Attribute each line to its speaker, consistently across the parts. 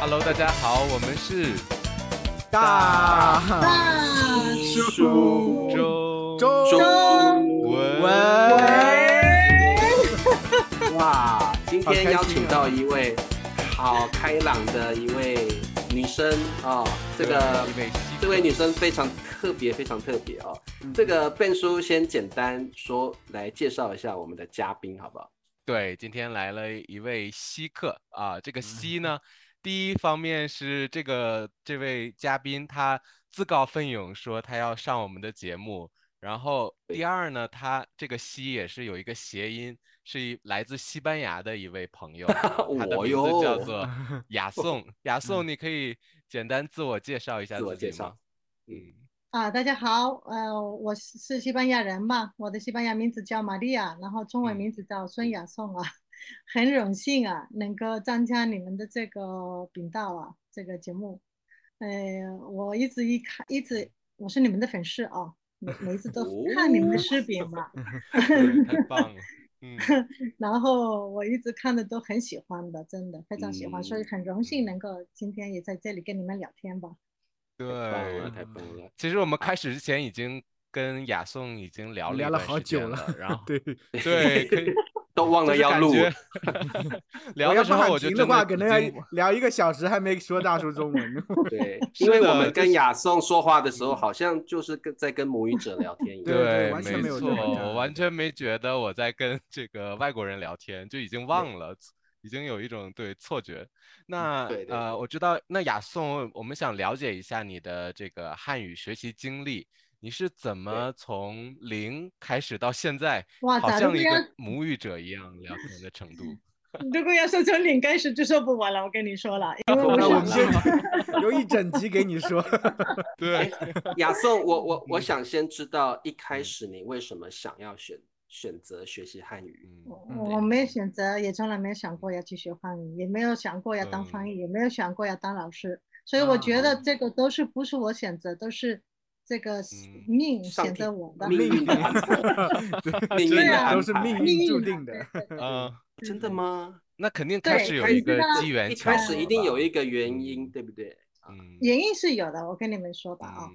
Speaker 1: Hello，大家好，我们是
Speaker 2: 大
Speaker 1: 叔周
Speaker 2: 周
Speaker 1: 文
Speaker 2: 哇，
Speaker 3: 今
Speaker 2: 好开心
Speaker 3: 天邀请
Speaker 2: 啊
Speaker 3: 到一位好开朗的一位女生哦，这个
Speaker 1: 对一位西
Speaker 3: 这位女生非常特别，非常特别哦。这个笨叔先简单说来介绍一下我们的嘉宾好不好？
Speaker 1: 对，今天来了一位稀客啊，
Speaker 3: 嗯
Speaker 1: 这个稀呢，第一方面是这个这位嘉宾他自告奋勇说他要上我们的节目，然后第二呢，他这个稀也是有一个谐音，是一来自西班牙的一位朋 友，他的
Speaker 3: 我
Speaker 1: 名字叫
Speaker 3: 哟嗯
Speaker 1: 做雅 颂，雅颂，你可以简单自我介绍一下
Speaker 3: 自我
Speaker 1: 自己
Speaker 3: 介绍
Speaker 1: 吗？
Speaker 3: 嗯，
Speaker 4: 啊，大家好，呃，我是是西班牙人嘛，我的西班牙名字叫玛利亚，然后中文
Speaker 1: 嗯
Speaker 4: 名字叫孙雅颂啊， 很荣幸啊，能够参加你们的这个频道啊，这个节目，呃，我一直一看，一直我是你们的粉丝啊，每每一次都看你们的
Speaker 2: 哦
Speaker 4: 视频嘛，
Speaker 1: 对， 太棒了，嗯
Speaker 4: 然后我一直看的都很喜欢的，真的非常喜欢，所以
Speaker 3: 嗯
Speaker 4: 很荣幸能够今天也在这里跟你们聊天吧。
Speaker 3: 太棒
Speaker 1: 对
Speaker 3: 了，。太棒了。
Speaker 1: 其实我们开始之前已经跟雅颂已经聊了
Speaker 2: 聊
Speaker 1: 一
Speaker 2: 了
Speaker 1: 段
Speaker 2: 好
Speaker 1: 时
Speaker 2: 久
Speaker 1: 间
Speaker 2: 了
Speaker 1: 了，然后
Speaker 2: 对，
Speaker 1: 对，可以
Speaker 3: 都忘
Speaker 1: 就
Speaker 3: 了
Speaker 1: 是
Speaker 3: 要
Speaker 1: 感
Speaker 3: 录，
Speaker 1: 觉 聊
Speaker 2: 我
Speaker 1: 的
Speaker 2: 要不
Speaker 1: 时候
Speaker 2: 喊
Speaker 1: 我就
Speaker 2: 停
Speaker 1: 真
Speaker 2: 的话，可能要
Speaker 1: 已经
Speaker 2: 聊一个小时还没说大叔中文。
Speaker 3: 对，
Speaker 1: 是
Speaker 3: 因为
Speaker 1: 的
Speaker 3: 我们
Speaker 1: 就
Speaker 3: 跟
Speaker 1: 是嗯
Speaker 3: 雅颂说话的时候，好像就是跟在跟母语者聊天一样。
Speaker 2: 对对完全
Speaker 1: 没
Speaker 2: 没有
Speaker 1: 错，
Speaker 2: 这种感
Speaker 1: 我完
Speaker 2: 觉
Speaker 1: 全没觉得我在跟这个外国人聊天，就已经忘了，已经有一种对错觉。那
Speaker 3: 对对
Speaker 1: 呃，我知道，那雅颂，我们想了解一下你的这个汉语学习经历，你是怎么从零开始到现在，
Speaker 4: 哇
Speaker 1: 好
Speaker 4: 咋
Speaker 1: 像
Speaker 4: 这
Speaker 1: 一
Speaker 4: 么
Speaker 1: 个
Speaker 4: 样
Speaker 1: 母语者一样聊天的 程度？
Speaker 4: 如果要说从零开始就说不完了，我跟你说了，因为
Speaker 3: 不
Speaker 4: 我
Speaker 2: 那
Speaker 3: 完
Speaker 2: 我
Speaker 3: 了
Speaker 2: 们就有一整集 给你说，
Speaker 1: 对，
Speaker 4: 哎
Speaker 3: 雅颂，我我
Speaker 1: 嗯
Speaker 3: 我想先知道一开始你为什么想要选选择学习汉语？
Speaker 1: 嗯
Speaker 4: 我
Speaker 2: 嗯
Speaker 4: 我没有选择，也从来没有想过要去学汉语，也没有想过要当翻
Speaker 1: 嗯
Speaker 4: 译，也没有想过要当老师，所以我觉得这个都是不是我选择，都是这个
Speaker 1: 嗯
Speaker 4: 命
Speaker 3: 上
Speaker 4: 选
Speaker 3: 帝
Speaker 4: 择我的
Speaker 3: 命运的安
Speaker 2: 对
Speaker 3: 命运
Speaker 4: 对
Speaker 3: 的
Speaker 4: 啊
Speaker 3: 安排，
Speaker 2: 都是命
Speaker 4: 命
Speaker 2: 运
Speaker 4: 运
Speaker 2: 注
Speaker 4: 的
Speaker 2: 定的。
Speaker 4: 对对对
Speaker 1: 嗯，
Speaker 3: 真的吗？
Speaker 1: 那肯定开
Speaker 4: 对
Speaker 1: 始
Speaker 4: 一
Speaker 1: 有
Speaker 4: 开
Speaker 1: 一
Speaker 4: 始
Speaker 1: 个
Speaker 4: 呢
Speaker 1: 机缘
Speaker 3: 一
Speaker 1: 巧
Speaker 3: 开
Speaker 1: 合吧，
Speaker 3: 始一定有一个原因，
Speaker 1: 嗯
Speaker 3: 对不对？啊，
Speaker 1: 嗯
Speaker 4: 原因是有的，我跟你们说吧啊，
Speaker 1: 嗯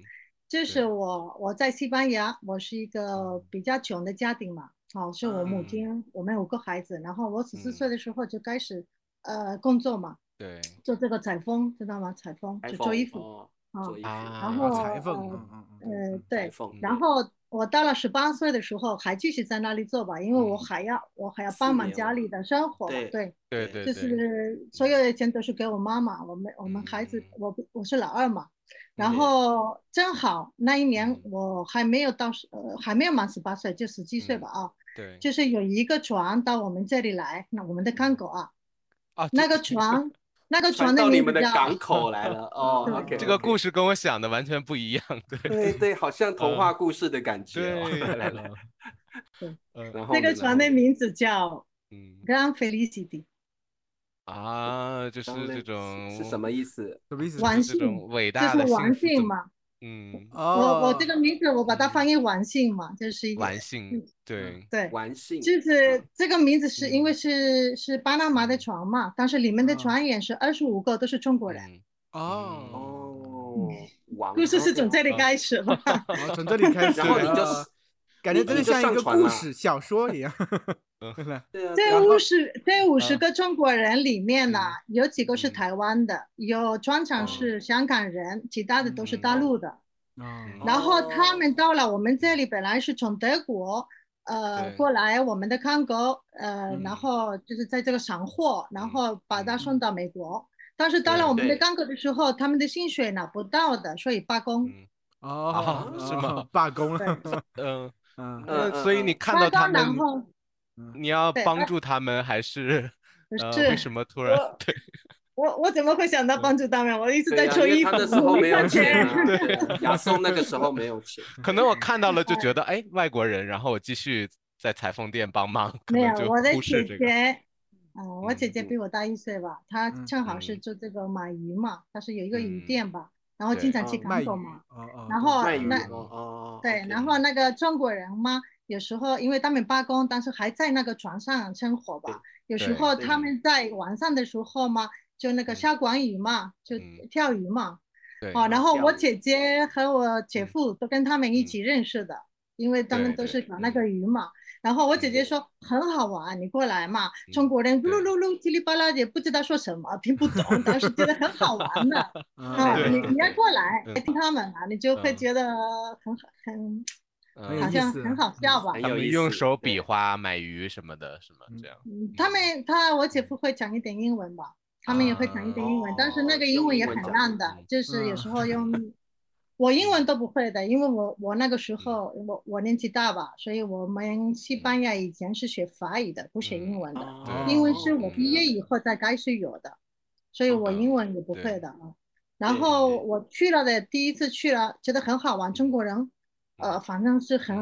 Speaker 4: 就是
Speaker 1: 对
Speaker 4: 我我在西班牙，我是一个
Speaker 1: 嗯
Speaker 4: 比较穷的家庭嘛，哦，是我母
Speaker 1: 嗯
Speaker 4: 亲，我们有个孩子，然后我十四
Speaker 1: 嗯
Speaker 4: 岁的时候就开始呃工作嘛，
Speaker 1: 对
Speaker 4: 做这个裁缝，知道吗？裁缝
Speaker 3: 裁
Speaker 4: 就
Speaker 3: 缝
Speaker 4: 做衣服
Speaker 3: 哦，
Speaker 4: 啊，
Speaker 3: 做衣服，
Speaker 1: 啊
Speaker 4: 然
Speaker 1: 哦
Speaker 4: 后
Speaker 2: 裁缝，
Speaker 4: 呃
Speaker 2: 嗯嗯嗯，
Speaker 4: 呃，
Speaker 3: 裁
Speaker 4: 对，
Speaker 3: 缝，
Speaker 4: 然后我到了十八岁的时候还继续在那里做吧，因为我
Speaker 1: 嗯
Speaker 4: 还要我还要
Speaker 3: 四
Speaker 4: 帮忙
Speaker 3: 年
Speaker 4: 家
Speaker 3: 了
Speaker 4: 里的生活嘛
Speaker 3: 对，
Speaker 4: 对，
Speaker 1: 对
Speaker 3: 对嗯
Speaker 1: 对
Speaker 4: 就
Speaker 1: 对，
Speaker 4: 是所有的钱都是给我妈妈，我们我们孩子
Speaker 1: 嗯，
Speaker 4: 我不我是老二
Speaker 3: 嗯
Speaker 4: 嘛，然
Speaker 1: 对
Speaker 4: 后正好那一年
Speaker 1: 嗯
Speaker 4: 我还没有到十，呃，还没有满十八岁，就十七岁
Speaker 1: 嗯
Speaker 4: 吧啊，
Speaker 1: 对
Speaker 4: 就是有一个船到我们这里来，那我们的港口啊，
Speaker 1: 啊，
Speaker 4: 那
Speaker 1: 这
Speaker 4: 个船，那个
Speaker 3: 传
Speaker 4: 船
Speaker 3: 嗯
Speaker 4: 的
Speaker 3: 到你
Speaker 4: 名
Speaker 3: 们
Speaker 4: 字
Speaker 3: 的
Speaker 4: 叫，
Speaker 3: 港口来 了哦。
Speaker 4: 对
Speaker 3: OK，
Speaker 1: 这个故
Speaker 3: 事，
Speaker 1: 事跟我想的完全不一样，对
Speaker 3: 对对，好像童话故事的感觉哦。
Speaker 1: 嗯对，
Speaker 3: 来了，
Speaker 4: 对
Speaker 1: 嗯
Speaker 3: 然后
Speaker 4: 那个
Speaker 3: 呢
Speaker 4: 船的，名字叫
Speaker 1: 嗯
Speaker 4: Gran Felicity，
Speaker 1: 啊，就
Speaker 3: 然后
Speaker 1: 是
Speaker 3: 呢
Speaker 1: 这种
Speaker 3: 是是什么意思？
Speaker 2: 什么意思？
Speaker 4: 王
Speaker 1: 这种
Speaker 4: 幸，
Speaker 1: 伟
Speaker 4: 就
Speaker 1: 大
Speaker 4: 是
Speaker 1: 的
Speaker 4: 王
Speaker 1: 幸福
Speaker 4: 幸
Speaker 1: 怎，
Speaker 4: 嘛，
Speaker 1: 嗯，
Speaker 2: 哦，
Speaker 4: 我我这个名字我把它翻译王幸嘛，就是一个
Speaker 1: 完
Speaker 4: 嗯
Speaker 1: 性，对，
Speaker 4: 对。
Speaker 3: 玩性
Speaker 4: 就是这个名字是因为
Speaker 1: 嗯
Speaker 4: 是是巴拿马的船嘛，但是里面的
Speaker 2: 啊
Speaker 4: 船员是二十五个，都是中国人。
Speaker 1: 嗯
Speaker 2: 哦，
Speaker 3: 哦，王
Speaker 4: 故事是从这里开始 吧？
Speaker 2: 哦从这里开始，
Speaker 3: 然后你就
Speaker 2: 啊感觉真的像一
Speaker 3: 你就
Speaker 2: 个
Speaker 3: 上传了
Speaker 2: 故事小说一样。
Speaker 3: 对啊，然
Speaker 4: 这
Speaker 3: 后
Speaker 4: 五十这五十
Speaker 1: 啊
Speaker 4: 个中国人里面呢，有几个是
Speaker 1: 嗯
Speaker 4: 台湾的，有船
Speaker 3: 哦
Speaker 4: 长是香港人，其他的都是
Speaker 1: 嗯
Speaker 4: 大陆的。
Speaker 2: 哦
Speaker 4: 然后他们
Speaker 3: 哦
Speaker 4: 到了我们这里，本来是从德国。呃，
Speaker 1: 对
Speaker 4: 过来我们的康狗，呃，
Speaker 2: 嗯
Speaker 4: 然后就是在这个散货，然
Speaker 1: 嗯
Speaker 4: 后把它
Speaker 1: 嗯
Speaker 4: 送到美国。但是到
Speaker 1: 对
Speaker 4: 了我们的
Speaker 3: 对
Speaker 4: 康狗的时候，他们的薪水拿不到的，所以罢工。
Speaker 1: 嗯
Speaker 2: 哦，
Speaker 1: 啊是吗
Speaker 2: 哦？ 罢工了，
Speaker 1: 嗯，
Speaker 2: 嗯
Speaker 3: 嗯
Speaker 1: 那所以
Speaker 3: 嗯
Speaker 1: 你
Speaker 3: 嗯
Speaker 1: 看
Speaker 4: 罢
Speaker 1: 到他
Speaker 4: 工然
Speaker 1: 们，
Speaker 4: 后
Speaker 1: 你要
Speaker 4: 对
Speaker 1: 帮
Speaker 4: 他
Speaker 1: 助他们，还是
Speaker 4: 不
Speaker 1: 呃，
Speaker 4: 是
Speaker 1: 为什么突然
Speaker 4: 我
Speaker 1: 对？
Speaker 4: 我我怎么会想到帮助他们？我一直
Speaker 3: 对
Speaker 4: 在
Speaker 3: 呀
Speaker 4: 做
Speaker 3: 因为
Speaker 4: 衣
Speaker 3: 他
Speaker 4: 服，
Speaker 3: 那时候
Speaker 4: 我
Speaker 3: 没有
Speaker 4: 赚
Speaker 3: 钱
Speaker 4: 钱。
Speaker 3: 啊，对啊亚松那个时候没有钱，
Speaker 1: 可能我看到了就觉 得，哎，外国人，然后我继续在裁缝店帮忙，可
Speaker 4: 没
Speaker 1: 能
Speaker 4: 有
Speaker 1: 就，
Speaker 4: 我的
Speaker 1: 忽视
Speaker 4: 姐
Speaker 1: 这个。
Speaker 4: 姐，嗯，我姐姐
Speaker 3: 嗯
Speaker 4: 比我大一岁吧，她
Speaker 2: 嗯
Speaker 4: 正好是
Speaker 1: 嗯
Speaker 4: 做这个买鱼嘛，她是有一个鱼
Speaker 1: 嗯
Speaker 4: 店吧，然后
Speaker 1: 对
Speaker 4: 经常去
Speaker 3: 哦
Speaker 2: 卖
Speaker 4: 港
Speaker 2: 鱼，
Speaker 4: 口嘛
Speaker 2: 哦，哦，对
Speaker 4: 然后
Speaker 3: 卖鱼
Speaker 4: 那
Speaker 3: 哦哦，
Speaker 4: 对，然后那个中国人嘛，有时候因为他们罢工，但是还在那个船上生活吧。有时
Speaker 1: 对
Speaker 4: 候
Speaker 3: 对
Speaker 4: 他们在晚上的时候嘛，就那个
Speaker 1: 嗯
Speaker 4: 下馆鱼嘛，就
Speaker 1: 嗯
Speaker 4: 钓鱼嘛。
Speaker 1: 对，
Speaker 4: 哦，然后
Speaker 3: 钓
Speaker 4: 我
Speaker 3: 鱼
Speaker 4: 姐姐和我姐夫都跟他们一
Speaker 1: 嗯
Speaker 4: 起认识的，因为他们
Speaker 1: 对
Speaker 4: 都
Speaker 1: 对
Speaker 4: 是搞那
Speaker 1: 嗯
Speaker 4: 个鱼嘛。然后我姐
Speaker 1: 嗯
Speaker 4: 姐说很好玩，你过来嘛。
Speaker 1: 嗯
Speaker 4: 中国人咕噜
Speaker 1: 对
Speaker 4: 噜噜叽里吧啦也不知道说什么，听不懂，但是觉得很好玩的。
Speaker 2: 哦嗯
Speaker 4: 啊，
Speaker 1: 嗯对
Speaker 4: 你
Speaker 1: 对
Speaker 4: 你要过来
Speaker 1: 嗯
Speaker 4: 听他们啊，你就会
Speaker 1: 嗯
Speaker 4: 觉得很好，很
Speaker 2: 很有
Speaker 4: 好
Speaker 1: 嗯，
Speaker 2: 意
Speaker 4: 像
Speaker 2: 思
Speaker 4: 很好笑吧
Speaker 3: 很？
Speaker 1: 他
Speaker 3: 有
Speaker 1: 们
Speaker 3: 意
Speaker 1: 用
Speaker 3: 思
Speaker 1: 手
Speaker 3: 对
Speaker 1: 比划买鱼什么的，什么
Speaker 2: 嗯
Speaker 1: 这样。
Speaker 4: 嗯，他们他我姐夫会讲一点英文吧，他们也会讲一点英文，但是那个
Speaker 3: 哦
Speaker 4: 英文也
Speaker 3: 用
Speaker 4: 很
Speaker 3: 英文
Speaker 4: 烂的
Speaker 1: 讲嗯，
Speaker 4: 就是有时候
Speaker 2: 嗯
Speaker 4: 用我英文都不会的，因为我我那个时候我我年纪大吧，所以我们西班牙以前是学法语的，不学英文的，
Speaker 3: 哦
Speaker 4: 英文是我
Speaker 1: 嗯
Speaker 4: 毕业以后才开始有的，所以我英文也不
Speaker 1: 哦对
Speaker 4: 会的啊。然后
Speaker 3: 对对
Speaker 4: 我去了的第一次去了，觉得很好玩，中国人。呃，反正是很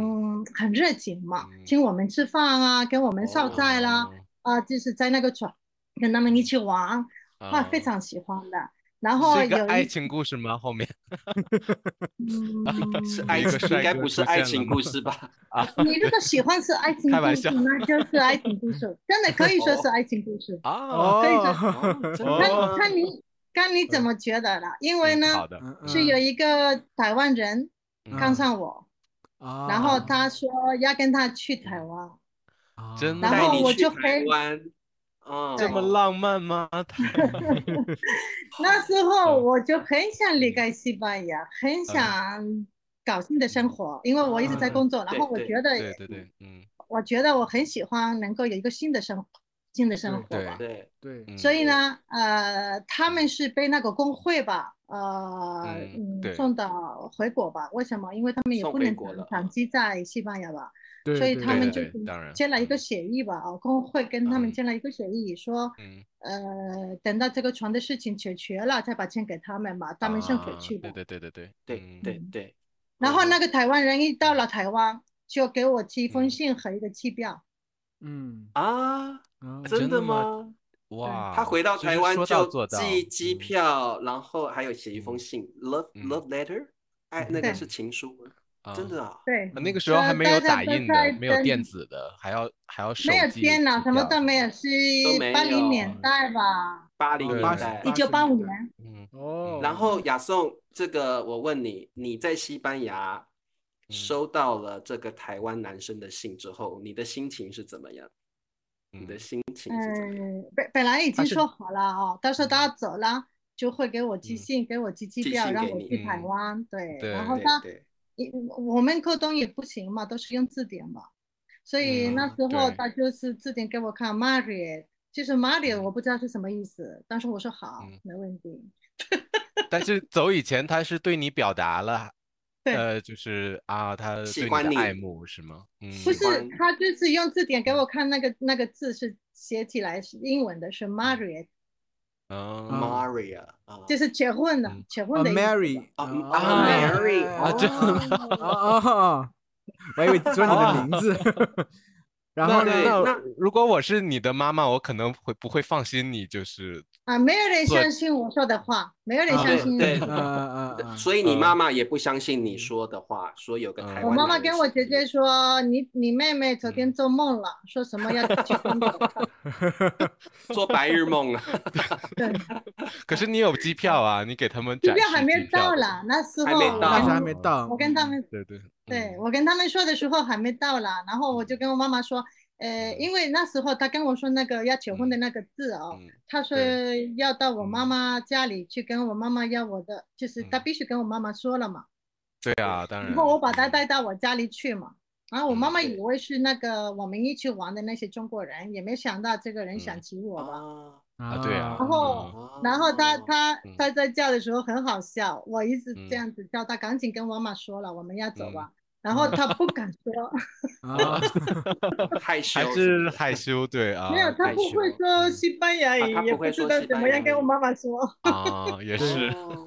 Speaker 4: 很热情嘛，
Speaker 1: 嗯哦
Speaker 4: 请我们吃饭啊，给我们烧菜啦，啊，就是在那个船跟他们一起玩，
Speaker 1: 哦，
Speaker 4: 啊，非
Speaker 1: 哦
Speaker 4: 常喜欢的。然后
Speaker 1: 是一个
Speaker 4: 有
Speaker 1: 爱
Speaker 4: 一
Speaker 1: 情故事吗？后面
Speaker 4: 嗯，
Speaker 3: 是爱
Speaker 1: 一个
Speaker 3: 情，
Speaker 1: 帅
Speaker 3: 应该
Speaker 1: 哥
Speaker 3: 不
Speaker 1: 出
Speaker 3: 是爱
Speaker 1: 现了
Speaker 3: 情
Speaker 1: 吗
Speaker 3: 故事吧？
Speaker 4: 你如果喜欢是爱情
Speaker 1: 开
Speaker 4: 故
Speaker 1: 玩
Speaker 4: 事，
Speaker 1: 笑
Speaker 4: 那就是爱情故事，真的可以说是爱情故事。
Speaker 1: 啊，
Speaker 4: 可以的
Speaker 2: 哦，
Speaker 3: 真
Speaker 4: 看
Speaker 3: 的吗
Speaker 4: 看你看你怎么觉得了，因为
Speaker 1: 嗯
Speaker 4: 呢
Speaker 1: 好的，
Speaker 4: 是有一个台湾人
Speaker 1: 嗯
Speaker 4: 看上我，
Speaker 2: 啊，
Speaker 4: 然后他说要跟他去台湾，
Speaker 2: 啊
Speaker 1: 真的
Speaker 4: 然
Speaker 3: 带
Speaker 4: 后
Speaker 3: 你
Speaker 4: 我
Speaker 3: 去
Speaker 4: 就
Speaker 3: 台
Speaker 4: 飞
Speaker 3: 湾，哦，
Speaker 1: 这么浪漫吗？太
Speaker 4: 那时候
Speaker 1: 嗯
Speaker 4: 我就很想离开西班牙，很想搞新的生活，因为我一直在
Speaker 2: 嗯
Speaker 4: 工作，然
Speaker 3: 对
Speaker 4: 后我
Speaker 3: 对
Speaker 4: 觉得
Speaker 1: 对对对，嗯
Speaker 4: 我觉得我很喜欢能够有一个新的生活，新的生活
Speaker 1: 对
Speaker 4: 吧。
Speaker 3: 对，
Speaker 2: 对，
Speaker 1: 嗯，
Speaker 4: 所以呢，呃，他们是被那个工会吧，呃，
Speaker 1: 嗯对
Speaker 4: 送到回国吧？为什么？因为他们也
Speaker 3: 送
Speaker 4: 不
Speaker 3: 回
Speaker 4: 能
Speaker 3: 国
Speaker 4: 长
Speaker 3: 了
Speaker 4: 长期在西班牙吧，
Speaker 2: 对
Speaker 4: 所以
Speaker 2: 对
Speaker 4: 他们
Speaker 2: 对
Speaker 4: 就
Speaker 1: 对对当然
Speaker 4: 签了一个协议吧，哦，工会跟他们
Speaker 1: 嗯
Speaker 4: 签了一个协议，说，
Speaker 1: 嗯，
Speaker 4: 呃，等到这个船的事情解决了，再把钱给他们嘛，他们送回
Speaker 1: 啊
Speaker 4: 去吧。
Speaker 1: 对对对对对，
Speaker 3: 对
Speaker 1: 嗯
Speaker 3: 对对。
Speaker 4: 然后那
Speaker 3: 嗯
Speaker 4: 个台湾人一到了台湾，就给我寄一封
Speaker 1: 嗯
Speaker 4: 信和一个机票。
Speaker 2: 嗯
Speaker 3: 啊，
Speaker 2: 啊
Speaker 1: 真
Speaker 3: 真
Speaker 1: 的
Speaker 3: 的
Speaker 1: 吗
Speaker 3: 吗？
Speaker 1: 哇，哦
Speaker 3: 他回到
Speaker 1: 就是
Speaker 3: 台湾
Speaker 1: 说到
Speaker 3: 就
Speaker 1: 做到，
Speaker 3: 寄机
Speaker 1: 嗯，
Speaker 3: 票，然后还有写一封
Speaker 1: 嗯
Speaker 3: 信，love
Speaker 1: 嗯
Speaker 3: love letter，哎，那
Speaker 4: 对
Speaker 3: 个是情书吗？真
Speaker 1: 啊
Speaker 3: 的啊，
Speaker 4: 对，
Speaker 1: 啊那个
Speaker 2: 嗯
Speaker 1: 时候
Speaker 4: 这
Speaker 1: 还没
Speaker 4: 大
Speaker 1: 有
Speaker 4: 家
Speaker 1: 打
Speaker 4: 都
Speaker 1: 印的，
Speaker 4: 在
Speaker 1: 没有电
Speaker 4: 等
Speaker 1: 子的，还要还要手
Speaker 4: 没有
Speaker 1: 机
Speaker 4: 电脑，
Speaker 1: 机
Speaker 4: 什么
Speaker 1: 票
Speaker 4: 都没有，
Speaker 1: 的
Speaker 4: 是
Speaker 3: 都没
Speaker 4: 八零年
Speaker 3: 有
Speaker 4: 代吧，
Speaker 3: 八零
Speaker 1: 对
Speaker 3: 年
Speaker 2: 八十
Speaker 3: 代
Speaker 4: 一
Speaker 2: 八。
Speaker 4: 九八五
Speaker 2: 年代
Speaker 4: 年。
Speaker 1: 嗯
Speaker 2: 哦，
Speaker 3: 然后亚颂，这个我问你，你在西班牙
Speaker 1: 嗯
Speaker 3: 收到了这个台湾男生的信之后，你的心情是怎么样？你的
Speaker 1: 嗯
Speaker 3: 心情是怎么样？
Speaker 4: 嗯，本本来已
Speaker 2: 他
Speaker 4: 经
Speaker 2: 是
Speaker 4: 说好了哦，到时候他走了就会给我寄
Speaker 1: 嗯
Speaker 4: 信，给我寄机
Speaker 3: 寄
Speaker 4: 票，
Speaker 3: 信
Speaker 4: 让
Speaker 3: 给
Speaker 4: 我
Speaker 3: 你
Speaker 4: 去台
Speaker 1: 嗯
Speaker 4: 湾。对，
Speaker 1: 对
Speaker 4: 然后
Speaker 3: 对
Speaker 4: 他
Speaker 3: 对，
Speaker 4: 也我们沟通也不行嘛，都是用字典嘛，所以那
Speaker 3: 嗯
Speaker 4: 时候
Speaker 1: 对
Speaker 4: 他就是字典给我看 Maria，就是 Maria，
Speaker 1: 嗯
Speaker 4: 我不知道是什么意思，但是我说好
Speaker 1: 嗯，
Speaker 4: 没问题。
Speaker 1: 但是走以前他是对你表达了，
Speaker 4: 对
Speaker 1: 呃，就是啊，他
Speaker 3: 喜
Speaker 1: 对
Speaker 3: 欢
Speaker 1: 的
Speaker 3: 你
Speaker 1: 爱慕是吗？嗯，
Speaker 4: 不
Speaker 3: 喜欢
Speaker 4: 是，他就是用字典给我看那个那个字是写起来是英文的，是 Maria，
Speaker 1: 嗯，
Speaker 2: 啊
Speaker 3: Maria 啊，
Speaker 4: 就是结婚的
Speaker 1: 嗯，
Speaker 4: 结婚
Speaker 2: 啊
Speaker 4: 的意思。哦
Speaker 2: ，Mary
Speaker 3: 啊
Speaker 2: 啊
Speaker 3: 啊，Mary
Speaker 1: 啊真的 吗哦
Speaker 2: 啊啊啊！我以为说你的名字， 然后
Speaker 1: 那
Speaker 2: 呢？
Speaker 1: 那
Speaker 3: 那
Speaker 1: 如果我是你的妈妈，我可能会不会放心你，就是
Speaker 4: 啊，没有人
Speaker 1: 做
Speaker 4: 相信我说的话，没有人
Speaker 2: 啊
Speaker 4: 相信。
Speaker 3: 对
Speaker 2: 嗯嗯嗯，
Speaker 3: 所以你妈妈也不相信你说的话，说有个
Speaker 1: 嗯
Speaker 3: 台湾。
Speaker 4: 我妈妈跟我姐姐，说：“你你妹妹昨天做梦了，说什么要去中国。
Speaker 3: 做白日梦 啊，
Speaker 4: 对，
Speaker 1: 可是你有机票啊，你给他们
Speaker 4: 机
Speaker 1: 展
Speaker 4: 票
Speaker 1: 示
Speaker 4: 还
Speaker 1: 机
Speaker 4: 没
Speaker 1: 票
Speaker 4: 到
Speaker 1: 的
Speaker 4: 啦，那时候
Speaker 3: 还没
Speaker 4: 我
Speaker 3: 到
Speaker 2: 那时候还
Speaker 4: 跟
Speaker 2: 没到，
Speaker 4: 我跟他们
Speaker 1: 对对
Speaker 4: 对
Speaker 1: 嗯
Speaker 4: 我跟他们说的时候还没到啦，然
Speaker 2: 嗯
Speaker 4: 后我就跟我妈妈说，呃，因为那时候她跟我说那个要求婚的那个字哦，
Speaker 1: 嗯
Speaker 4: 她说
Speaker 1: 对
Speaker 4: 要到我妈
Speaker 1: 嗯
Speaker 4: 妈家里去跟我妈妈要我的，就是她
Speaker 1: 嗯
Speaker 4: 必须跟我妈妈说了嘛，
Speaker 1: 对啊，当
Speaker 4: 然
Speaker 1: 然。
Speaker 4: 后我把她
Speaker 1: 嗯
Speaker 4: 带到我家里去嘛。然后我妈
Speaker 1: 嗯
Speaker 4: 妈
Speaker 3: 对
Speaker 4: 以为是那个我们一起玩的那些中国人，也没想到这个人想
Speaker 1: 嗯
Speaker 4: 起我吧。
Speaker 3: 啊，
Speaker 1: 啊对
Speaker 2: 哦
Speaker 1: 啊，
Speaker 4: 然后
Speaker 1: 嗯
Speaker 4: 然后他
Speaker 3: 哦
Speaker 4: 他
Speaker 1: 嗯
Speaker 4: 他在叫的时候很好笑，我一直
Speaker 1: 嗯
Speaker 4: 这样子叫他，赶紧跟妈妈说了，我们要走
Speaker 3: 嗯
Speaker 4: 了。然后他不敢 说，
Speaker 2: 啊，
Speaker 3: 哦害羞
Speaker 1: 还
Speaker 3: 是
Speaker 1: 是
Speaker 3: 不是
Speaker 1: 害羞，对啊，
Speaker 4: 没有，他
Speaker 3: 害
Speaker 4: 不会
Speaker 3: 羞
Speaker 4: 说
Speaker 1: 嗯
Speaker 4: 西班牙
Speaker 3: 啊
Speaker 4: 语，
Speaker 3: 他
Speaker 4: 也
Speaker 3: 不会
Speaker 4: 知
Speaker 3: 说
Speaker 4: 道
Speaker 3: 西
Speaker 4: 怎
Speaker 3: 班
Speaker 4: 么
Speaker 3: 牙
Speaker 4: 样跟我
Speaker 3: 语
Speaker 4: 妈妈说，
Speaker 1: 啊，也是，
Speaker 3: 哦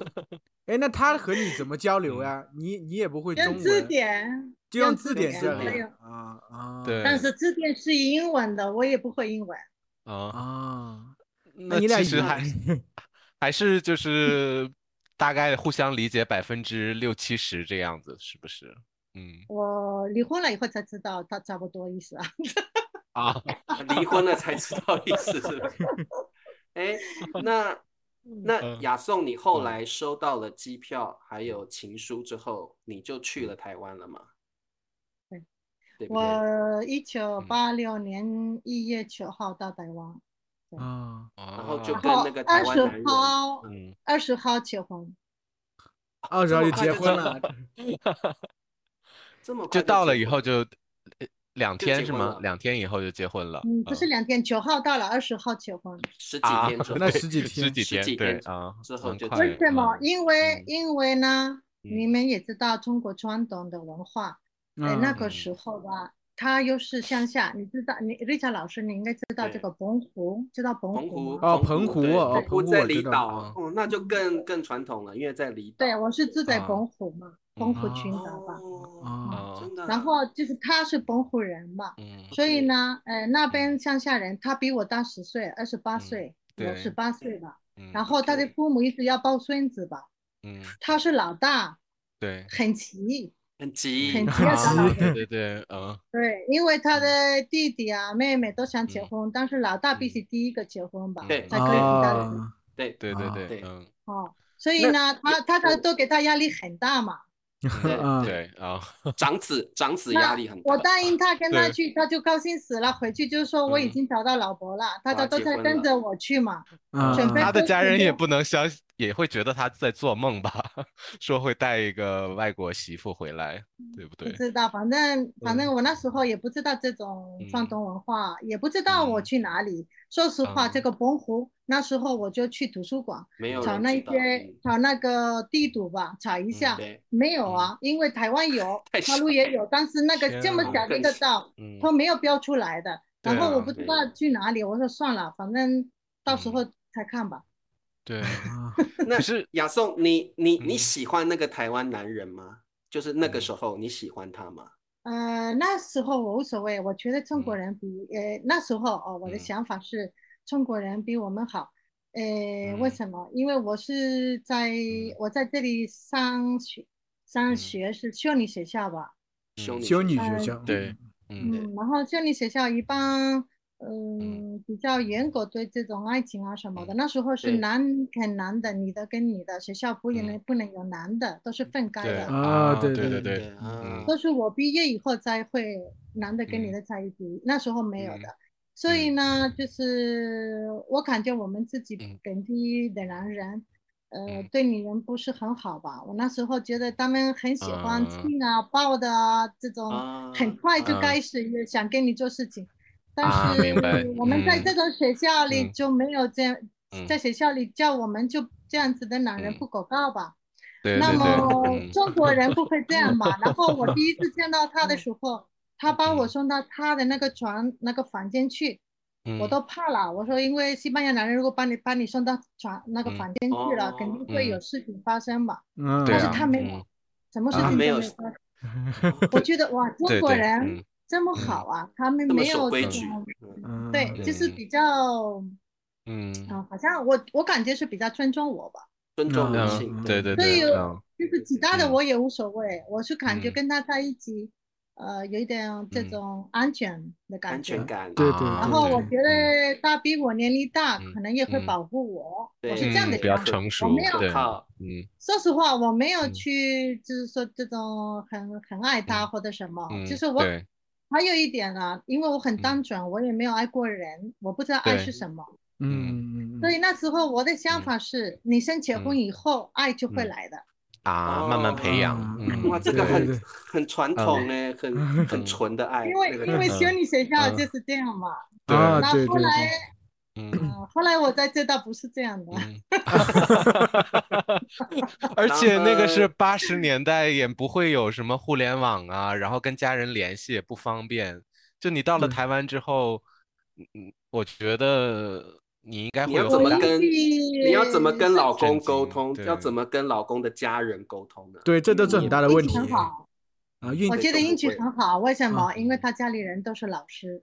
Speaker 2: 哎，那他和你怎么交
Speaker 1: 嗯
Speaker 2: 流呀？你你也不会中
Speaker 4: 用字
Speaker 2: 文，
Speaker 4: 典，
Speaker 2: 就
Speaker 4: 用
Speaker 2: 用
Speaker 4: 字
Speaker 2: 字典交
Speaker 3: 典
Speaker 4: 还
Speaker 2: 流
Speaker 4: 有，
Speaker 2: 啊啊，
Speaker 1: 对
Speaker 4: 但是字典是英文的，我也不会英文。
Speaker 1: 啊，
Speaker 2: 啊，
Speaker 1: 那
Speaker 2: 你俩啊
Speaker 1: 其
Speaker 2: 语
Speaker 1: 实还还是就是大概互相理解百分之六七十这样子，是不是？嗯
Speaker 4: 我离婚了以后才知道他差不多意思啊。
Speaker 1: 啊，
Speaker 3: 离婚了才知道意思是吧？哎，那那
Speaker 1: 嗯
Speaker 3: 雅颂，你后
Speaker 1: 嗯
Speaker 3: 来收到了机票还有情书之后，你就去了台湾了吗？
Speaker 4: 对，
Speaker 3: 对不嗯对？
Speaker 4: 我一九八六年一月九号到台湾，
Speaker 2: 啊，
Speaker 1: 然
Speaker 3: 然后就
Speaker 4: 然
Speaker 3: 跟
Speaker 4: 后
Speaker 3: 那个台
Speaker 4: 二
Speaker 3: 湾
Speaker 4: 十
Speaker 3: 男人
Speaker 4: 号
Speaker 1: 嗯，
Speaker 4: 二十号结婚，
Speaker 2: 二十哦号就结婚
Speaker 3: 这么
Speaker 2: 了，
Speaker 3: 这么快
Speaker 1: 就到了
Speaker 3: 结
Speaker 1: 以
Speaker 3: 婚
Speaker 1: 后就呃两
Speaker 3: 就
Speaker 1: 天
Speaker 3: 结
Speaker 1: 是
Speaker 3: 婚
Speaker 1: 吗
Speaker 3: 了？
Speaker 1: 两天以后就结婚了，
Speaker 4: 嗯，不是
Speaker 1: 嗯
Speaker 4: 两天，九号到了，二十号结婚。
Speaker 3: 十几
Speaker 1: 啊
Speaker 3: 天 之后，
Speaker 2: 那十几
Speaker 1: 十
Speaker 2: 天
Speaker 1: 几
Speaker 3: 十几
Speaker 1: 对
Speaker 3: 天
Speaker 1: 啊，
Speaker 3: 之后
Speaker 1: 蛮
Speaker 3: 就
Speaker 1: 快
Speaker 3: 结
Speaker 1: 的
Speaker 4: 为什么？
Speaker 1: 嗯
Speaker 4: 因为
Speaker 1: 嗯
Speaker 4: 因为呢，你
Speaker 1: 嗯
Speaker 4: 们也知道中国传统的文化，哎，那
Speaker 2: 嗯
Speaker 4: 个时候吧，它又是乡下，你知道，你瑞巧老师，你应该知道这
Speaker 3: 对
Speaker 4: 个澎湖，知道澎
Speaker 3: 澎
Speaker 4: 湖
Speaker 3: 湖
Speaker 4: 吗？
Speaker 2: 哦澎
Speaker 3: 澎
Speaker 2: 湖
Speaker 3: 对
Speaker 2: 哦
Speaker 3: 澎
Speaker 2: 澎湖
Speaker 3: 在
Speaker 2: 我知
Speaker 3: 离
Speaker 2: 道
Speaker 1: 啊
Speaker 3: 岛，哦，那就更更传统了，因为在离岛。
Speaker 4: 对，我是住在
Speaker 1: 啊
Speaker 4: 澎湖嘛，澎湖
Speaker 2: 嗯
Speaker 4: 群岛吧。
Speaker 3: 哦，
Speaker 2: 啊，
Speaker 1: 啊
Speaker 3: 真的啊。
Speaker 4: 然后就是他是澎湖人嘛，
Speaker 1: 嗯
Speaker 4: 所
Speaker 3: 对
Speaker 4: 以呢，呃，那边乡下人，他比我大十岁，二十八岁，我
Speaker 1: 对
Speaker 4: 十八岁吧。
Speaker 1: 嗯，
Speaker 4: 然后他的
Speaker 3: OK
Speaker 4: 父母一直要抱孙子吧，
Speaker 1: 嗯
Speaker 4: 他是老大，
Speaker 1: 对
Speaker 4: 很急，
Speaker 3: 很急，
Speaker 4: 很急
Speaker 2: 要
Speaker 1: 啊
Speaker 2: 找老
Speaker 1: 对对对嗯
Speaker 4: 对，因为他的弟弟啊、妹妹都想结
Speaker 1: 嗯
Speaker 4: 婚，但是老大必须第一个结婚吧，
Speaker 3: 对
Speaker 4: 才可以跟他
Speaker 2: 啊
Speaker 4: 离
Speaker 3: 对
Speaker 1: 对对
Speaker 2: 啊
Speaker 1: 对
Speaker 3: 对
Speaker 1: 嗯
Speaker 4: 哦。所以呢，他他他都给他压力很大嘛。
Speaker 3: 嗯对
Speaker 2: 啊
Speaker 1: 对啊
Speaker 3: 长子长子
Speaker 4: 那
Speaker 3: 压力很大。
Speaker 4: 我答应他跟他
Speaker 1: 对
Speaker 4: 去，他就高兴死了，回去就说我已
Speaker 1: 嗯
Speaker 4: 经找到老婆了，大
Speaker 3: 我
Speaker 4: 家
Speaker 3: 要
Speaker 4: 都
Speaker 3: 啊结
Speaker 4: 在
Speaker 3: 婚
Speaker 4: 跟
Speaker 3: 了
Speaker 4: 着我去嘛。
Speaker 2: 啊
Speaker 4: 准备
Speaker 1: 嗯他的
Speaker 4: 婚
Speaker 1: 家
Speaker 4: 前
Speaker 1: 人也
Speaker 4: 就
Speaker 1: 不能相信，也会觉得他在做梦吧， 说会带一个外国媳妇回来，对不
Speaker 4: 不
Speaker 1: 对？
Speaker 4: 知道，反正反正
Speaker 1: 嗯
Speaker 4: 我那时候也不知道这种
Speaker 1: 嗯
Speaker 4: 传统文化，也不知道我
Speaker 1: 嗯
Speaker 4: 去哪里。说实话，这
Speaker 1: 嗯
Speaker 4: 个澎湖那时候我就去图书馆
Speaker 3: 没有
Speaker 4: 找
Speaker 3: 人
Speaker 4: 那
Speaker 3: 知
Speaker 4: 一
Speaker 3: 道
Speaker 4: 些
Speaker 3: 嗯
Speaker 4: 找那个地图吧，查一下。
Speaker 3: 对，
Speaker 4: 没有啊，因为台湾有
Speaker 3: 嗯 太，
Speaker 4: 大
Speaker 3: 小
Speaker 4: 陆也有，但是那个
Speaker 1: 天
Speaker 4: 这么
Speaker 1: 啊
Speaker 4: 小的
Speaker 3: 更
Speaker 4: 一个
Speaker 3: 小
Speaker 4: 岛，
Speaker 1: 嗯
Speaker 4: 它没有标出来的。
Speaker 1: 对
Speaker 4: 然后我
Speaker 1: 啊嗯
Speaker 4: 不知
Speaker 3: 对
Speaker 4: 道去哪里，我说算了，反正到时候再看吧。
Speaker 1: 对，
Speaker 2: 啊
Speaker 3: 那
Speaker 1: 可是
Speaker 3: 雅颂，你你你
Speaker 1: 嗯
Speaker 3: 喜欢那个台湾男人吗？就是那
Speaker 1: 嗯
Speaker 3: 个时候你喜欢他吗？
Speaker 4: 呃，那时候我无所谓，我觉得中国
Speaker 1: 嗯
Speaker 4: 人比呃那时候哦，我的
Speaker 1: 嗯
Speaker 4: 想法是中国人比我们好。呃，为
Speaker 1: 嗯
Speaker 4: 什么？因为我是在我在这里上学，上
Speaker 1: 嗯
Speaker 4: 学是修女学校吧，
Speaker 1: 嗯
Speaker 3: 修女
Speaker 2: 修女
Speaker 4: 嗯
Speaker 2: 学校，
Speaker 1: 对嗯
Speaker 3: 对
Speaker 4: 嗯，然后这里学校一般，嗯，比较严格对这种爱情啊什么的。
Speaker 1: 嗯
Speaker 4: 那时候是
Speaker 3: 对
Speaker 4: 男很男的，女的跟女的学校不能
Speaker 1: 嗯
Speaker 4: 不能有男的，都是分开
Speaker 1: 对
Speaker 4: 的。
Speaker 2: 啊
Speaker 1: 嗯对
Speaker 2: 对
Speaker 1: 对
Speaker 2: 对
Speaker 1: 对，
Speaker 3: 啊
Speaker 4: 都是我毕业以后才会男的跟女
Speaker 1: 嗯
Speaker 4: 的在一起，那时候没有
Speaker 1: 嗯
Speaker 4: 的。所以
Speaker 1: 嗯
Speaker 4: 呢，就是我感觉我们自己
Speaker 1: 嗯
Speaker 4: 本地的男人，呃
Speaker 1: 嗯，
Speaker 4: 对女人不是很好吧？我那时候觉得他们很喜欢
Speaker 1: 啊
Speaker 4: 亲啊、抱的啊这种，
Speaker 3: 啊，
Speaker 4: 很快就
Speaker 1: 啊
Speaker 4: 开始也想跟你做事情。
Speaker 1: 啊
Speaker 4: 但是
Speaker 1: 明白
Speaker 4: 我们在这
Speaker 1: 嗯
Speaker 4: 种学校里
Speaker 1: 嗯
Speaker 4: 就没有这样，
Speaker 1: 嗯
Speaker 4: 在学校里叫我们就这样子的男人
Speaker 1: 嗯
Speaker 4: 不可告吧？
Speaker 1: 对
Speaker 4: 那
Speaker 1: 对嗯
Speaker 4: 么
Speaker 1: 对，
Speaker 4: 中国人不会这样嘛？然 后我第一次见到他的时候，他把我
Speaker 1: 嗯
Speaker 4: 送到他的那个床那个房间去，
Speaker 1: 嗯
Speaker 4: 我都怕了。我说，因为西班牙男人如果把你把你送到床那个
Speaker 1: 嗯
Speaker 4: 房间去了，肯定会有
Speaker 1: 嗯
Speaker 4: 事情发生嘛。
Speaker 2: 嗯，
Speaker 1: 对
Speaker 4: 但是
Speaker 1: 啊
Speaker 4: 他没
Speaker 1: 嗯
Speaker 4: 有，什么事
Speaker 1: 啊
Speaker 4: 情都
Speaker 3: 没
Speaker 4: 没
Speaker 3: 有
Speaker 4: 有发生。我觉得哇，中
Speaker 1: 对
Speaker 4: 国
Speaker 1: 对
Speaker 4: 人
Speaker 1: 嗯
Speaker 4: 这么好啊，他们
Speaker 3: 这么
Speaker 4: 没
Speaker 3: 守
Speaker 4: 有
Speaker 3: 规
Speaker 4: 这
Speaker 3: 矩
Speaker 4: 种，
Speaker 3: 嗯
Speaker 2: 嗯
Speaker 4: 对，就是
Speaker 1: 嗯
Speaker 4: 比较，
Speaker 1: 嗯
Speaker 4: 嗯，好像我我感觉是比较尊重我吧。
Speaker 3: 尊重女
Speaker 1: 嗯
Speaker 3: 性，
Speaker 1: 对对
Speaker 4: 所
Speaker 1: 对
Speaker 4: 以
Speaker 1: 嗯
Speaker 4: 就是其他的
Speaker 1: 嗯
Speaker 4: 我也无所谓，我是感觉
Speaker 1: 嗯
Speaker 4: 跟他在一起，呃，有一点这
Speaker 1: 嗯
Speaker 4: 种安全的感
Speaker 3: 安
Speaker 4: 觉。
Speaker 3: 全感，
Speaker 2: 对
Speaker 1: 啊
Speaker 2: 对
Speaker 4: 然
Speaker 2: 对
Speaker 4: 后
Speaker 2: 对
Speaker 4: 我觉得他比我年龄大，
Speaker 1: 嗯
Speaker 4: 可能也会
Speaker 1: 嗯
Speaker 4: 保护我。我
Speaker 3: 对
Speaker 4: 是这样的
Speaker 1: 嗯比较
Speaker 4: 想法。
Speaker 1: 成熟
Speaker 4: 我没有，
Speaker 1: 对
Speaker 3: 靠，
Speaker 1: 嗯
Speaker 4: 说实话，我没有
Speaker 1: 嗯
Speaker 4: 去，就是说这种很很爱他
Speaker 1: 嗯
Speaker 4: 或者什么。
Speaker 1: 嗯
Speaker 4: 就是我
Speaker 1: 对
Speaker 4: 还有一点啊，因为我很
Speaker 1: 嗯
Speaker 4: 单纯，我也没有爱过人，我不知道爱
Speaker 1: 对
Speaker 4: 是什么。
Speaker 2: 嗯嗯嗯，
Speaker 4: 所以那时候我的想
Speaker 1: 嗯
Speaker 4: 法是，女生结婚
Speaker 1: 嗯
Speaker 4: 以后，爱就会
Speaker 1: 嗯
Speaker 4: 来的。
Speaker 1: 啊，慢慢培养
Speaker 2: 啊，
Speaker 1: 嗯
Speaker 3: 哦 哇，这
Speaker 1: 对
Speaker 3: 个
Speaker 1: 啊
Speaker 2: 很
Speaker 3: 很很传统哎，很很纯的爱，
Speaker 4: 因为
Speaker 3: 哎那个
Speaker 4: 因为
Speaker 1: 嗯
Speaker 4: 修女学校
Speaker 1: 嗯
Speaker 4: 就是这样嘛，
Speaker 1: 对
Speaker 2: 啊
Speaker 4: 那
Speaker 2: 对
Speaker 4: 后
Speaker 2: 对
Speaker 4: 来
Speaker 2: 对
Speaker 1: 嗯
Speaker 4: 嗯后来我在浙大不是这样的，
Speaker 1: 嗯，而且那个是八十年代，也不会有什么互联网啊，然后跟家人联系也不方便。就你到了
Speaker 2: 对
Speaker 1: 台湾之后，嗯嗯，我觉得你应该
Speaker 3: 你
Speaker 1: 会
Speaker 3: 要
Speaker 1: 有
Speaker 3: 怎
Speaker 1: 很
Speaker 3: 么
Speaker 1: 大的
Speaker 3: 跟你要怎么跟老公沟通
Speaker 1: 震？惊
Speaker 3: 要
Speaker 1: 对
Speaker 3: 怎么跟老公的家人沟通呢？
Speaker 2: 对，这都是很大的问
Speaker 4: 运
Speaker 2: 题
Speaker 4: 气很好，
Speaker 2: 啊，运
Speaker 4: 我
Speaker 3: 对
Speaker 4: 觉得
Speaker 3: 都不
Speaker 4: 运气
Speaker 3: 会
Speaker 4: 很好，为什么？
Speaker 1: 嗯
Speaker 4: 因为他家里人都是老师，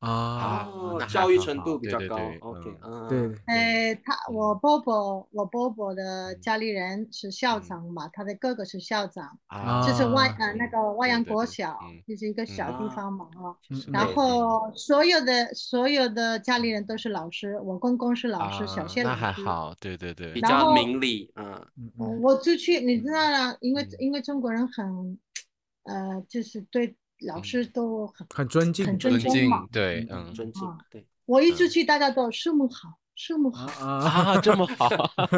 Speaker 2: 啊，
Speaker 3: 哦
Speaker 1: 那还
Speaker 3: 教育
Speaker 1: 很
Speaker 3: 程
Speaker 1: 好
Speaker 3: 度比
Speaker 1: 对
Speaker 3: 较
Speaker 1: 对
Speaker 3: 高
Speaker 1: 对
Speaker 3: ，OK，嗯，
Speaker 2: 对，对，
Speaker 4: 哎，他我伯伯，我伯伯的家里人是校
Speaker 1: 嗯
Speaker 4: 长嘛，他的哥哥是校长，
Speaker 1: 啊，
Speaker 3: 哦
Speaker 4: 就是外呃
Speaker 1: 嗯
Speaker 4: 那个外洋
Speaker 1: 对对
Speaker 4: 国
Speaker 1: 对
Speaker 4: 小
Speaker 1: 嗯，
Speaker 4: 就是一个小地
Speaker 3: 啊
Speaker 4: 方嘛啊。
Speaker 1: 其实
Speaker 2: 嗯
Speaker 4: 然
Speaker 1: 美
Speaker 4: 后所有的所有的家里人都是老师，我公公是老师，小
Speaker 1: 啊
Speaker 4: 学
Speaker 1: 那
Speaker 4: 老
Speaker 1: 还
Speaker 4: 师。
Speaker 1: 好，对对对
Speaker 3: 比，
Speaker 4: 然
Speaker 3: 较
Speaker 4: 后
Speaker 3: 明理，嗯，
Speaker 2: 嗯
Speaker 4: 我
Speaker 2: 嗯
Speaker 4: 我出去，你知道啦，因为
Speaker 1: 嗯
Speaker 4: 因为中国人很，呃，就是对老
Speaker 1: 嗯
Speaker 4: 师都很
Speaker 2: 很尊敬，
Speaker 4: 很
Speaker 1: 尊
Speaker 4: 尊
Speaker 1: 敬
Speaker 4: 重嘛。，
Speaker 1: 对，
Speaker 2: 嗯
Speaker 1: 嗯，
Speaker 3: 尊敬
Speaker 4: 啊，
Speaker 3: 对，
Speaker 4: 我一出去，大家都师母好，师母好。
Speaker 2: 啊
Speaker 1: 啊， 这么好，
Speaker 4: 啊，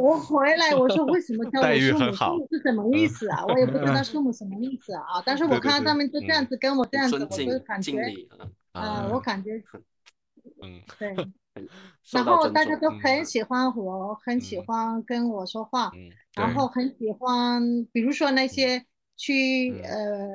Speaker 4: 我回来我说为什么叫
Speaker 1: 待
Speaker 4: 我
Speaker 1: 遇
Speaker 4: 师
Speaker 1: 很
Speaker 4: 母？师
Speaker 1: 好嗯
Speaker 4: 母是什么意思啊？我也不知道师母什么意思啊。但是我
Speaker 1: 对对
Speaker 4: 看
Speaker 1: 对
Speaker 4: 到他们就这样
Speaker 1: 嗯
Speaker 4: 子跟我这样子，
Speaker 3: 尊
Speaker 4: 我
Speaker 3: 敬
Speaker 4: 就感
Speaker 3: 敬
Speaker 4: 觉，
Speaker 3: 礼，嗯，
Speaker 4: 呃，
Speaker 1: 啊
Speaker 4: 我感觉
Speaker 1: 嗯
Speaker 4: 对。
Speaker 3: 受
Speaker 4: 然
Speaker 3: 到
Speaker 4: 后
Speaker 3: 尊
Speaker 4: 大家
Speaker 3: 重，
Speaker 4: 都
Speaker 1: 嗯
Speaker 4: 很喜欢我，很喜
Speaker 1: 嗯
Speaker 4: 欢跟我说话，
Speaker 1: 嗯，
Speaker 4: 然
Speaker 1: 对
Speaker 4: 后很喜欢，比如说那些去
Speaker 1: 嗯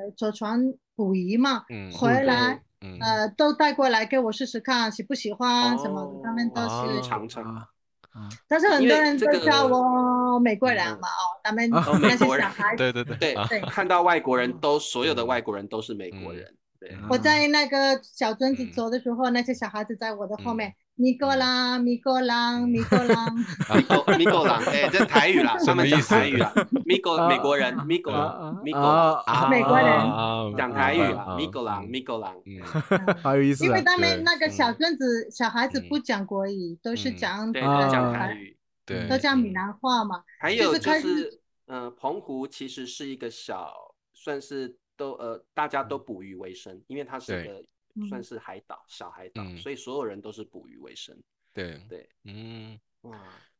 Speaker 4: 呃坐船捕鱼嘛，
Speaker 1: 嗯
Speaker 4: 回来
Speaker 1: 嗯
Speaker 4: 呃都带过来给我试试看喜不喜欢什么
Speaker 3: 哦
Speaker 4: 的，他们都
Speaker 1: 哦
Speaker 4: 是。
Speaker 3: 尝尝，
Speaker 2: 啊啊，
Speaker 4: 但是很
Speaker 3: 因为
Speaker 4: 多人
Speaker 3: 这
Speaker 4: 都
Speaker 3: 个
Speaker 4: 叫我美国
Speaker 3: 嗯
Speaker 4: 人嘛，哦，他们
Speaker 2: 哦
Speaker 4: 那
Speaker 3: 美
Speaker 4: 些
Speaker 3: 国
Speaker 4: 小
Speaker 3: 人
Speaker 4: 孩
Speaker 1: 对对对
Speaker 3: 对
Speaker 1: 啊，
Speaker 4: 对，
Speaker 3: 看到外国人都，所有的
Speaker 1: 嗯
Speaker 3: 外国人都是美国人，对，
Speaker 2: 嗯
Speaker 4: 我在那个小村子
Speaker 1: 嗯
Speaker 4: 走的时候，那些小孩子在我的后
Speaker 1: 嗯
Speaker 4: 面，米哥郎，米哥郎，米哥郎，
Speaker 3: 米 狗米狗狼，哎，这台语啦，
Speaker 1: 啊什
Speaker 3: 他们
Speaker 1: 么
Speaker 3: 讲
Speaker 1: 意思
Speaker 3: 台 语啦，米狗
Speaker 2: 啊
Speaker 3: 美国人，米狗
Speaker 2: 啊
Speaker 3: 狼，米狗狼，
Speaker 2: 啊
Speaker 1: 啊
Speaker 2: 啊，
Speaker 4: 美国人
Speaker 1: 啊啊
Speaker 3: 讲台语
Speaker 1: 明白
Speaker 3: 啦，米狗狼，米狗狼，
Speaker 1: 嗯
Speaker 2: 好有意思
Speaker 4: 因为
Speaker 2: 啊，
Speaker 4: 他
Speaker 1: 对
Speaker 4: 们那个小
Speaker 1: 嗯
Speaker 4: 村子小孩子
Speaker 1: 嗯
Speaker 4: 不讲国语，都是
Speaker 1: 嗯
Speaker 4: 讲呃
Speaker 3: 对，
Speaker 2: 啊
Speaker 3: 讲台语，
Speaker 1: 对，
Speaker 4: 都讲闽
Speaker 1: 嗯，
Speaker 4: 南话嘛。
Speaker 3: 还
Speaker 4: 就
Speaker 3: 有
Speaker 4: 是
Speaker 3: 就
Speaker 4: 开始
Speaker 3: 是，呃，澎湖其实是一个小，算是都呃，大家都捕鱼为生，因为它是
Speaker 1: 对
Speaker 3: 个
Speaker 4: 嗯
Speaker 3: 算是海岛，小海岛，
Speaker 1: 嗯
Speaker 3: 所以所有人都是捕鱼为生。
Speaker 1: 对
Speaker 3: 对，
Speaker 1: 嗯，
Speaker 3: 哇，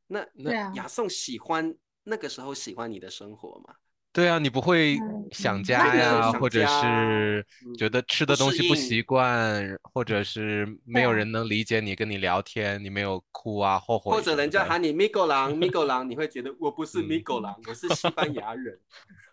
Speaker 3: 那
Speaker 4: 对啊
Speaker 3: 雅颂喜欢那个时候喜欢你的生活吗？
Speaker 1: 对啊，你不会
Speaker 4: 嗯
Speaker 1: 想
Speaker 4: 嗯
Speaker 1: 家
Speaker 4: 那个
Speaker 1: 呀，
Speaker 3: 想
Speaker 1: 或者
Speaker 3: 家
Speaker 1: 是觉
Speaker 3: 嗯
Speaker 1: 得吃
Speaker 3: 不
Speaker 1: 的东
Speaker 3: 适
Speaker 1: 西不
Speaker 3: 应
Speaker 1: 习惯，或者是没有
Speaker 4: 啊
Speaker 1: 人能理解你，跟你聊天，你没有哭啊，后悔
Speaker 3: 或者
Speaker 1: 什
Speaker 3: 人
Speaker 1: 么
Speaker 3: 家
Speaker 1: 的
Speaker 3: 喊你米狗狼，米狗狼，你会觉得我不是
Speaker 1: 嗯
Speaker 3: 米狗狼，我是西班牙人。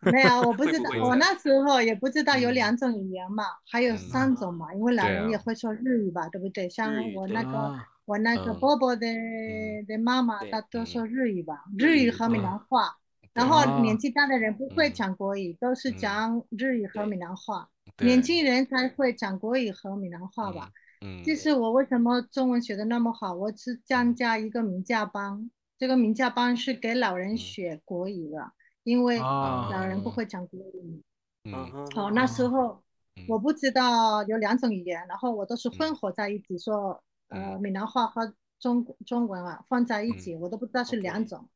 Speaker 4: 没有，我不
Speaker 3: 会
Speaker 4: 知
Speaker 3: 不
Speaker 4: 道
Speaker 3: 会，
Speaker 4: 我
Speaker 3: 这
Speaker 4: 那时候也不知道有
Speaker 1: 嗯
Speaker 4: 两种语言嘛，还有
Speaker 1: 嗯
Speaker 4: 三种嘛，因为老
Speaker 1: 对
Speaker 4: 人
Speaker 1: 啊
Speaker 4: 也会说日语吧，对不对？像
Speaker 3: 日语
Speaker 4: 我
Speaker 3: 对
Speaker 4: 那个
Speaker 2: 啊
Speaker 4: 我那个
Speaker 1: 嗯
Speaker 4: 伯伯的
Speaker 1: 嗯
Speaker 4: 的妈妈，
Speaker 3: 对
Speaker 4: 她都说
Speaker 1: 嗯
Speaker 4: 日语吧，
Speaker 3: 日
Speaker 4: 日
Speaker 3: 语
Speaker 4: 语和闽
Speaker 1: 嗯
Speaker 4: 南话。
Speaker 1: 对
Speaker 4: 然
Speaker 2: 啊
Speaker 4: 后年纪大的人不会
Speaker 1: 嗯
Speaker 4: 讲国语，都是
Speaker 1: 嗯
Speaker 4: 讲日语和
Speaker 3: 对
Speaker 4: 闽南话，
Speaker 1: 对
Speaker 4: 年轻人才会讲国语和闽南话吧。
Speaker 1: 嗯
Speaker 4: 这是我为什么中文学的那么好，我是参加一个名家班，这个名家班是给老人学国语的，因为
Speaker 2: 啊
Speaker 4: 老人不
Speaker 1: 啊
Speaker 4: 会讲国语。
Speaker 1: 嗯
Speaker 4: 哦，那时候
Speaker 1: 嗯
Speaker 4: 我不知道有两种语言，然后我都是混合在一起说，呃，
Speaker 1: 嗯
Speaker 4: 闽南话和中中文啊放在一起，我都不知道是两
Speaker 3: OK
Speaker 4: 种。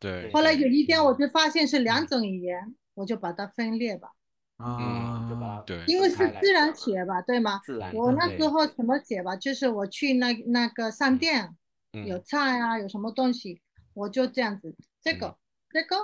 Speaker 1: 对，
Speaker 4: 后来有一天我
Speaker 1: 就
Speaker 4: 就发现是两
Speaker 1: 嗯
Speaker 4: 种语言，我就把它分裂吧，
Speaker 1: 嗯
Speaker 3: 就把它
Speaker 2: 啊，
Speaker 1: 对
Speaker 4: 因为
Speaker 3: 嗯分开
Speaker 4: 是
Speaker 3: 来
Speaker 4: 自然
Speaker 3: 讲啊嗯嘛
Speaker 4: 写吧，对吗？
Speaker 3: 自然
Speaker 4: 我那
Speaker 1: 对
Speaker 4: 时候怎么写吧，就是我去那那个商
Speaker 1: 嗯
Speaker 4: 店。有
Speaker 1: 嗯
Speaker 4: 菜啊，有什么东西，我就这样子，这个、
Speaker 1: 嗯
Speaker 4: 这个，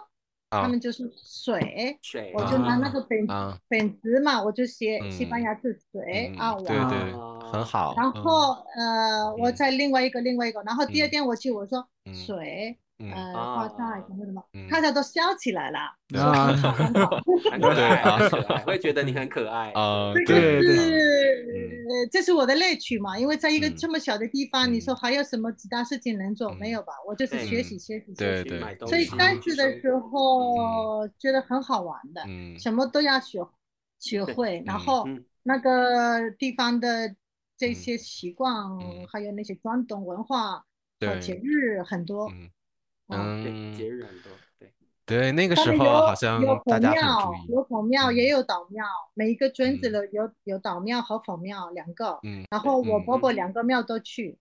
Speaker 1: 啊
Speaker 4: 他们就是水，
Speaker 3: 水
Speaker 4: 我就拿那个本、
Speaker 1: 啊
Speaker 4: 本子嘛，我就写西班
Speaker 1: 嗯
Speaker 4: 牙字水
Speaker 1: 嗯
Speaker 4: 啊，我。
Speaker 1: 对对，
Speaker 3: 啊
Speaker 1: 很好，
Speaker 4: 然
Speaker 1: 嗯
Speaker 4: 后呃，我
Speaker 1: 嗯
Speaker 4: 再另外一个另外一个，然后第二
Speaker 1: 嗯
Speaker 4: 天我去，我说
Speaker 1: 嗯
Speaker 4: 水，
Speaker 1: 嗯
Speaker 4: 呃，
Speaker 3: 啊
Speaker 4: 花菜什么什么
Speaker 1: 嗯，
Speaker 4: 大家都笑 起来了，
Speaker 2: 啊
Speaker 4: 说很好很好，
Speaker 3: 很可
Speaker 1: 对
Speaker 3: 爱，
Speaker 1: 啊
Speaker 3: 很可爱，会觉得你很可爱
Speaker 1: 啊
Speaker 3: 对
Speaker 2: 对对
Speaker 4: 是
Speaker 1: 对
Speaker 4: 呃这是我的乐趣嘛，因为在一个
Speaker 1: 嗯
Speaker 4: 这么小的地方，你
Speaker 1: 嗯
Speaker 4: 说还有什么其他事情能做？
Speaker 1: 嗯
Speaker 4: 没有吧？我就是
Speaker 3: 对
Speaker 4: 学习学习学
Speaker 1: 对
Speaker 4: 习。
Speaker 3: 去
Speaker 1: 对
Speaker 3: 买东
Speaker 4: 所以
Speaker 3: 西
Speaker 4: 开始的
Speaker 3: 去
Speaker 4: 时候觉得很好玩的，
Speaker 1: 嗯
Speaker 4: 什么都要学学会，然后
Speaker 3: 嗯
Speaker 4: 那个地方的这
Speaker 1: 嗯
Speaker 4: 些习惯，
Speaker 1: 嗯
Speaker 4: 还有那些传统文化和
Speaker 1: 对
Speaker 4: 节日很多。
Speaker 1: 嗯
Speaker 4: 啊，
Speaker 3: 对，
Speaker 1: 嗯
Speaker 3: 节日很多，对，
Speaker 1: 对，那个
Speaker 4: 他
Speaker 1: 时
Speaker 4: 们
Speaker 1: 候
Speaker 4: 有
Speaker 1: 好像
Speaker 4: 有
Speaker 1: 大
Speaker 4: 孔
Speaker 1: 家
Speaker 4: 庙
Speaker 1: 很注，意，
Speaker 4: 有孔庙
Speaker 1: 嗯
Speaker 4: 也有岛庙，每一个村子
Speaker 1: 嗯
Speaker 4: 的有有岛庙和孔庙两个。
Speaker 1: 嗯
Speaker 4: 然后我
Speaker 1: 嗯
Speaker 4: 伯伯
Speaker 3: 嗯
Speaker 4: 两个庙都去，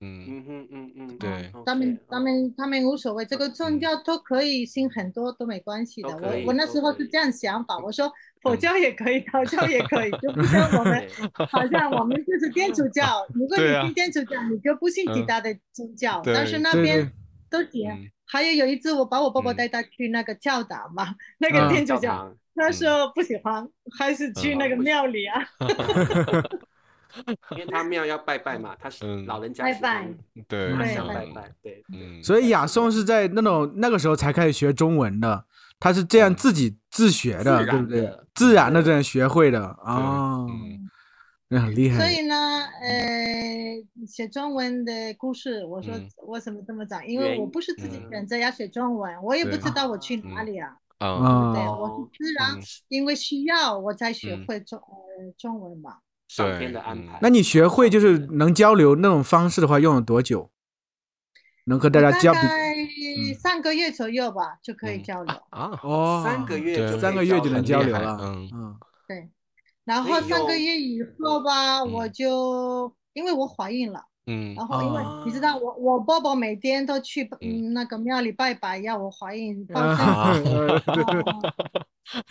Speaker 1: 嗯
Speaker 3: 嗯哼嗯嗯，
Speaker 1: 对
Speaker 3: 嗯
Speaker 4: 他们
Speaker 3: OK，
Speaker 4: 他们他们无所谓，这个宗教都可以信很多都没关系的。
Speaker 3: 都
Speaker 4: 我
Speaker 3: 可以
Speaker 4: 我那
Speaker 3: 都
Speaker 4: 时候
Speaker 3: 可
Speaker 4: 是
Speaker 3: 以
Speaker 4: 这样想法，我说
Speaker 1: 嗯
Speaker 4: 佛教也可以，道教也可以，就不像我们
Speaker 3: 对
Speaker 4: 好像我们就是天主教，如果你
Speaker 1: 对啊
Speaker 4: 信天主教，你就不信其
Speaker 1: 嗯
Speaker 4: 他的宗教，
Speaker 1: 对
Speaker 4: 但是那
Speaker 2: 对
Speaker 4: 边
Speaker 2: 对
Speaker 4: 都行
Speaker 1: 嗯。
Speaker 4: 还有有一次，我把我爸爸
Speaker 1: 嗯
Speaker 4: 带他去那个教堂嘛，那
Speaker 2: 啊
Speaker 4: 个天主
Speaker 3: 教
Speaker 4: 教，
Speaker 3: 堂
Speaker 4: 他说不喜欢，还是去
Speaker 1: 嗯
Speaker 4: 那个庙里啊。
Speaker 3: 因为他庙要拜拜嘛，他是
Speaker 1: 嗯
Speaker 3: 老人家
Speaker 4: 拜
Speaker 3: 喜
Speaker 4: 拜
Speaker 3: 欢
Speaker 1: 对
Speaker 3: 他
Speaker 4: 对
Speaker 3: 想
Speaker 4: 拜
Speaker 3: 拜
Speaker 1: 嗯
Speaker 3: 拜，对，
Speaker 1: 嗯
Speaker 2: 所以雅颂是在那种那个时候才开始学中文的，他是这样自己自学的，
Speaker 3: 自然
Speaker 2: 对不对
Speaker 3: 的？
Speaker 2: 自然的这样学会的
Speaker 1: 对
Speaker 2: 啊，
Speaker 1: 嗯
Speaker 2: 那很厉害。
Speaker 4: 所以呢，呃，写中文的故事，我说
Speaker 1: 嗯
Speaker 4: 为什么这么讲？因为
Speaker 3: 原
Speaker 4: 我不是自己
Speaker 3: 嗯
Speaker 4: 选择要写中文，我也不
Speaker 1: 对
Speaker 4: 知道我去哪里啊。
Speaker 1: 啊
Speaker 4: 对，
Speaker 2: 啊
Speaker 4: 我是自然
Speaker 1: 嗯
Speaker 4: 因为需要我才学
Speaker 1: 嗯
Speaker 4: 会中呃中文嘛。
Speaker 3: 上天
Speaker 1: 对
Speaker 3: 的安
Speaker 1: 嗯
Speaker 3: 排。
Speaker 2: 那你学会就是
Speaker 3: 嗯
Speaker 2: 能交流那种方式的话，用了多久？能和大家交
Speaker 4: 大
Speaker 2: 比？
Speaker 4: 概
Speaker 2: 嗯
Speaker 4: 三个月左右吧，就可以
Speaker 1: 嗯
Speaker 4: 交流。
Speaker 1: 啊，
Speaker 2: 哦，
Speaker 3: 三个月
Speaker 1: 对
Speaker 3: 就
Speaker 2: 三
Speaker 3: 可
Speaker 2: 个
Speaker 3: 以
Speaker 2: 月就能
Speaker 1: 很
Speaker 2: 交
Speaker 1: 厉
Speaker 2: 流
Speaker 1: 害
Speaker 2: 了。
Speaker 1: 嗯
Speaker 2: 嗯
Speaker 4: 对，然
Speaker 3: 所
Speaker 4: 后
Speaker 3: 以
Speaker 4: 三个
Speaker 3: 有
Speaker 4: 月以后吧，我
Speaker 1: 嗯
Speaker 4: 就因为我怀孕了，
Speaker 1: 嗯
Speaker 4: 然后因为
Speaker 2: 哦
Speaker 4: 你知道我我爸爸每天都去
Speaker 1: 嗯
Speaker 4: 嗯那个庙里拜拜呀，我怀孕
Speaker 2: 啊
Speaker 4: 放生。
Speaker 1: 啊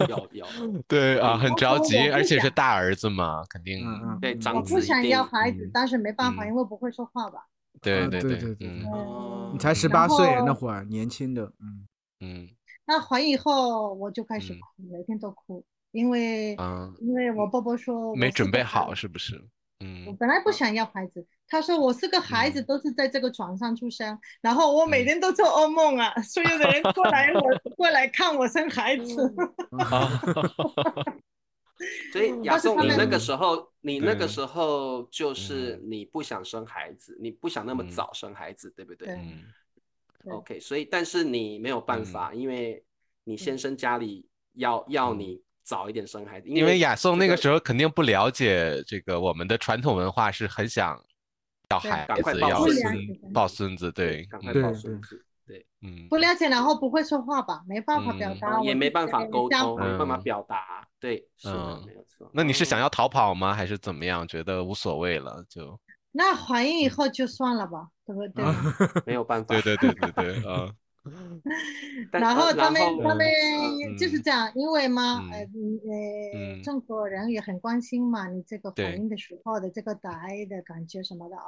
Speaker 3: 有有，
Speaker 1: 对啊，
Speaker 3: 嗯
Speaker 1: 很
Speaker 4: 我
Speaker 1: 着
Speaker 4: 我
Speaker 1: 急，
Speaker 4: 不
Speaker 1: 而且是
Speaker 4: 想
Speaker 1: 大儿子嘛，肯定，
Speaker 2: 嗯嗯，
Speaker 3: 对
Speaker 2: 嗯
Speaker 3: 长
Speaker 4: 我
Speaker 3: 子
Speaker 4: 不
Speaker 3: 一
Speaker 4: 想
Speaker 3: 定
Speaker 4: 要孩子
Speaker 1: 嗯，
Speaker 4: 但是没办法，
Speaker 1: 嗯
Speaker 4: 因为不会说话吧。
Speaker 1: 对
Speaker 2: 啊对
Speaker 1: 对
Speaker 2: 对对
Speaker 1: 嗯
Speaker 3: 哦
Speaker 2: 你才十
Speaker 4: 然
Speaker 2: 八岁
Speaker 4: 后
Speaker 2: 那会儿，年轻的，嗯
Speaker 1: 嗯
Speaker 4: 那怀孕以后我就开始
Speaker 1: 嗯
Speaker 4: 哭，每天都哭，因为
Speaker 1: 啊，
Speaker 4: 因为我爸爸说我
Speaker 1: 没
Speaker 4: 是
Speaker 1: 准
Speaker 4: 个
Speaker 1: 备
Speaker 4: 孩
Speaker 1: 好是不是？
Speaker 4: 我
Speaker 1: 嗯
Speaker 4: 本来不想要孩子，他说我是个孩子，
Speaker 1: 嗯
Speaker 4: 都是在这个床上出生，然后我每
Speaker 1: 嗯
Speaker 4: 天都做噩梦啊，所有的人过来我过来看我生孩子，
Speaker 1: 啊，
Speaker 3: 所以亚
Speaker 4: 哦但是
Speaker 3: 颂，
Speaker 4: 他
Speaker 3: 你
Speaker 4: 们
Speaker 3: 那个时候，你那个
Speaker 1: 对
Speaker 3: 时候就是你不想生孩子，你不想那么
Speaker 1: 嗯
Speaker 3: 早生孩子，对不对
Speaker 4: 对
Speaker 1: 嗯
Speaker 4: 对
Speaker 3: ？OK，所以但是你没有办法，因为你
Speaker 4: 嗯
Speaker 3: 先生家里要要你早一点生孩子，
Speaker 1: 嗯因为亚颂那个
Speaker 3: 这
Speaker 1: 时候肯定不了解这个我们的传统文化，是很想要
Speaker 4: 对
Speaker 1: 孩
Speaker 3: 赶快
Speaker 1: 子、
Speaker 3: 抱
Speaker 1: 要
Speaker 4: 孙
Speaker 1: 孙
Speaker 4: 子
Speaker 1: 抱孙子，对，
Speaker 3: 赶快
Speaker 2: 对
Speaker 3: 抱
Speaker 2: 对
Speaker 3: 孙子，对，
Speaker 1: 嗯
Speaker 4: 不了解，然后不会说话吧，没办法表
Speaker 1: 嗯
Speaker 4: 达，
Speaker 3: 也
Speaker 4: 我
Speaker 3: 没
Speaker 4: 就
Speaker 3: 办
Speaker 4: 觉
Speaker 3: 法
Speaker 4: 得
Speaker 3: 沟
Speaker 4: 这样
Speaker 3: 通，
Speaker 4: 吧
Speaker 3: 没办法
Speaker 1: 嗯
Speaker 3: 表达，对，是的
Speaker 1: 嗯，
Speaker 3: 没有错。
Speaker 1: 那你是想
Speaker 3: 哦
Speaker 1: 要逃跑吗？还是怎么样？觉得无所谓了就？
Speaker 4: 那怀孕
Speaker 1: 嗯
Speaker 4: 以后就算了吧，对不对？
Speaker 2: 啊，
Speaker 3: 没有办法
Speaker 1: 对？对对对对啊，
Speaker 3: 嗯但
Speaker 4: 然后
Speaker 3: 呃
Speaker 4: 他们他
Speaker 1: 嗯
Speaker 4: 们
Speaker 1: 嗯
Speaker 4: 就是这样，因为嘛，
Speaker 1: 嗯
Speaker 4: 呃嗯
Speaker 1: 嗯
Speaker 4: 呃，中国人也很关心嘛，你这个怀
Speaker 1: 对
Speaker 4: 孕的时候的这个打爱的感觉什么的啊，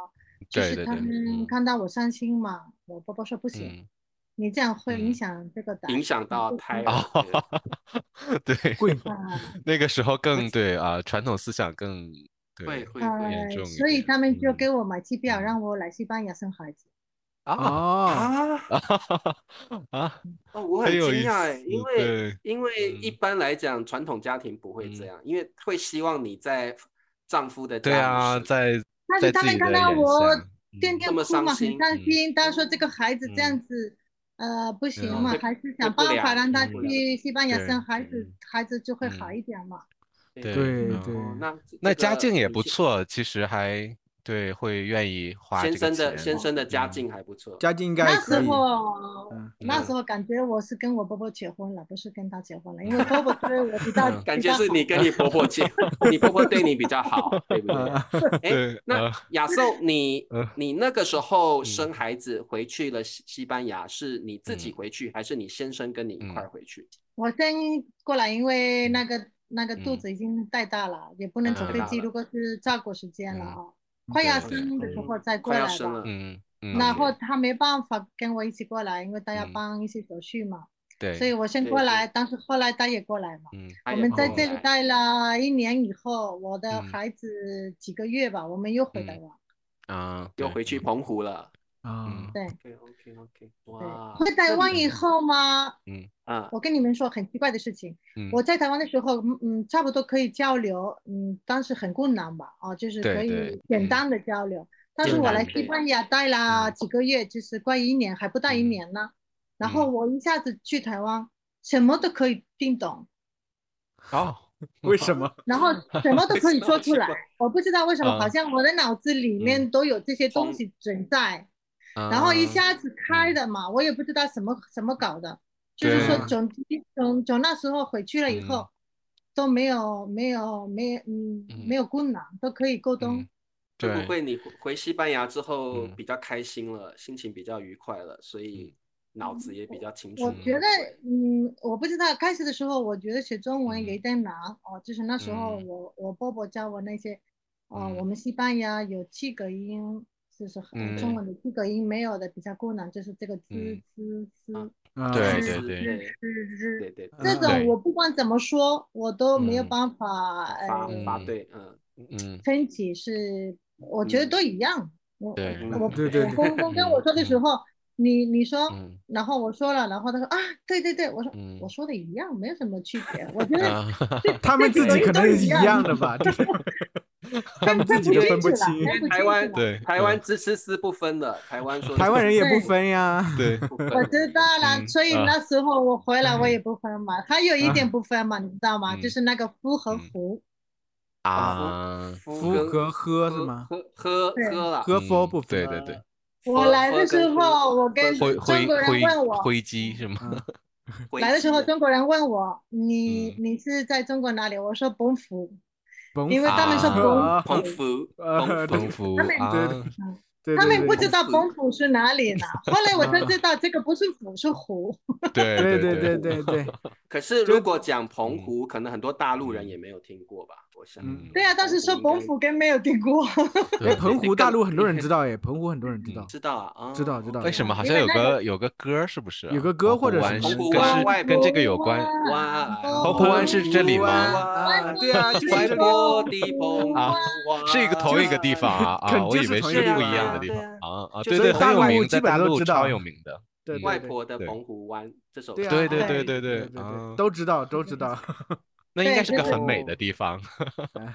Speaker 4: 就
Speaker 1: 对
Speaker 4: 是
Speaker 1: 对
Speaker 4: 他
Speaker 1: 对嗯
Speaker 4: 们看到我伤心嘛，我爸爸说不行，
Speaker 1: 嗯
Speaker 4: 你这样会影
Speaker 1: 嗯
Speaker 4: 响这个打
Speaker 3: 呃影响到胎儿
Speaker 1: 啊， 嗯对，
Speaker 2: 会
Speaker 4: 啊，
Speaker 1: 那个时候更对啊，传统思想更
Speaker 3: 会
Speaker 1: 对
Speaker 3: 会
Speaker 1: 严
Speaker 3: 会
Speaker 4: 呃，
Speaker 1: 重一
Speaker 4: 所以
Speaker 1: 点
Speaker 4: 他们就
Speaker 1: 嗯
Speaker 4: 给我买机票，
Speaker 1: 嗯
Speaker 4: 让我来西班牙生孩子。
Speaker 1: 啊
Speaker 2: 哦，
Speaker 3: 啊。
Speaker 1: 啊，
Speaker 3: 哦，我
Speaker 1: 很
Speaker 3: 很
Speaker 1: 有
Speaker 3: 惊
Speaker 1: 意
Speaker 3: 讶哎，
Speaker 1: 思
Speaker 3: 因
Speaker 1: 对
Speaker 3: 为因为一
Speaker 1: 嗯
Speaker 3: 般来讲，传统家庭不会这
Speaker 1: 嗯
Speaker 3: 样，因为会希望你在丈夫的
Speaker 1: 对
Speaker 3: 家里
Speaker 1: 啊，
Speaker 3: 生
Speaker 1: 在
Speaker 4: 但
Speaker 1: 在
Speaker 4: 是他
Speaker 1: 自己
Speaker 4: 们看
Speaker 1: 的
Speaker 4: 到
Speaker 1: 眼
Speaker 4: 我
Speaker 1: 下
Speaker 4: 天
Speaker 1: 嗯
Speaker 4: 天
Speaker 3: 这么
Speaker 4: 哭嘛，
Speaker 3: 伤
Speaker 4: 很
Speaker 3: 心
Speaker 4: 伤
Speaker 1: 嗯
Speaker 4: 心。他说这个孩子这样
Speaker 1: 嗯
Speaker 4: 子，呃，不行
Speaker 1: 嗯
Speaker 4: 嘛，
Speaker 1: 会
Speaker 4: 还是
Speaker 3: 会
Speaker 4: 想
Speaker 3: 不
Speaker 4: 办法
Speaker 3: 良
Speaker 4: 让他
Speaker 1: 嗯
Speaker 3: 会
Speaker 4: 去西班牙
Speaker 1: 对
Speaker 4: 生孩子
Speaker 1: 嗯，
Speaker 4: 孩子就会好
Speaker 1: 嗯
Speaker 4: 一点嘛。
Speaker 1: 对
Speaker 2: 对
Speaker 1: 嗯
Speaker 2: 对
Speaker 3: 哦，那这
Speaker 1: 那
Speaker 3: 这
Speaker 1: 家
Speaker 3: 个
Speaker 1: 境也
Speaker 3: 你
Speaker 1: 不
Speaker 3: 先
Speaker 1: 错，其实还对会愿意花
Speaker 3: 先
Speaker 1: 这个
Speaker 3: 生的
Speaker 1: 钱，
Speaker 3: 先生的家
Speaker 1: 嗯
Speaker 3: 境还不 错，
Speaker 2: 家境应该
Speaker 4: 那时
Speaker 2: 可以。
Speaker 4: 候
Speaker 2: 嗯，
Speaker 4: 那
Speaker 1: 嗯
Speaker 4: 时候感觉我是跟我婆婆结婚了，不是跟他结婚了，因为婆婆对我比较
Speaker 1: 嗯
Speaker 3: 感
Speaker 4: 比
Speaker 3: 觉
Speaker 4: 较
Speaker 3: 是
Speaker 4: 好
Speaker 3: 你跟你婆 婆结，你婆婆对你比较好，对不对？
Speaker 2: 啊
Speaker 3: 哎，
Speaker 1: 嗯对
Speaker 3: 那
Speaker 1: 呃
Speaker 3: 亚颂， 你
Speaker 1: 呃
Speaker 3: 你那个时候
Speaker 1: 嗯
Speaker 3: 生孩子回去了西西班牙，是你自己
Speaker 1: 嗯
Speaker 3: 回去，还是你先生跟你一块儿回去？
Speaker 4: 我先过来，因为
Speaker 1: 嗯
Speaker 4: 那个那个肚
Speaker 1: 嗯
Speaker 4: 子已经太大了，也不能坐
Speaker 1: 嗯
Speaker 4: 飞
Speaker 3: 太
Speaker 4: 机，
Speaker 3: 大了
Speaker 4: 如果是照顾时间了啊，
Speaker 2: 嗯
Speaker 4: 快要
Speaker 1: 对对
Speaker 4: 生的时
Speaker 3: 嗯
Speaker 4: 候再过
Speaker 3: 快
Speaker 4: 来
Speaker 3: 要
Speaker 4: 吧。
Speaker 3: 生了，
Speaker 1: 嗯嗯，
Speaker 4: 然
Speaker 3: 嗯
Speaker 4: 后他没办法跟我一起过来，因为他要
Speaker 1: 嗯
Speaker 4: 办一些手续嘛，
Speaker 1: 对，
Speaker 4: 所以我先
Speaker 3: 对
Speaker 4: 过
Speaker 3: 对
Speaker 4: 来，但是后来他也过来嘛。
Speaker 1: 嗯
Speaker 3: 他
Speaker 4: 我
Speaker 3: 也
Speaker 4: 们
Speaker 3: 不
Speaker 4: 在
Speaker 3: 回
Speaker 4: 这里
Speaker 3: 来
Speaker 4: 待了一年以后，我的
Speaker 1: 嗯
Speaker 4: 孩子几个月吧，我们又回
Speaker 1: 嗯
Speaker 4: 台湾。
Speaker 1: 啊，
Speaker 3: 又
Speaker 1: 对
Speaker 3: 回去
Speaker 1: 嗯
Speaker 3: 澎湖了。
Speaker 2: 啊，
Speaker 4: 对
Speaker 3: OK OK OK，
Speaker 4: 对，
Speaker 3: 哇，
Speaker 4: 回台湾以后嘛，
Speaker 1: 嗯
Speaker 3: 啊，
Speaker 4: 我跟你们说很奇怪的事情，
Speaker 1: 嗯，
Speaker 4: 我在台湾的时候，嗯嗯，差不多可以交流，嗯，当时很困难吧，啊，就是
Speaker 1: 对
Speaker 4: 可
Speaker 1: 对
Speaker 4: 以
Speaker 1: 嗯
Speaker 4: 简单的交流。但是
Speaker 3: 简
Speaker 4: 我
Speaker 3: 单
Speaker 4: 来
Speaker 3: 对
Speaker 4: 西班牙待了几个月，就是快一年，还不到一
Speaker 1: 嗯
Speaker 4: 年呢。然后
Speaker 1: 嗯
Speaker 4: 我一下子去台湾，什么都可以听懂，
Speaker 1: 哦，
Speaker 2: 为什么？
Speaker 4: 然后什么都嗯可以说出来
Speaker 3: 好奇怪。
Speaker 4: 嗯我不知道为什么，
Speaker 1: 啊
Speaker 4: 好像我的脑子里面都有这些东
Speaker 3: 从
Speaker 4: 西存在。
Speaker 1: 然
Speaker 4: 然后一下子开的嘛，我也不知道什么什么搞的，就是说
Speaker 2: 对
Speaker 4: 总总总那时候回去了以后、
Speaker 1: 嗯
Speaker 4: 都没有没有没有嗯
Speaker 1: 嗯
Speaker 4: 没有困难，都可以沟通。
Speaker 1: 嗯
Speaker 3: 会不
Speaker 1: 对，
Speaker 3: 会你回回西班牙之后
Speaker 1: 嗯
Speaker 3: 比较开心了，心情比较愉快了，所以脑子也比较清楚
Speaker 4: 我
Speaker 3: 了？
Speaker 4: 觉得
Speaker 3: 对
Speaker 4: 嗯，我不知道开始的时候，我觉得写中文
Speaker 1: 嗯
Speaker 4: 有一点难哦，就是那时候
Speaker 1: 嗯
Speaker 4: 我我婆婆教我那些，哦，
Speaker 1: 嗯
Speaker 4: 我们西班牙有七个音。就是呃
Speaker 1: 嗯
Speaker 4: 中文的七个音没有的比较困难，就是这个
Speaker 1: 嗯
Speaker 4: 滋滋滋
Speaker 3: 啊
Speaker 2: 啊
Speaker 1: 对
Speaker 4: 是
Speaker 1: 对对
Speaker 4: 日日日
Speaker 3: 对对，
Speaker 4: 这
Speaker 2: 嗯
Speaker 4: 种
Speaker 1: 对
Speaker 4: 我不管怎么说，我都没有
Speaker 1: 嗯
Speaker 4: 办法，
Speaker 3: 发
Speaker 4: 呃，
Speaker 3: 发
Speaker 1: 嗯
Speaker 3: 对，嗯，
Speaker 1: 嗯
Speaker 4: 分歧是，我觉得
Speaker 3: 嗯
Speaker 4: 都一样。我
Speaker 1: 对
Speaker 4: 我我
Speaker 2: 对对
Speaker 4: 我
Speaker 2: 对
Speaker 4: 公公跟我说的时
Speaker 1: 嗯
Speaker 4: 候，你你说，
Speaker 1: 嗯
Speaker 4: 然后我说了，然后他说啊，对对对，我说
Speaker 1: 嗯
Speaker 4: 我说的一样，没有什么区别。我觉得
Speaker 1: 啊，
Speaker 2: 他们自己可能是一样的吧，就是他们自己都分不清，
Speaker 4: 分不清
Speaker 3: 台
Speaker 4: 楚
Speaker 3: 湾
Speaker 4: 了。
Speaker 1: 对
Speaker 3: 台湾知吃丝不分的，台湾说
Speaker 2: 台湾人也
Speaker 4: 对
Speaker 2: 不分呀。
Speaker 1: 对
Speaker 3: 不分
Speaker 4: 我知 道了，
Speaker 1: 嗯
Speaker 4: 所以
Speaker 1: 啊
Speaker 4: 那时候我回来我也不分嘛，还有一点不分嘛，你知道吗？
Speaker 1: 嗯
Speaker 4: 就是那个夫和
Speaker 1: 嗯
Speaker 4: 胡，
Speaker 1: 啊，
Speaker 3: 夫
Speaker 2: 夫和喝是吗？
Speaker 3: 喝喝
Speaker 4: 对
Speaker 3: 喝了，
Speaker 2: 喝佛
Speaker 1: 嗯
Speaker 2: 不
Speaker 1: 对
Speaker 2: 分
Speaker 1: 对对，
Speaker 4: 我
Speaker 3: 佛
Speaker 4: 来的
Speaker 3: 佛
Speaker 4: 时
Speaker 3: 跟
Speaker 4: 候我
Speaker 3: 佛
Speaker 4: 跟
Speaker 1: 灰
Speaker 4: 中
Speaker 1: 灰
Speaker 4: 国人
Speaker 1: 灰
Speaker 4: 问我
Speaker 1: 灰机是吗？
Speaker 3: 灰
Speaker 4: 来的时候，
Speaker 3: 机
Speaker 4: 中国人问我你
Speaker 1: 嗯
Speaker 4: 你是在中国哪里？我说本府，
Speaker 2: 甭
Speaker 4: 因为
Speaker 2: 法
Speaker 4: 他们说
Speaker 1: 啊
Speaker 4: 本
Speaker 3: 彭
Speaker 4: 府，
Speaker 3: 福
Speaker 2: 呃对
Speaker 3: 彭
Speaker 1: 丰
Speaker 3: 福
Speaker 1: 富
Speaker 4: 他们
Speaker 1: 啊，
Speaker 2: 对对对对
Speaker 4: 他们
Speaker 2: 对
Speaker 4: 不知道
Speaker 3: 对
Speaker 4: 本府是哪里呢。后来我才知道这个不是府是湖，
Speaker 1: 对
Speaker 2: 对
Speaker 1: 对
Speaker 2: 对对对对，
Speaker 3: 可是
Speaker 2: 就
Speaker 3: 如果讲澎
Speaker 1: 嗯
Speaker 3: 湖，可能很多大陆人
Speaker 1: 嗯
Speaker 3: 也没有听过吧？我想
Speaker 1: 嗯，
Speaker 4: 对啊，但是说本府跟没有听过，
Speaker 2: 哎，
Speaker 1: 对
Speaker 2: 澎湖
Speaker 3: 你
Speaker 2: 大
Speaker 3: 更
Speaker 2: 陆很多人
Speaker 3: 你
Speaker 2: 知道，哎，澎湖很多人知道
Speaker 3: 知道啊，啊
Speaker 2: 知道知道
Speaker 1: 为什么好
Speaker 4: 因
Speaker 1: 像
Speaker 4: 为
Speaker 1: 有
Speaker 4: 那
Speaker 1: 个有个歌儿是不是啊？
Speaker 2: 有个
Speaker 1: 澎
Speaker 2: 歌
Speaker 1: 湖
Speaker 2: 或者
Speaker 1: 湾
Speaker 2: 什
Speaker 1: 是
Speaker 3: 么
Speaker 1: 跟
Speaker 3: 澎湖湾
Speaker 1: 是
Speaker 3: 外
Speaker 1: 跟这个
Speaker 3: 国
Speaker 1: 有关
Speaker 3: 哇，
Speaker 1: 澎湖湾是这里吗
Speaker 2: 啊，对 啊，就 是
Speaker 3: 外
Speaker 2: 这里。
Speaker 3: 国的澎
Speaker 1: 啊
Speaker 3: 湖湾
Speaker 1: 是一个同一个地方啊
Speaker 2: 肯
Speaker 1: 啊！我
Speaker 2: 定
Speaker 1: 以
Speaker 2: 是
Speaker 1: 为
Speaker 2: 同
Speaker 1: 是
Speaker 2: 一
Speaker 1: 不
Speaker 3: 个地
Speaker 1: 一样
Speaker 3: 方
Speaker 1: 的地
Speaker 3: 对
Speaker 1: 方
Speaker 3: 啊
Speaker 1: 啊啊！
Speaker 3: 就
Speaker 1: 对
Speaker 3: 是
Speaker 1: 对，
Speaker 3: 大
Speaker 1: 很有
Speaker 3: 陆
Speaker 1: 名，
Speaker 2: 基
Speaker 1: 在
Speaker 2: 本
Speaker 1: 大
Speaker 2: 上都
Speaker 1: 陆
Speaker 2: 知
Speaker 1: 超
Speaker 2: 道
Speaker 1: 有名的。
Speaker 2: 对
Speaker 3: 外
Speaker 2: 对对
Speaker 3: 婆的澎湖湾这首
Speaker 2: 对啊，
Speaker 3: 歌
Speaker 1: 对对
Speaker 4: 对
Speaker 1: 对对
Speaker 2: 对
Speaker 1: 啊
Speaker 2: 都知道都知道。
Speaker 1: 那应该
Speaker 4: 对
Speaker 1: 是个
Speaker 4: 对
Speaker 1: 很美的
Speaker 2: 哦
Speaker 1: 地方。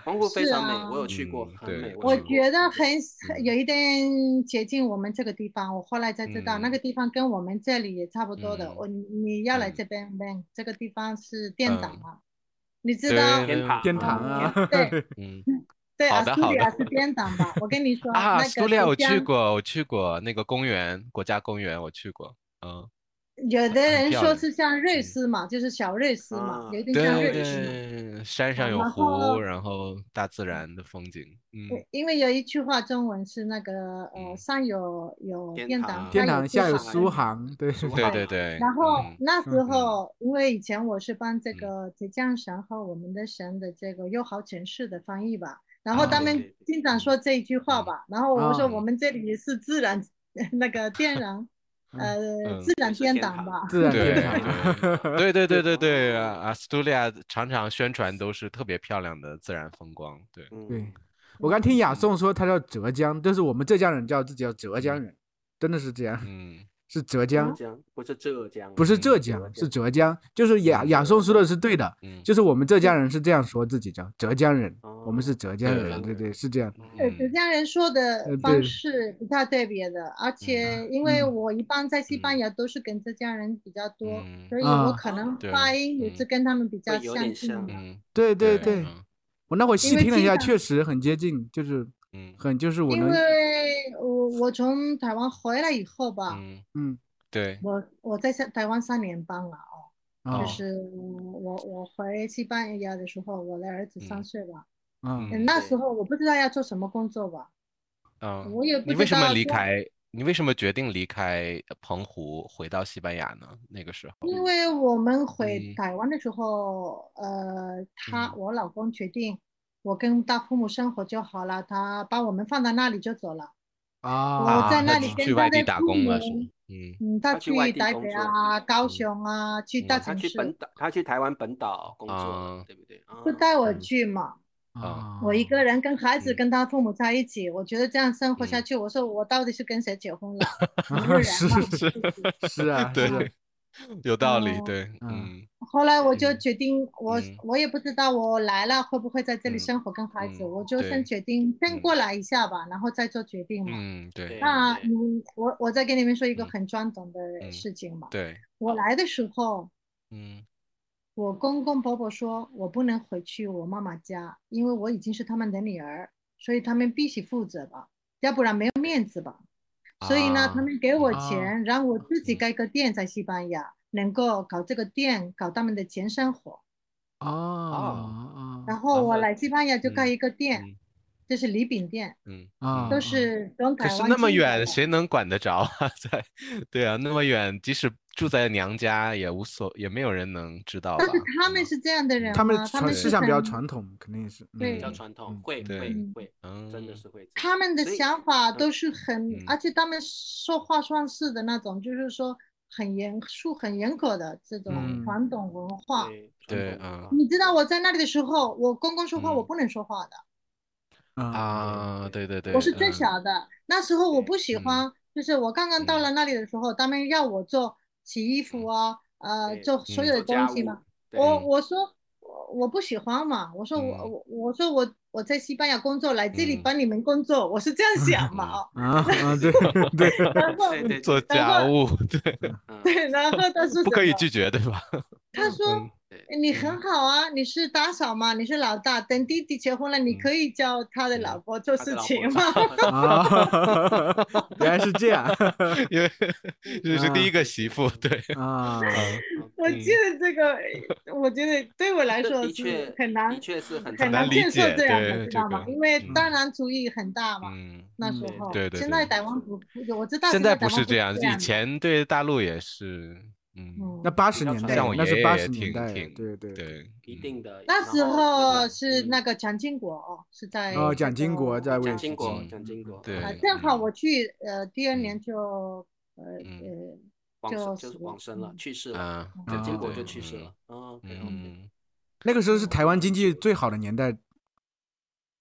Speaker 3: 澎湖非
Speaker 4: 是
Speaker 3: 常美，
Speaker 4: 啊
Speaker 3: 我有去过，
Speaker 1: 嗯
Speaker 3: 很美
Speaker 1: 对。
Speaker 4: 我
Speaker 3: 去过
Speaker 4: 觉得 很
Speaker 1: 嗯
Speaker 4: 有一点接近我们这个地方。我后来才知道，那
Speaker 1: 嗯
Speaker 4: 个地方跟我们这里也差不多的。
Speaker 1: 嗯
Speaker 4: 我你要来
Speaker 1: 嗯
Speaker 4: 这边问，这个地方是电档
Speaker 1: 嗯
Speaker 4: 啊，你知道？
Speaker 1: 对
Speaker 3: 天堂
Speaker 2: 天堂啊，
Speaker 4: 对
Speaker 1: 嗯
Speaker 4: 对，
Speaker 1: 好
Speaker 4: 阿
Speaker 1: 的
Speaker 4: 苏
Speaker 1: 好
Speaker 4: 里
Speaker 1: 的
Speaker 4: 亚是电档吧？我跟你说，
Speaker 1: 啊，
Speaker 4: 那
Speaker 1: 苏
Speaker 4: 个
Speaker 1: 利亚
Speaker 4: 是
Speaker 1: 我去
Speaker 4: 像
Speaker 1: 过，我去过那个公园，国家公园我去过。嗯，
Speaker 4: 有的
Speaker 1: 很
Speaker 4: 人
Speaker 1: 漂
Speaker 4: 说
Speaker 1: 亮
Speaker 4: 是像瑞
Speaker 1: 嗯
Speaker 4: 士嘛，就是小瑞士嘛，
Speaker 3: 啊
Speaker 4: 有一点像
Speaker 1: 对
Speaker 4: 瑞士嘛。
Speaker 1: 对，山上有
Speaker 4: 然
Speaker 1: 湖，
Speaker 4: 后
Speaker 1: 然后大自然的风景。嗯
Speaker 4: 对因为有一句话中文是那个呃，
Speaker 1: 嗯
Speaker 4: 上有有
Speaker 3: 天
Speaker 4: 电
Speaker 3: 堂
Speaker 4: 档，
Speaker 3: 啊
Speaker 2: 天
Speaker 4: 下有
Speaker 2: 堂下有
Speaker 4: 苏
Speaker 2: 苏
Speaker 4: 杭
Speaker 2: 杭，对
Speaker 3: 苏
Speaker 1: 对
Speaker 3: 杭
Speaker 1: 对
Speaker 3: 啊
Speaker 1: 对，
Speaker 4: 然后
Speaker 1: 嗯
Speaker 4: 那时
Speaker 2: 嗯
Speaker 4: 候，因为以前我是帮这
Speaker 1: 嗯
Speaker 4: 个浙江省和我们的省的这个友好城市的翻译吧，然后
Speaker 1: 啊
Speaker 4: 他
Speaker 1: 对
Speaker 4: 们
Speaker 3: 对对
Speaker 4: 经常说这一句话
Speaker 1: 嗯
Speaker 4: 吧，然后我说
Speaker 2: 啊
Speaker 4: 我们这里是自然 那个天 然，呃，
Speaker 1: 嗯
Speaker 4: 自然
Speaker 3: 也是
Speaker 4: 天
Speaker 3: 天
Speaker 4: 堂
Speaker 3: 堂
Speaker 4: 吧，
Speaker 2: 自然
Speaker 1: 对
Speaker 2: 天堂。
Speaker 1: 对对对对
Speaker 2: 对
Speaker 1: 对啊！阿斯图利亚常常宣传都是特别漂亮的自然风光，对，
Speaker 2: 对
Speaker 3: 嗯，
Speaker 2: 我刚听雅颂说他叫浙江，但是我们浙江人叫自己叫浙江人，真的是这样，
Speaker 1: 嗯
Speaker 2: 是浙
Speaker 4: 啊
Speaker 2: 江，
Speaker 3: 江不是浙江，
Speaker 2: 不是浙
Speaker 1: 嗯
Speaker 2: 江，是浙江。就是雅
Speaker 1: 嗯
Speaker 2: 雅颂说的是对的，
Speaker 1: 嗯，
Speaker 2: 就是我们浙江人是这样说自己叫浙江人，
Speaker 3: 哦
Speaker 2: 我们是浙江
Speaker 1: 对
Speaker 2: 人，对对，是这样。
Speaker 4: 呃，
Speaker 1: 嗯嗯
Speaker 4: 浙江人说的
Speaker 2: 呃
Speaker 4: 方
Speaker 2: 对
Speaker 4: 式比较特别的，而且因为我一般在西班牙都是跟浙江人比较多，
Speaker 1: 嗯
Speaker 4: 所以我
Speaker 2: 啊
Speaker 4: 可能
Speaker 1: 对
Speaker 4: 发音也是
Speaker 1: 嗯
Speaker 4: 跟他们比较
Speaker 3: 会有点
Speaker 4: 相近
Speaker 3: 像
Speaker 4: 的。
Speaker 1: 嗯，
Speaker 2: 对对
Speaker 1: 对
Speaker 2: 对，我那会细
Speaker 4: 因为
Speaker 2: 听了一
Speaker 4: 经
Speaker 2: 下，
Speaker 4: 常
Speaker 2: 确实很接近，就是
Speaker 1: 嗯
Speaker 2: 很就是我
Speaker 4: 因
Speaker 2: 能
Speaker 4: 为我我从台湾回来以后吧，
Speaker 1: 嗯
Speaker 2: 嗯
Speaker 1: 对，
Speaker 4: 我我在上台湾三年半了哦，
Speaker 2: 啊
Speaker 4: 就是我我回西班牙的时候，我的儿子三
Speaker 1: 嗯
Speaker 4: 岁吧，
Speaker 2: 啊
Speaker 1: 嗯
Speaker 4: 那
Speaker 3: 对
Speaker 4: 时候我不知道要做什么工作吧，
Speaker 1: 啊，
Speaker 4: 我也不
Speaker 1: 你为
Speaker 4: 知
Speaker 1: 什么
Speaker 4: 道
Speaker 1: 离
Speaker 4: 做
Speaker 1: 开？你为什么决定离开澎湖回到西班牙呢？那个时候，
Speaker 4: 因为我们回
Speaker 1: 嗯
Speaker 4: 台湾的时候，呃，他
Speaker 1: 嗯
Speaker 4: 我老公决定我跟他父母生活就好了，他把我们放到那里就走了，
Speaker 2: 啊
Speaker 4: 我在
Speaker 1: 啊
Speaker 4: 那
Speaker 1: 他
Speaker 4: 里
Speaker 1: 去
Speaker 4: 跟
Speaker 1: 去
Speaker 4: 他
Speaker 1: 外地
Speaker 4: 的
Speaker 1: 打
Speaker 4: 父
Speaker 1: 工了是
Speaker 4: 母
Speaker 1: 吗？嗯
Speaker 4: 嗯，他
Speaker 3: 他去外
Speaker 4: 去
Speaker 3: 地
Speaker 4: 台
Speaker 3: 工
Speaker 4: 北
Speaker 3: 作
Speaker 4: 啊、高
Speaker 1: 嗯
Speaker 4: 雄啊，去
Speaker 1: 嗯
Speaker 4: 大
Speaker 3: 他
Speaker 4: 城
Speaker 3: 去
Speaker 4: 市，
Speaker 3: 本岛，他去台湾本岛工作了
Speaker 1: 啊，
Speaker 3: 对不对？
Speaker 4: 不带我
Speaker 1: 嗯
Speaker 4: 去嘛。
Speaker 1: 啊
Speaker 4: 我一个人跟孩子
Speaker 1: 嗯
Speaker 4: 跟他父母在一起，我觉得这样生活下
Speaker 1: 嗯
Speaker 4: 去，我说我到底是跟谁结 婚了？
Speaker 2: 啊
Speaker 4: 没有人
Speaker 2: 是
Speaker 4: 嘛。
Speaker 1: 是
Speaker 2: 是啊是啊
Speaker 1: 对，有道理，
Speaker 4: 嗯
Speaker 1: 对，
Speaker 2: 嗯
Speaker 1: 嗯
Speaker 4: 后来我就
Speaker 1: 嗯
Speaker 4: 决定，我
Speaker 1: 嗯
Speaker 4: 我也不知道我来了会不会在这里
Speaker 1: 嗯
Speaker 4: 生活跟孩子，
Speaker 1: 嗯
Speaker 4: 我就先
Speaker 1: 对
Speaker 4: 决定先
Speaker 1: 嗯
Speaker 4: 过来一下吧，然后再做决定嘛。
Speaker 1: 嗯，对
Speaker 3: 对
Speaker 4: 那
Speaker 3: 对
Speaker 4: 嗯，我我再给你们说一个
Speaker 1: 嗯
Speaker 4: 很装懂的
Speaker 1: 嗯
Speaker 4: 事情嘛。
Speaker 1: 对，
Speaker 4: 我来的时候，
Speaker 1: 嗯
Speaker 4: 我公公婆婆说，我不能回去我妈妈家，因为我已经是他们的女儿，所以他们必须负责吧，要不然没有面子吧。所以呢，
Speaker 1: 啊
Speaker 4: 他们给我
Speaker 2: 啊
Speaker 4: 钱，让我自己
Speaker 1: 嗯
Speaker 4: 开个店在西班牙，能够搞这个店，搞他们的钱生活。
Speaker 2: 啊
Speaker 1: 哦
Speaker 4: 然
Speaker 2: 啊
Speaker 4: 后我
Speaker 1: 啊
Speaker 4: 来西班牙就开
Speaker 1: 嗯
Speaker 4: 一个店，
Speaker 1: 嗯
Speaker 4: 就是礼品店，
Speaker 1: 嗯
Speaker 2: 啊
Speaker 4: 都是从
Speaker 1: 可
Speaker 4: 台
Speaker 1: 是
Speaker 4: 湾
Speaker 1: 那么
Speaker 4: 进口
Speaker 1: 远，
Speaker 4: 的。
Speaker 1: 谁能管得着啊？ 在，对啊，那么远，即使住在娘家也无所，也没有人能知道吧
Speaker 4: 但是？ 他们
Speaker 1: 嗯
Speaker 4: 是这样的人
Speaker 2: 他们
Speaker 4: 吗？他
Speaker 2: 传
Speaker 4: 们
Speaker 1: 对
Speaker 2: 思
Speaker 4: 是
Speaker 2: 想比较
Speaker 4: 很
Speaker 2: 传统，肯定也是。嗯
Speaker 4: 对
Speaker 3: 比较
Speaker 1: 嗯
Speaker 3: 传统，
Speaker 2: 嗯
Speaker 3: 会
Speaker 1: 对
Speaker 3: 会
Speaker 4: 嗯
Speaker 3: 会，真的是会这样。
Speaker 4: 他们的
Speaker 3: 所以
Speaker 4: 想法
Speaker 3: 嗯
Speaker 4: 都是很，
Speaker 1: 嗯
Speaker 4: 而且他们说话算是的那种，就是说很严肃、很严格的这种
Speaker 1: 嗯
Speaker 4: 传统文化。
Speaker 1: 对
Speaker 3: 传统文
Speaker 1: 啊
Speaker 3: 化
Speaker 4: 你知道我在那里的时候，我公公说话
Speaker 1: 嗯
Speaker 4: 我不能说话的，
Speaker 2: 啊
Speaker 1: 啊，对
Speaker 3: 对
Speaker 1: 对对，
Speaker 4: 我是最
Speaker 1: 嗯
Speaker 4: 小的。那时候我不喜
Speaker 1: 嗯
Speaker 4: 欢，就是我刚刚到
Speaker 1: 嗯
Speaker 4: 了那里的时候，他们要我做洗衣服啊，呃，
Speaker 3: 对
Speaker 4: 做所
Speaker 1: 嗯
Speaker 4: 有的
Speaker 3: 做家
Speaker 4: 东西
Speaker 3: 务
Speaker 4: 嘛。，
Speaker 3: 对
Speaker 4: 我
Speaker 1: 嗯
Speaker 4: 我说我我不喜欢嘛，我说我
Speaker 1: 嗯
Speaker 4: 我我说我我在西班牙工作，来这里
Speaker 1: 嗯
Speaker 4: 帮你们工作，我是这样想嘛
Speaker 1: 嗯
Speaker 2: 啊
Speaker 4: 哦。
Speaker 2: 啊！对对，
Speaker 4: 然后
Speaker 3: 对对
Speaker 1: 做
Speaker 4: 然
Speaker 1: 家
Speaker 4: 后
Speaker 1: 务，对，
Speaker 3: 嗯
Speaker 4: 对，然后他说
Speaker 1: 不
Speaker 4: 什
Speaker 1: 可以
Speaker 4: 么
Speaker 1: 拒绝，对吧？
Speaker 4: 他说
Speaker 1: 嗯
Speaker 3: 对，
Speaker 4: 你很好啊，你是打扫嘛，你是老大。等弟弟结婚了，你
Speaker 1: 嗯
Speaker 4: 可以教他的老婆做
Speaker 3: 他
Speaker 4: 事
Speaker 3: 的老
Speaker 4: 情
Speaker 3: 婆
Speaker 4: 嘛。
Speaker 2: 啊， 原来是这样
Speaker 1: 因为这是第一
Speaker 2: 啊
Speaker 1: 个媳妇，对，
Speaker 2: 啊，
Speaker 4: 我
Speaker 1: 嗯
Speaker 4: 记得这个，我觉得对我来
Speaker 3: 这
Speaker 4: 说
Speaker 3: 的
Speaker 4: 是
Speaker 3: 确
Speaker 4: 很难
Speaker 3: 的确是很
Speaker 4: 很
Speaker 1: 难
Speaker 4: 难
Speaker 1: 理
Speaker 4: 接受
Speaker 1: 解
Speaker 4: 这样
Speaker 1: 对
Speaker 4: 的，知道吗？
Speaker 1: 这个
Speaker 4: 因为
Speaker 1: 嗯
Speaker 4: 大男主义很大嘛，
Speaker 1: 嗯，
Speaker 4: 那时
Speaker 3: 嗯
Speaker 4: 候。
Speaker 1: 对对
Speaker 4: 现
Speaker 1: 对
Speaker 4: 在台湾不，不我知道
Speaker 1: 现
Speaker 4: 在
Speaker 1: 在不
Speaker 4: 台
Speaker 1: 是
Speaker 4: 湾
Speaker 1: 这样，以
Speaker 4: 的
Speaker 1: 前对大陆也是，嗯，
Speaker 4: 嗯
Speaker 2: 那八十年代
Speaker 1: 像我
Speaker 2: 那
Speaker 1: 爷
Speaker 2: 是
Speaker 1: 爷
Speaker 2: 八
Speaker 1: 也
Speaker 2: 十
Speaker 1: 挺
Speaker 2: 年代，
Speaker 1: 挺
Speaker 2: 对对
Speaker 1: 对，
Speaker 3: 一
Speaker 1: 嗯
Speaker 3: 定的。
Speaker 4: 那时候是那
Speaker 3: 个嗯
Speaker 4: 个蒋经国哦，是在
Speaker 2: 哦
Speaker 4: 这
Speaker 2: 蒋经国
Speaker 4: 个
Speaker 2: 在位
Speaker 3: 蒋
Speaker 2: 时
Speaker 3: 经国
Speaker 1: 嗯，
Speaker 3: 蒋经国，
Speaker 1: 对
Speaker 4: 啊，
Speaker 1: 嗯
Speaker 4: 正好我去呃第二
Speaker 1: 嗯
Speaker 4: 年就呃呃
Speaker 1: 嗯
Speaker 3: 往生
Speaker 4: 就
Speaker 3: 就是
Speaker 4: 是
Speaker 3: 往生了，
Speaker 4: 嗯
Speaker 3: 去世了，
Speaker 1: 啊，
Speaker 4: 对
Speaker 3: 蒋经国
Speaker 1: 对
Speaker 3: 就去世
Speaker 1: 嗯
Speaker 3: 了。嗯，OK，OK，
Speaker 1: 嗯
Speaker 2: 那个时候是台湾经济最好的年代，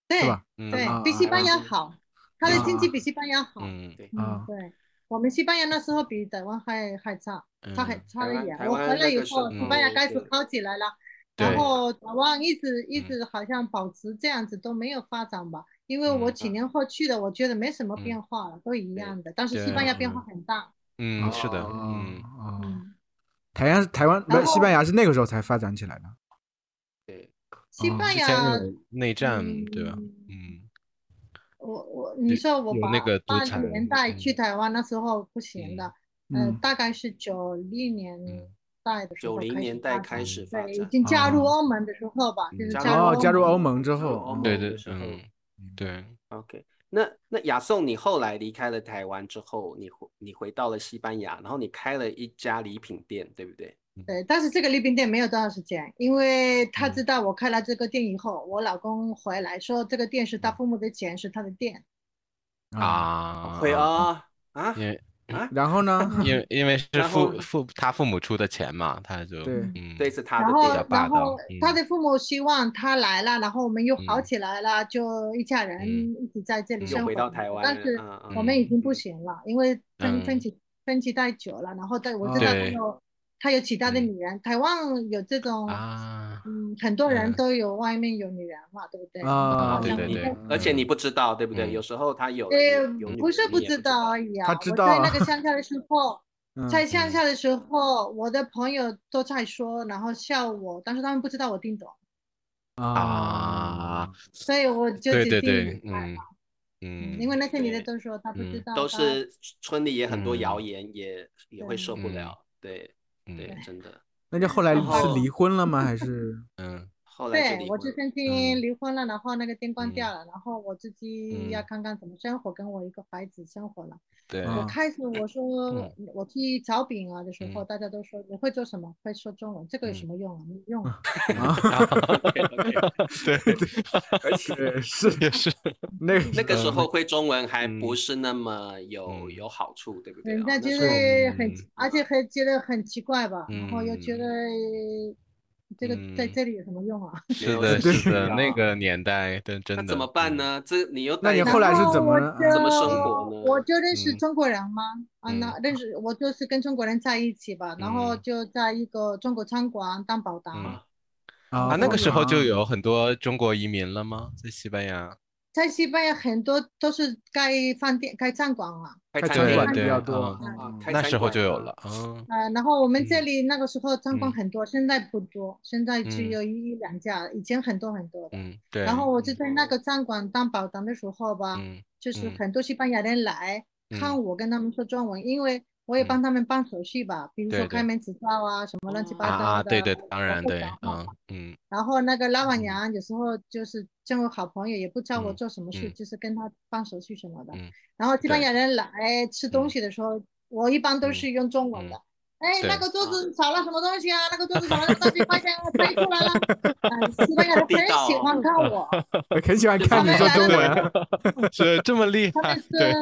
Speaker 4: 对
Speaker 2: 是吧？
Speaker 1: 嗯
Speaker 4: 对
Speaker 2: 啊，
Speaker 4: 比
Speaker 2: 啊
Speaker 4: 西
Speaker 2: 啊
Speaker 4: 班牙
Speaker 3: 啊
Speaker 4: 好，它的经济比西班牙好。
Speaker 1: 啊嗯
Speaker 3: 对。
Speaker 2: 啊
Speaker 4: 嗯，对，我们西班牙那时候比台湾还还差，差很
Speaker 1: 嗯
Speaker 4: 差
Speaker 3: 台
Speaker 4: 得
Speaker 3: 湾
Speaker 4: 远。
Speaker 3: 台
Speaker 4: 我
Speaker 3: 湾
Speaker 4: 回来
Speaker 3: 那
Speaker 4: 以
Speaker 3: 个时
Speaker 4: 后，西班牙
Speaker 3: 候
Speaker 4: 开始
Speaker 3: 对
Speaker 4: 好起来了，
Speaker 1: 对
Speaker 4: 然后台湾一直一
Speaker 1: 嗯
Speaker 4: 直好像保持这样子都没有发展吧。因为我
Speaker 1: 嗯
Speaker 4: 几年后去的，我觉得没什么变化了，都一
Speaker 3: 对
Speaker 4: 样的。但是西
Speaker 1: 对
Speaker 4: 班牙变
Speaker 1: 嗯
Speaker 4: 化很大，
Speaker 1: 嗯，是的，
Speaker 3: 哦
Speaker 1: 嗯
Speaker 2: 啊，啊
Speaker 4: 嗯，
Speaker 2: 台湾台湾不是
Speaker 4: 然后
Speaker 2: 西班牙是那个时候才发展起来的，
Speaker 4: 西
Speaker 2: 哦
Speaker 4: 班
Speaker 1: 之前
Speaker 4: 牙，
Speaker 1: 有内战对吧？
Speaker 4: 嗯
Speaker 1: 嗯，
Speaker 4: 我我你
Speaker 1: 对
Speaker 4: 说我
Speaker 1: 有
Speaker 4: 八
Speaker 1: 那个独
Speaker 4: 八
Speaker 1: 裁
Speaker 4: 零年代
Speaker 1: 嗯
Speaker 4: 去台湾那时候不行的，呃
Speaker 2: 嗯，
Speaker 4: 大概是九零年
Speaker 1: 嗯
Speaker 4: 代的时
Speaker 3: 九
Speaker 4: 候
Speaker 3: 零
Speaker 4: 开始
Speaker 3: 年代
Speaker 4: 发展
Speaker 3: 开始发
Speaker 4: 对，已
Speaker 3: 展，
Speaker 4: 经加入
Speaker 3: 啊
Speaker 2: 哦
Speaker 4: 欧盟的时候吧，就是
Speaker 1: 嗯
Speaker 4: 加入
Speaker 2: 哦，加入欧
Speaker 4: 盟。
Speaker 2: 盟之
Speaker 3: 加入
Speaker 2: 后
Speaker 3: 欧，
Speaker 2: 嗯
Speaker 3: 盟
Speaker 1: 对
Speaker 3: 那
Speaker 1: 对
Speaker 3: 个，哦时候
Speaker 1: 嗯，对，
Speaker 3: OK，那那雅颂，你后来离开了台湾之后，你回你回到了西班牙，然后你开了一家礼品店，对不对？
Speaker 4: 对，但是这个礼品店没有多长时间，因为他
Speaker 1: 嗯
Speaker 4: 知道我开了这个店以后，我老公回来说这个店是
Speaker 3: 嗯
Speaker 4: 他父母的钱，是他的店。
Speaker 2: 啊，
Speaker 1: 啊，
Speaker 3: 会啊啊
Speaker 1: 因为
Speaker 3: 啊！
Speaker 2: 然后呢？
Speaker 1: 因为因为是
Speaker 3: 然后
Speaker 1: 父父他父母出的钱嘛，他就
Speaker 2: 对
Speaker 1: 嗯
Speaker 3: 对，是他
Speaker 4: 然
Speaker 3: 的
Speaker 4: 后
Speaker 1: 比较
Speaker 3: 店，
Speaker 1: 霸
Speaker 4: 然
Speaker 1: 道
Speaker 4: 后他
Speaker 1: 嗯
Speaker 4: 的父母希望他来了，然后我们又好
Speaker 1: 嗯
Speaker 4: 起来了，就一家人
Speaker 1: 嗯
Speaker 4: 一起在这里
Speaker 1: 嗯
Speaker 4: 生
Speaker 3: 又
Speaker 4: 活
Speaker 3: 回到
Speaker 4: 嘛。
Speaker 3: 台湾
Speaker 4: 但
Speaker 3: 了
Speaker 4: 是
Speaker 3: 嗯嗯
Speaker 4: 我们已经不
Speaker 3: 嗯
Speaker 4: 行了，因为分分
Speaker 1: 嗯
Speaker 4: 歧分歧太久了，然后但我
Speaker 2: 哦
Speaker 4: 知道他
Speaker 1: 对
Speaker 4: 有他有其他的
Speaker 1: 嗯
Speaker 4: 女人，台湾有这种，
Speaker 3: 哦
Speaker 1: 啊，
Speaker 4: 嗯，很多人
Speaker 1: 嗯
Speaker 4: 都有外面有女人嘛，对不对？
Speaker 2: 啊，
Speaker 1: 对对
Speaker 3: 你
Speaker 1: 对
Speaker 3: 而且你不知道，对不对？
Speaker 1: 嗯
Speaker 3: 有时候他有
Speaker 4: 呃
Speaker 3: 有有，女
Speaker 4: 不是
Speaker 3: 人
Speaker 4: 不
Speaker 3: 你也
Speaker 4: 知道而已啊。
Speaker 2: 他
Speaker 4: 我
Speaker 2: 知
Speaker 4: 在
Speaker 2: 道啊
Speaker 4: 那个乡下的时候，
Speaker 2: 嗯
Speaker 4: 在乡下的时候，我的朋友都在说，然后笑我，但是他们不知道我听懂，
Speaker 2: 嗯
Speaker 1: 啊，
Speaker 4: 所以我就
Speaker 1: 对对
Speaker 4: 只听
Speaker 1: 对，
Speaker 4: 明白
Speaker 1: 嗯
Speaker 4: 了
Speaker 1: 嗯，
Speaker 4: 因为那些女的
Speaker 3: 对
Speaker 4: 都说她不知
Speaker 1: 嗯
Speaker 4: 道，
Speaker 3: 都
Speaker 4: 她
Speaker 3: 是村里也很多
Speaker 1: 嗯
Speaker 3: 谣言，也也会
Speaker 4: 对
Speaker 3: 受不
Speaker 1: 嗯
Speaker 3: 了。对对
Speaker 1: 嗯，
Speaker 3: 真的。
Speaker 2: 那就后来
Speaker 3: 然
Speaker 2: 是
Speaker 3: 后
Speaker 2: 离婚了吗？还是
Speaker 1: 嗯
Speaker 3: 后来就
Speaker 4: 对
Speaker 3: 离
Speaker 4: 我
Speaker 3: 婚
Speaker 4: 就
Speaker 3: 了。
Speaker 4: 曾经
Speaker 1: 嗯
Speaker 4: 离婚了，然后那个店关
Speaker 1: 嗯
Speaker 4: 掉了，然后我自己要
Speaker 1: 嗯
Speaker 4: 看看怎么生活，跟我一个孩子生活了。
Speaker 1: 对
Speaker 4: 我
Speaker 3: 哦
Speaker 2: 啊
Speaker 4: 开始我说
Speaker 1: 嗯
Speaker 4: 我去找饼啊的时候，
Speaker 1: 嗯
Speaker 4: 大家都说你会做什么？会说中文，这个有什
Speaker 1: 嗯
Speaker 4: 么用啊？没 用啊。
Speaker 2: 啊，
Speaker 1: 对
Speaker 3: 而且
Speaker 2: 对，是
Speaker 1: 也是
Speaker 2: 那个
Speaker 3: 那个时
Speaker 2: 嗯
Speaker 3: 候会中文还不
Speaker 1: 嗯
Speaker 3: 是那么有
Speaker 1: 嗯
Speaker 3: 有好处，对不对啊？
Speaker 4: 人家
Speaker 3: 那
Speaker 4: 觉
Speaker 3: 时候
Speaker 4: 得很
Speaker 1: 嗯，
Speaker 4: 而且还觉得很奇怪吧，然后又觉
Speaker 1: 嗯
Speaker 4: 得这个在
Speaker 1: 嗯
Speaker 4: 这里有什么用啊？
Speaker 1: 是
Speaker 3: 有
Speaker 1: 的，
Speaker 3: 这
Speaker 1: 是
Speaker 3: 个
Speaker 1: 的，
Speaker 3: 啊
Speaker 1: 那个年代，对，真
Speaker 3: 那
Speaker 1: 的
Speaker 3: 怎么办
Speaker 1: 嗯
Speaker 3: 呢？这你又
Speaker 2: 那
Speaker 3: 带
Speaker 2: 你
Speaker 3: 着
Speaker 2: 后来是
Speaker 4: 然
Speaker 2: 怎么
Speaker 4: 后
Speaker 2: 了
Speaker 4: 我就
Speaker 3: 怎么生活呢
Speaker 4: 我就认识
Speaker 1: 啊嗯
Speaker 4: 中国人嘛，啊，
Speaker 1: 嗯
Speaker 4: 那认识我就是跟中国人在一起吧，然后
Speaker 1: 嗯
Speaker 4: 就在一个中国餐馆当保
Speaker 1: 嗯
Speaker 4: 单，
Speaker 2: 啊
Speaker 1: 啊，那个时候就
Speaker 2: 啊
Speaker 1: 有很多中国移民了吗？在西班牙？
Speaker 4: 在西班牙很多都是开饭店、开餐馆了，
Speaker 3: 开
Speaker 2: 开
Speaker 3: 餐
Speaker 2: 餐
Speaker 1: 对
Speaker 3: 馆
Speaker 2: 馆比
Speaker 1: 对
Speaker 2: 较
Speaker 1: 啊
Speaker 2: 多
Speaker 3: 啊
Speaker 2: 啊，
Speaker 3: 开
Speaker 1: 那
Speaker 3: 餐
Speaker 1: 时候
Speaker 3: 馆
Speaker 1: 就有
Speaker 3: 啊
Speaker 1: 了，嗯
Speaker 4: 呃，然后我们这
Speaker 1: 嗯
Speaker 4: 里那个时候餐
Speaker 1: 嗯
Speaker 4: 馆很多，现在不多，现在只
Speaker 1: 嗯
Speaker 4: 有一两家，以前很多很多的。
Speaker 1: 嗯，对，
Speaker 4: 然后我就
Speaker 1: 嗯
Speaker 4: 在那个餐馆当保单的时候吧，
Speaker 1: 嗯
Speaker 4: 就是
Speaker 1: 嗯
Speaker 4: 很多西班牙人来
Speaker 1: 嗯
Speaker 4: 看我，跟他们说中文，因为我也帮他们办手续吧，比如
Speaker 1: 对
Speaker 4: 说
Speaker 1: 对
Speaker 4: 开门执照啊，什么乱七
Speaker 1: 啊
Speaker 4: 八糟的。
Speaker 1: 啊，对对，当然
Speaker 4: 我会
Speaker 1: 对
Speaker 4: 讲，嘛
Speaker 1: 嗯嗯
Speaker 4: 然后那个老板
Speaker 1: 嗯
Speaker 4: 娘有时候就是见我好朋友，也不知道我
Speaker 1: 嗯
Speaker 4: 做什么事，
Speaker 1: 嗯
Speaker 4: 就是跟他办手续什么的
Speaker 1: 嗯。
Speaker 4: 然后西班
Speaker 1: 对
Speaker 4: 牙人来吃东西的时候，我一般都是用中文的。哎，那
Speaker 1: 对
Speaker 4: 个桌子少了什么东西啊？那个桌子少了什么东西？快点啊，拍出来了！哎西班牙人
Speaker 3: 地道
Speaker 4: 很喜欢看我，
Speaker 2: 很喜欢看你说中文，
Speaker 1: 啊 是这么厉
Speaker 4: 他
Speaker 1: 害
Speaker 4: 们，
Speaker 1: 对，
Speaker 4: 说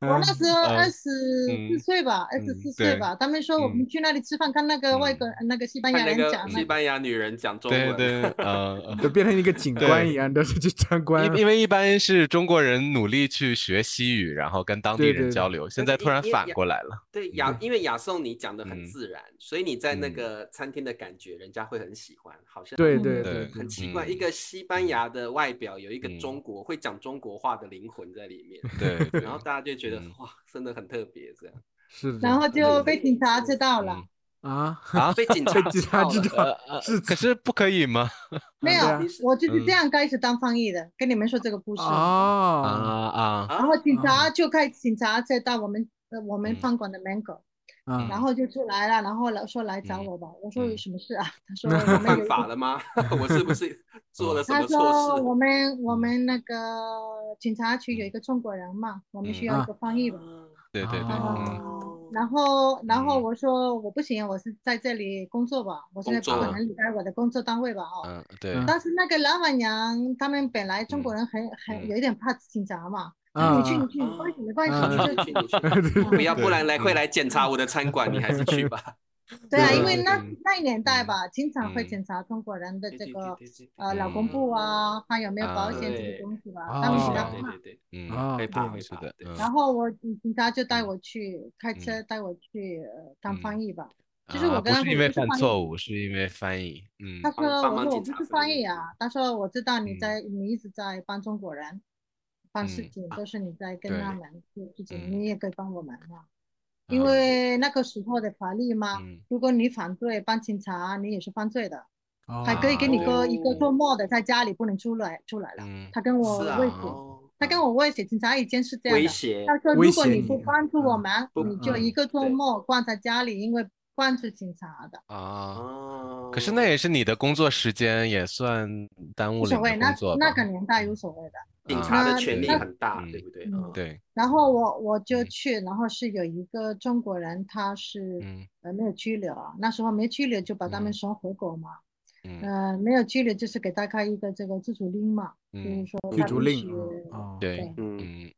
Speaker 4: 我
Speaker 2: 嗯
Speaker 4: 那时候
Speaker 1: 嗯
Speaker 4: 二十四岁吧，二十四岁吧，他们说我们去那里吃饭，看那个外国那个西班
Speaker 3: 看
Speaker 4: 牙
Speaker 3: 那
Speaker 4: 人讲
Speaker 3: 个
Speaker 4: 那
Speaker 3: 西班牙女人讲中
Speaker 1: 对
Speaker 3: 文，
Speaker 1: 对， 呃，
Speaker 2: 就变成一个景观一样，都是去参观
Speaker 1: 因因为一般是中国人努力去学西语，然后跟当地
Speaker 2: 对
Speaker 1: 人
Speaker 2: 对
Speaker 1: 交流，现
Speaker 3: 但
Speaker 1: 在
Speaker 3: 是
Speaker 1: 突
Speaker 3: 因
Speaker 1: 然
Speaker 3: 因为
Speaker 1: 反
Speaker 3: 亚
Speaker 1: 过来了，
Speaker 3: 对雅
Speaker 1: 嗯，
Speaker 3: 因为雅颂你讲的很
Speaker 1: 嗯
Speaker 3: 自然，所以你在那
Speaker 1: 嗯
Speaker 3: 个餐厅的感觉，人家会很喜欢，好像
Speaker 2: 对
Speaker 4: 嗯
Speaker 1: 对
Speaker 2: 对对，
Speaker 3: 很
Speaker 2: 对
Speaker 3: 奇怪，
Speaker 1: 嗯
Speaker 3: 一个西班牙的外表有一个
Speaker 1: 嗯
Speaker 3: 中国会讲中国话的灵魂在里面，
Speaker 1: 对，对
Speaker 3: 然后大家就觉得
Speaker 1: 嗯
Speaker 3: 哇，真的很特别这样。
Speaker 2: 是的，
Speaker 4: 然后就被警察知道了
Speaker 1: 嗯。
Speaker 2: 啊，
Speaker 1: 啊
Speaker 3: 被警察
Speaker 2: 被警
Speaker 3: 知
Speaker 2: 察
Speaker 3: 道
Speaker 2: 知
Speaker 3: 了
Speaker 2: 道
Speaker 1: 呃
Speaker 2: 是
Speaker 1: 可是不可以吗？
Speaker 4: 没
Speaker 3: 哎
Speaker 4: 有
Speaker 2: 对啊，
Speaker 4: 我就是这
Speaker 1: 嗯
Speaker 4: 样开始当翻译的，跟你们说这个故事。
Speaker 1: 啊
Speaker 2: 哦
Speaker 1: 啊，
Speaker 4: 然后警察就开，警察再到我们呃我们
Speaker 1: 嗯
Speaker 4: 饭馆的门口，
Speaker 2: 啊
Speaker 4: 然后就出来了，然后来说来找
Speaker 1: 嗯
Speaker 4: 我吧，我说有
Speaker 1: 嗯
Speaker 4: 什么事啊？他说我们有
Speaker 3: 犯
Speaker 4: 一
Speaker 3: 法
Speaker 4: 个
Speaker 3: 了吗？ 我是不 是
Speaker 1: 哦
Speaker 3: 做了什
Speaker 4: 他
Speaker 3: 么
Speaker 4: 说
Speaker 3: 错
Speaker 4: 我
Speaker 3: 事？
Speaker 4: 们我
Speaker 1: 嗯
Speaker 4: 们那个警察局有一个中国人嘛，我们
Speaker 1: 嗯
Speaker 4: 需要一
Speaker 2: 啊
Speaker 4: 个翻译的。
Speaker 1: 对对对，嗯
Speaker 2: 哦
Speaker 4: 哦，然后，然后
Speaker 1: 嗯
Speaker 4: 我说我不行，我是在这里工作吧，我现在
Speaker 3: 工
Speaker 4: 不可
Speaker 1: 作啊
Speaker 4: 能离开我的工作单位吧，哦。
Speaker 1: 嗯，对，
Speaker 2: 嗯
Speaker 4: 但是那个老板娘他们本来中国人很很
Speaker 1: 嗯
Speaker 4: 有一点怕警察嘛，
Speaker 2: 啊
Speaker 4: 你去你去没关系没关
Speaker 2: 啊
Speaker 4: 系，
Speaker 3: 你
Speaker 4: 你
Speaker 3: 去
Speaker 4: 就
Speaker 3: 你 去你去，
Speaker 4: 嗯
Speaker 3: 不要，
Speaker 1: 对
Speaker 3: 不然来会来检查我的餐馆，你还是去吧。
Speaker 4: 对啊，
Speaker 2: 对
Speaker 4: 因为那
Speaker 1: 嗯
Speaker 4: 那一年代吧，经常会
Speaker 1: 嗯
Speaker 4: 检查中国人的 这个
Speaker 3: 对对
Speaker 4: 呃劳工
Speaker 1: 嗯
Speaker 4: 部啊，还有没有保
Speaker 1: 啊
Speaker 4: 险这
Speaker 3: 对
Speaker 4: 些东西吧，
Speaker 2: 啊
Speaker 4: 他们比
Speaker 1: 是
Speaker 4: 较
Speaker 1: 啊
Speaker 4: 怕
Speaker 3: 哦对。对对，
Speaker 1: 嗯
Speaker 2: 啊
Speaker 3: 会怕
Speaker 2: 对
Speaker 3: 会
Speaker 1: 是
Speaker 3: 怕
Speaker 1: 的，
Speaker 3: 对
Speaker 1: 嗯
Speaker 4: 然后我警察就带
Speaker 1: 嗯
Speaker 4: 我去开车带我去呃
Speaker 3: 嗯
Speaker 4: 当翻译吧，就是
Speaker 1: 啊
Speaker 4: 我
Speaker 1: 不
Speaker 4: 跟他
Speaker 1: 是
Speaker 4: 说
Speaker 1: 因
Speaker 4: 我
Speaker 1: 为
Speaker 4: 不是
Speaker 1: 犯
Speaker 4: 翻译
Speaker 1: 错误，是因为翻译，嗯
Speaker 4: 他说：“
Speaker 3: 帮帮
Speaker 4: 我
Speaker 3: 忙
Speaker 4: 说我
Speaker 3: 警察
Speaker 4: 不是
Speaker 3: 翻
Speaker 4: 翻
Speaker 3: 译
Speaker 4: 译啊。”他说：“我知道你
Speaker 1: 嗯
Speaker 4: 在，你一直在帮中国人办事
Speaker 1: 嗯
Speaker 4: 情，
Speaker 3: 啊
Speaker 4: 都是你在跟他们做事情，
Speaker 1: 嗯
Speaker 4: 你也可以帮我们啊。
Speaker 1: 啊
Speaker 4: 因为那个时候的法律嘛，
Speaker 1: 嗯
Speaker 4: 如果你反对帮警察，你也是犯罪的，
Speaker 2: 哦
Speaker 4: 还可以给你
Speaker 1: 啊
Speaker 4: 个一个
Speaker 3: 对
Speaker 4: 周末的在家里不能出来出来了。
Speaker 1: 嗯
Speaker 4: 他跟我
Speaker 3: 是啊
Speaker 4: 威胁，
Speaker 3: 哦
Speaker 4: 他跟我威胁，警察以前是这样
Speaker 3: 威
Speaker 4: 的，
Speaker 3: 胁
Speaker 4: 他说
Speaker 2: 威
Speaker 4: 如果
Speaker 2: 胁
Speaker 4: 你不
Speaker 2: 你
Speaker 4: 帮助我
Speaker 2: 嗯
Speaker 4: 们，
Speaker 3: 不
Speaker 4: 你就
Speaker 2: 嗯
Speaker 4: 一个周
Speaker 3: 对
Speaker 4: 末关在家里，因为关注警察的。”
Speaker 1: 啊，
Speaker 3: 哦
Speaker 1: 可是那也是你的工作时间，也算耽误
Speaker 4: 无
Speaker 1: 了
Speaker 4: 所
Speaker 1: 你的
Speaker 4: 谓，那
Speaker 1: 工作
Speaker 4: 那
Speaker 1: 吧
Speaker 4: 个年代无所谓的。
Speaker 3: 警察的权力
Speaker 1: 那
Speaker 3: 很大，
Speaker 1: 嗯
Speaker 3: 对不对？
Speaker 4: 啊嗯
Speaker 3: 嗯
Speaker 1: 对，
Speaker 4: 然后我我就
Speaker 1: 嗯
Speaker 4: 去，然后是有一个中国人，他是
Speaker 1: 嗯
Speaker 4: 呃没有拘留啊，那时候没拘留就把他们
Speaker 1: 嗯
Speaker 4: 送回国嘛，
Speaker 1: 嗯
Speaker 4: 呃没有拘留就是给大家一个这个自主令嘛，
Speaker 1: 嗯，
Speaker 2: 驱逐
Speaker 4: 必
Speaker 2: 令
Speaker 4: 须
Speaker 2: 啊，
Speaker 1: 对，
Speaker 4: 对。
Speaker 3: 嗯，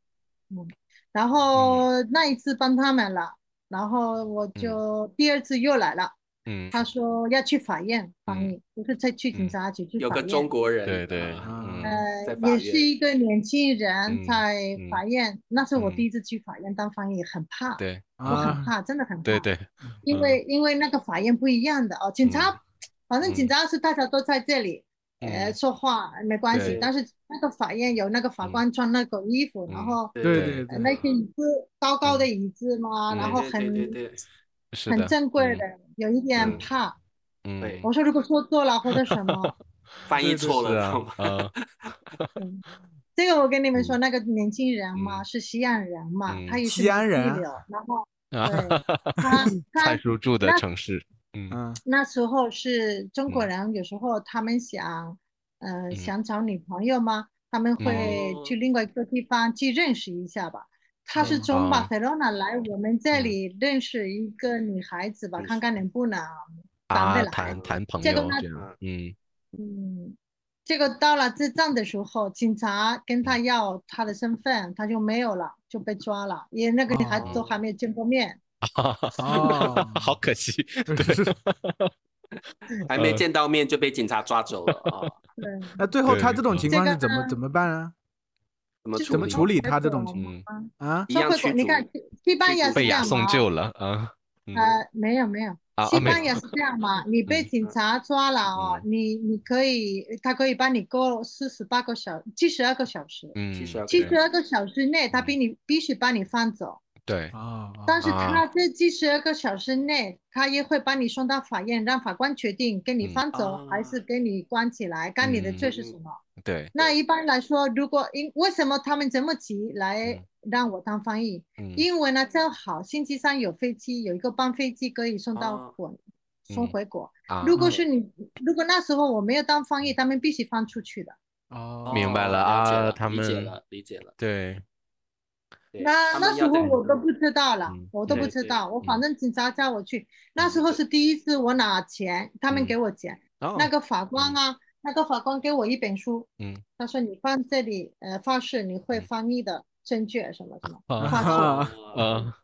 Speaker 1: 嗯
Speaker 4: 然后那一次帮他们了，然后我就第二次又来了，
Speaker 1: 嗯，
Speaker 4: 他说要去法院翻译，不是再去警察局去
Speaker 3: 有
Speaker 4: 法
Speaker 3: 个
Speaker 4: 院。
Speaker 3: 中国人，
Speaker 1: 对对，
Speaker 3: 啊
Speaker 1: 嗯
Speaker 4: 呃
Speaker 3: 在，法
Speaker 4: 也是
Speaker 3: 院
Speaker 4: 一个年轻
Speaker 1: 嗯
Speaker 4: 人在
Speaker 1: 嗯
Speaker 4: 法院，那是我
Speaker 1: 嗯
Speaker 4: 第一次去法院当翻译，很怕，
Speaker 1: 对
Speaker 4: 我很
Speaker 2: 啊，
Speaker 4: 怕，真的很怕，
Speaker 1: 对对，
Speaker 4: 因为因为那个法院不一样的哦，警察，反正警
Speaker 1: 嗯
Speaker 4: 察是大家都在这里，呃，
Speaker 1: 嗯
Speaker 4: 说话没关系
Speaker 3: 对，
Speaker 4: 但是那个法院有那个法
Speaker 1: 嗯
Speaker 4: 官穿那个衣服，然
Speaker 1: 嗯
Speaker 4: 后
Speaker 3: 对
Speaker 2: 对
Speaker 1: 对
Speaker 2: 对
Speaker 4: 呃那些椅子高高的椅子嘛，
Speaker 1: 嗯
Speaker 4: 然
Speaker 3: 对
Speaker 4: 后
Speaker 3: 对
Speaker 4: 很
Speaker 3: 对对对，
Speaker 1: 是
Speaker 4: 很
Speaker 1: 的，
Speaker 4: 正规的，有一点
Speaker 1: 嗯
Speaker 4: 怕。
Speaker 1: 嗯
Speaker 3: 对
Speaker 4: 我说如果说错了或者什么，
Speaker 3: 翻译错
Speaker 1: 是
Speaker 3: 了，哦
Speaker 1: 啊
Speaker 3: 知道吗？
Speaker 1: 啊
Speaker 4: 嗯，这个我跟你们说，那个年轻人嘛，
Speaker 1: 嗯
Speaker 4: 是西安人嘛，
Speaker 1: 嗯
Speaker 4: 他也是
Speaker 2: 西安人
Speaker 4: 一
Speaker 2: 啊
Speaker 4: 流，然后
Speaker 1: 啊，
Speaker 4: 他他
Speaker 1: 蔡叔住的城市，嗯
Speaker 2: 嗯
Speaker 4: 那时候是中国
Speaker 1: 嗯
Speaker 4: 人，有时候他们想，呃，
Speaker 1: 嗯
Speaker 4: 想找女朋友吗？他们会
Speaker 3: 哦
Speaker 4: 去另外一个地方去认识一下吧。他是
Speaker 2: 嗯
Speaker 4: 从巴
Speaker 1: 啊
Speaker 4: 塞罗那来我们这
Speaker 1: 嗯
Speaker 4: 里认识一个女孩子吧，
Speaker 3: 认
Speaker 4: 看
Speaker 3: 识
Speaker 4: 看能不能谈得
Speaker 1: 啊，
Speaker 4: 来。
Speaker 1: 谈谈朋
Speaker 4: 这
Speaker 1: 友
Speaker 4: 个呢
Speaker 1: 这样，嗯
Speaker 4: 嗯，结果到了这站的时候，警察跟
Speaker 1: 嗯
Speaker 4: 他要他的身份，他就没有了，就被抓了，因为那个女孩子都
Speaker 2: 哦
Speaker 4: 还没有见过面。
Speaker 2: 哦
Speaker 1: 好可惜，
Speaker 3: 还
Speaker 1: 呃
Speaker 3: 没见到面就被警察抓走了啊！
Speaker 4: 对，
Speaker 2: 那最后他
Speaker 1: 对
Speaker 2: 这种情
Speaker 4: 这
Speaker 2: 况
Speaker 4: 个
Speaker 2: 是怎么
Speaker 4: 呢
Speaker 2: 怎么办啊？
Speaker 3: 怎么
Speaker 4: 就是
Speaker 2: 怎么
Speaker 3: 处
Speaker 2: 处
Speaker 3: 理？
Speaker 2: 理他这种
Speaker 4: 我
Speaker 2: 情
Speaker 1: 情
Speaker 4: 们啊
Speaker 2: 啊？
Speaker 3: 一
Speaker 4: 说
Speaker 3: 样
Speaker 4: 回
Speaker 3: 驱
Speaker 4: 国，你看
Speaker 3: 逐，
Speaker 4: 西西班
Speaker 3: 驱逐
Speaker 4: 牙是
Speaker 1: 被
Speaker 4: 这
Speaker 1: 押
Speaker 4: 样
Speaker 1: 送
Speaker 4: 吗？
Speaker 1: 救了啊，嗯
Speaker 4: 呃，没有没有，
Speaker 1: 啊啊
Speaker 4: 西
Speaker 1: 没
Speaker 4: 班
Speaker 1: 有
Speaker 4: 牙是这样嘛，你被
Speaker 1: 嗯
Speaker 4: 警察抓了哦，你你可以，他可以帮你过四十八个小，七十二个小时，
Speaker 1: 嗯，
Speaker 3: 72
Speaker 4: 七
Speaker 1: 对
Speaker 4: 十二个小时内，他
Speaker 1: 嗯
Speaker 4: 必你必须把你放走，
Speaker 1: 对，
Speaker 2: 哦，哦
Speaker 4: 但是
Speaker 1: 啊
Speaker 4: 他这七十二个小时内，他也会把你送到法院，让法官决定给你
Speaker 1: 嗯
Speaker 4: 放走还是
Speaker 3: 啊
Speaker 4: 给你关起来，看你的罪是
Speaker 3: 嗯
Speaker 4: 什么。
Speaker 1: 对，
Speaker 4: 那一般来说，如果因为什么他们这么急来
Speaker 1: 嗯
Speaker 4: 让我当翻译？
Speaker 1: 嗯
Speaker 4: 因为呢，正好星期三有飞机，有一个班飞机可以送到
Speaker 3: 哦
Speaker 4: 国，送
Speaker 1: 啊嗯嗯
Speaker 4: 回国。
Speaker 1: 啊，
Speaker 4: 如果
Speaker 3: 嗯
Speaker 4: 是你，如果那时候我没有当翻译，他们必须放出去的。
Speaker 2: 哦，
Speaker 1: 明白了
Speaker 3: 哦解
Speaker 1: 啊
Speaker 3: 了
Speaker 1: 他
Speaker 3: 理解
Speaker 1: 们
Speaker 3: 了，理解了。
Speaker 1: 对，
Speaker 3: 对
Speaker 4: 那
Speaker 3: 他
Speaker 4: 那
Speaker 3: 们
Speaker 4: 时
Speaker 3: 要
Speaker 4: 候
Speaker 3: 在
Speaker 4: 我都不知道了
Speaker 1: 嗯，
Speaker 4: 我都不
Speaker 3: 对
Speaker 4: 知
Speaker 3: 对
Speaker 4: 道，我反
Speaker 1: 嗯
Speaker 4: 正警察叫我去，那时
Speaker 3: 嗯
Speaker 4: 候
Speaker 3: 对
Speaker 4: 是第一次我拿钱，他们
Speaker 1: 嗯
Speaker 4: 给我钱，那
Speaker 1: 那
Speaker 4: 个法官啊，那个法官给我一本书，
Speaker 1: 嗯
Speaker 4: 他说你放这里，呃，发誓你会
Speaker 1: 嗯
Speaker 4: 翻译的正确什么什么，
Speaker 1: 啊
Speaker 4: 发誓。
Speaker 3: 哦
Speaker 2: 啊
Speaker 1: 啊，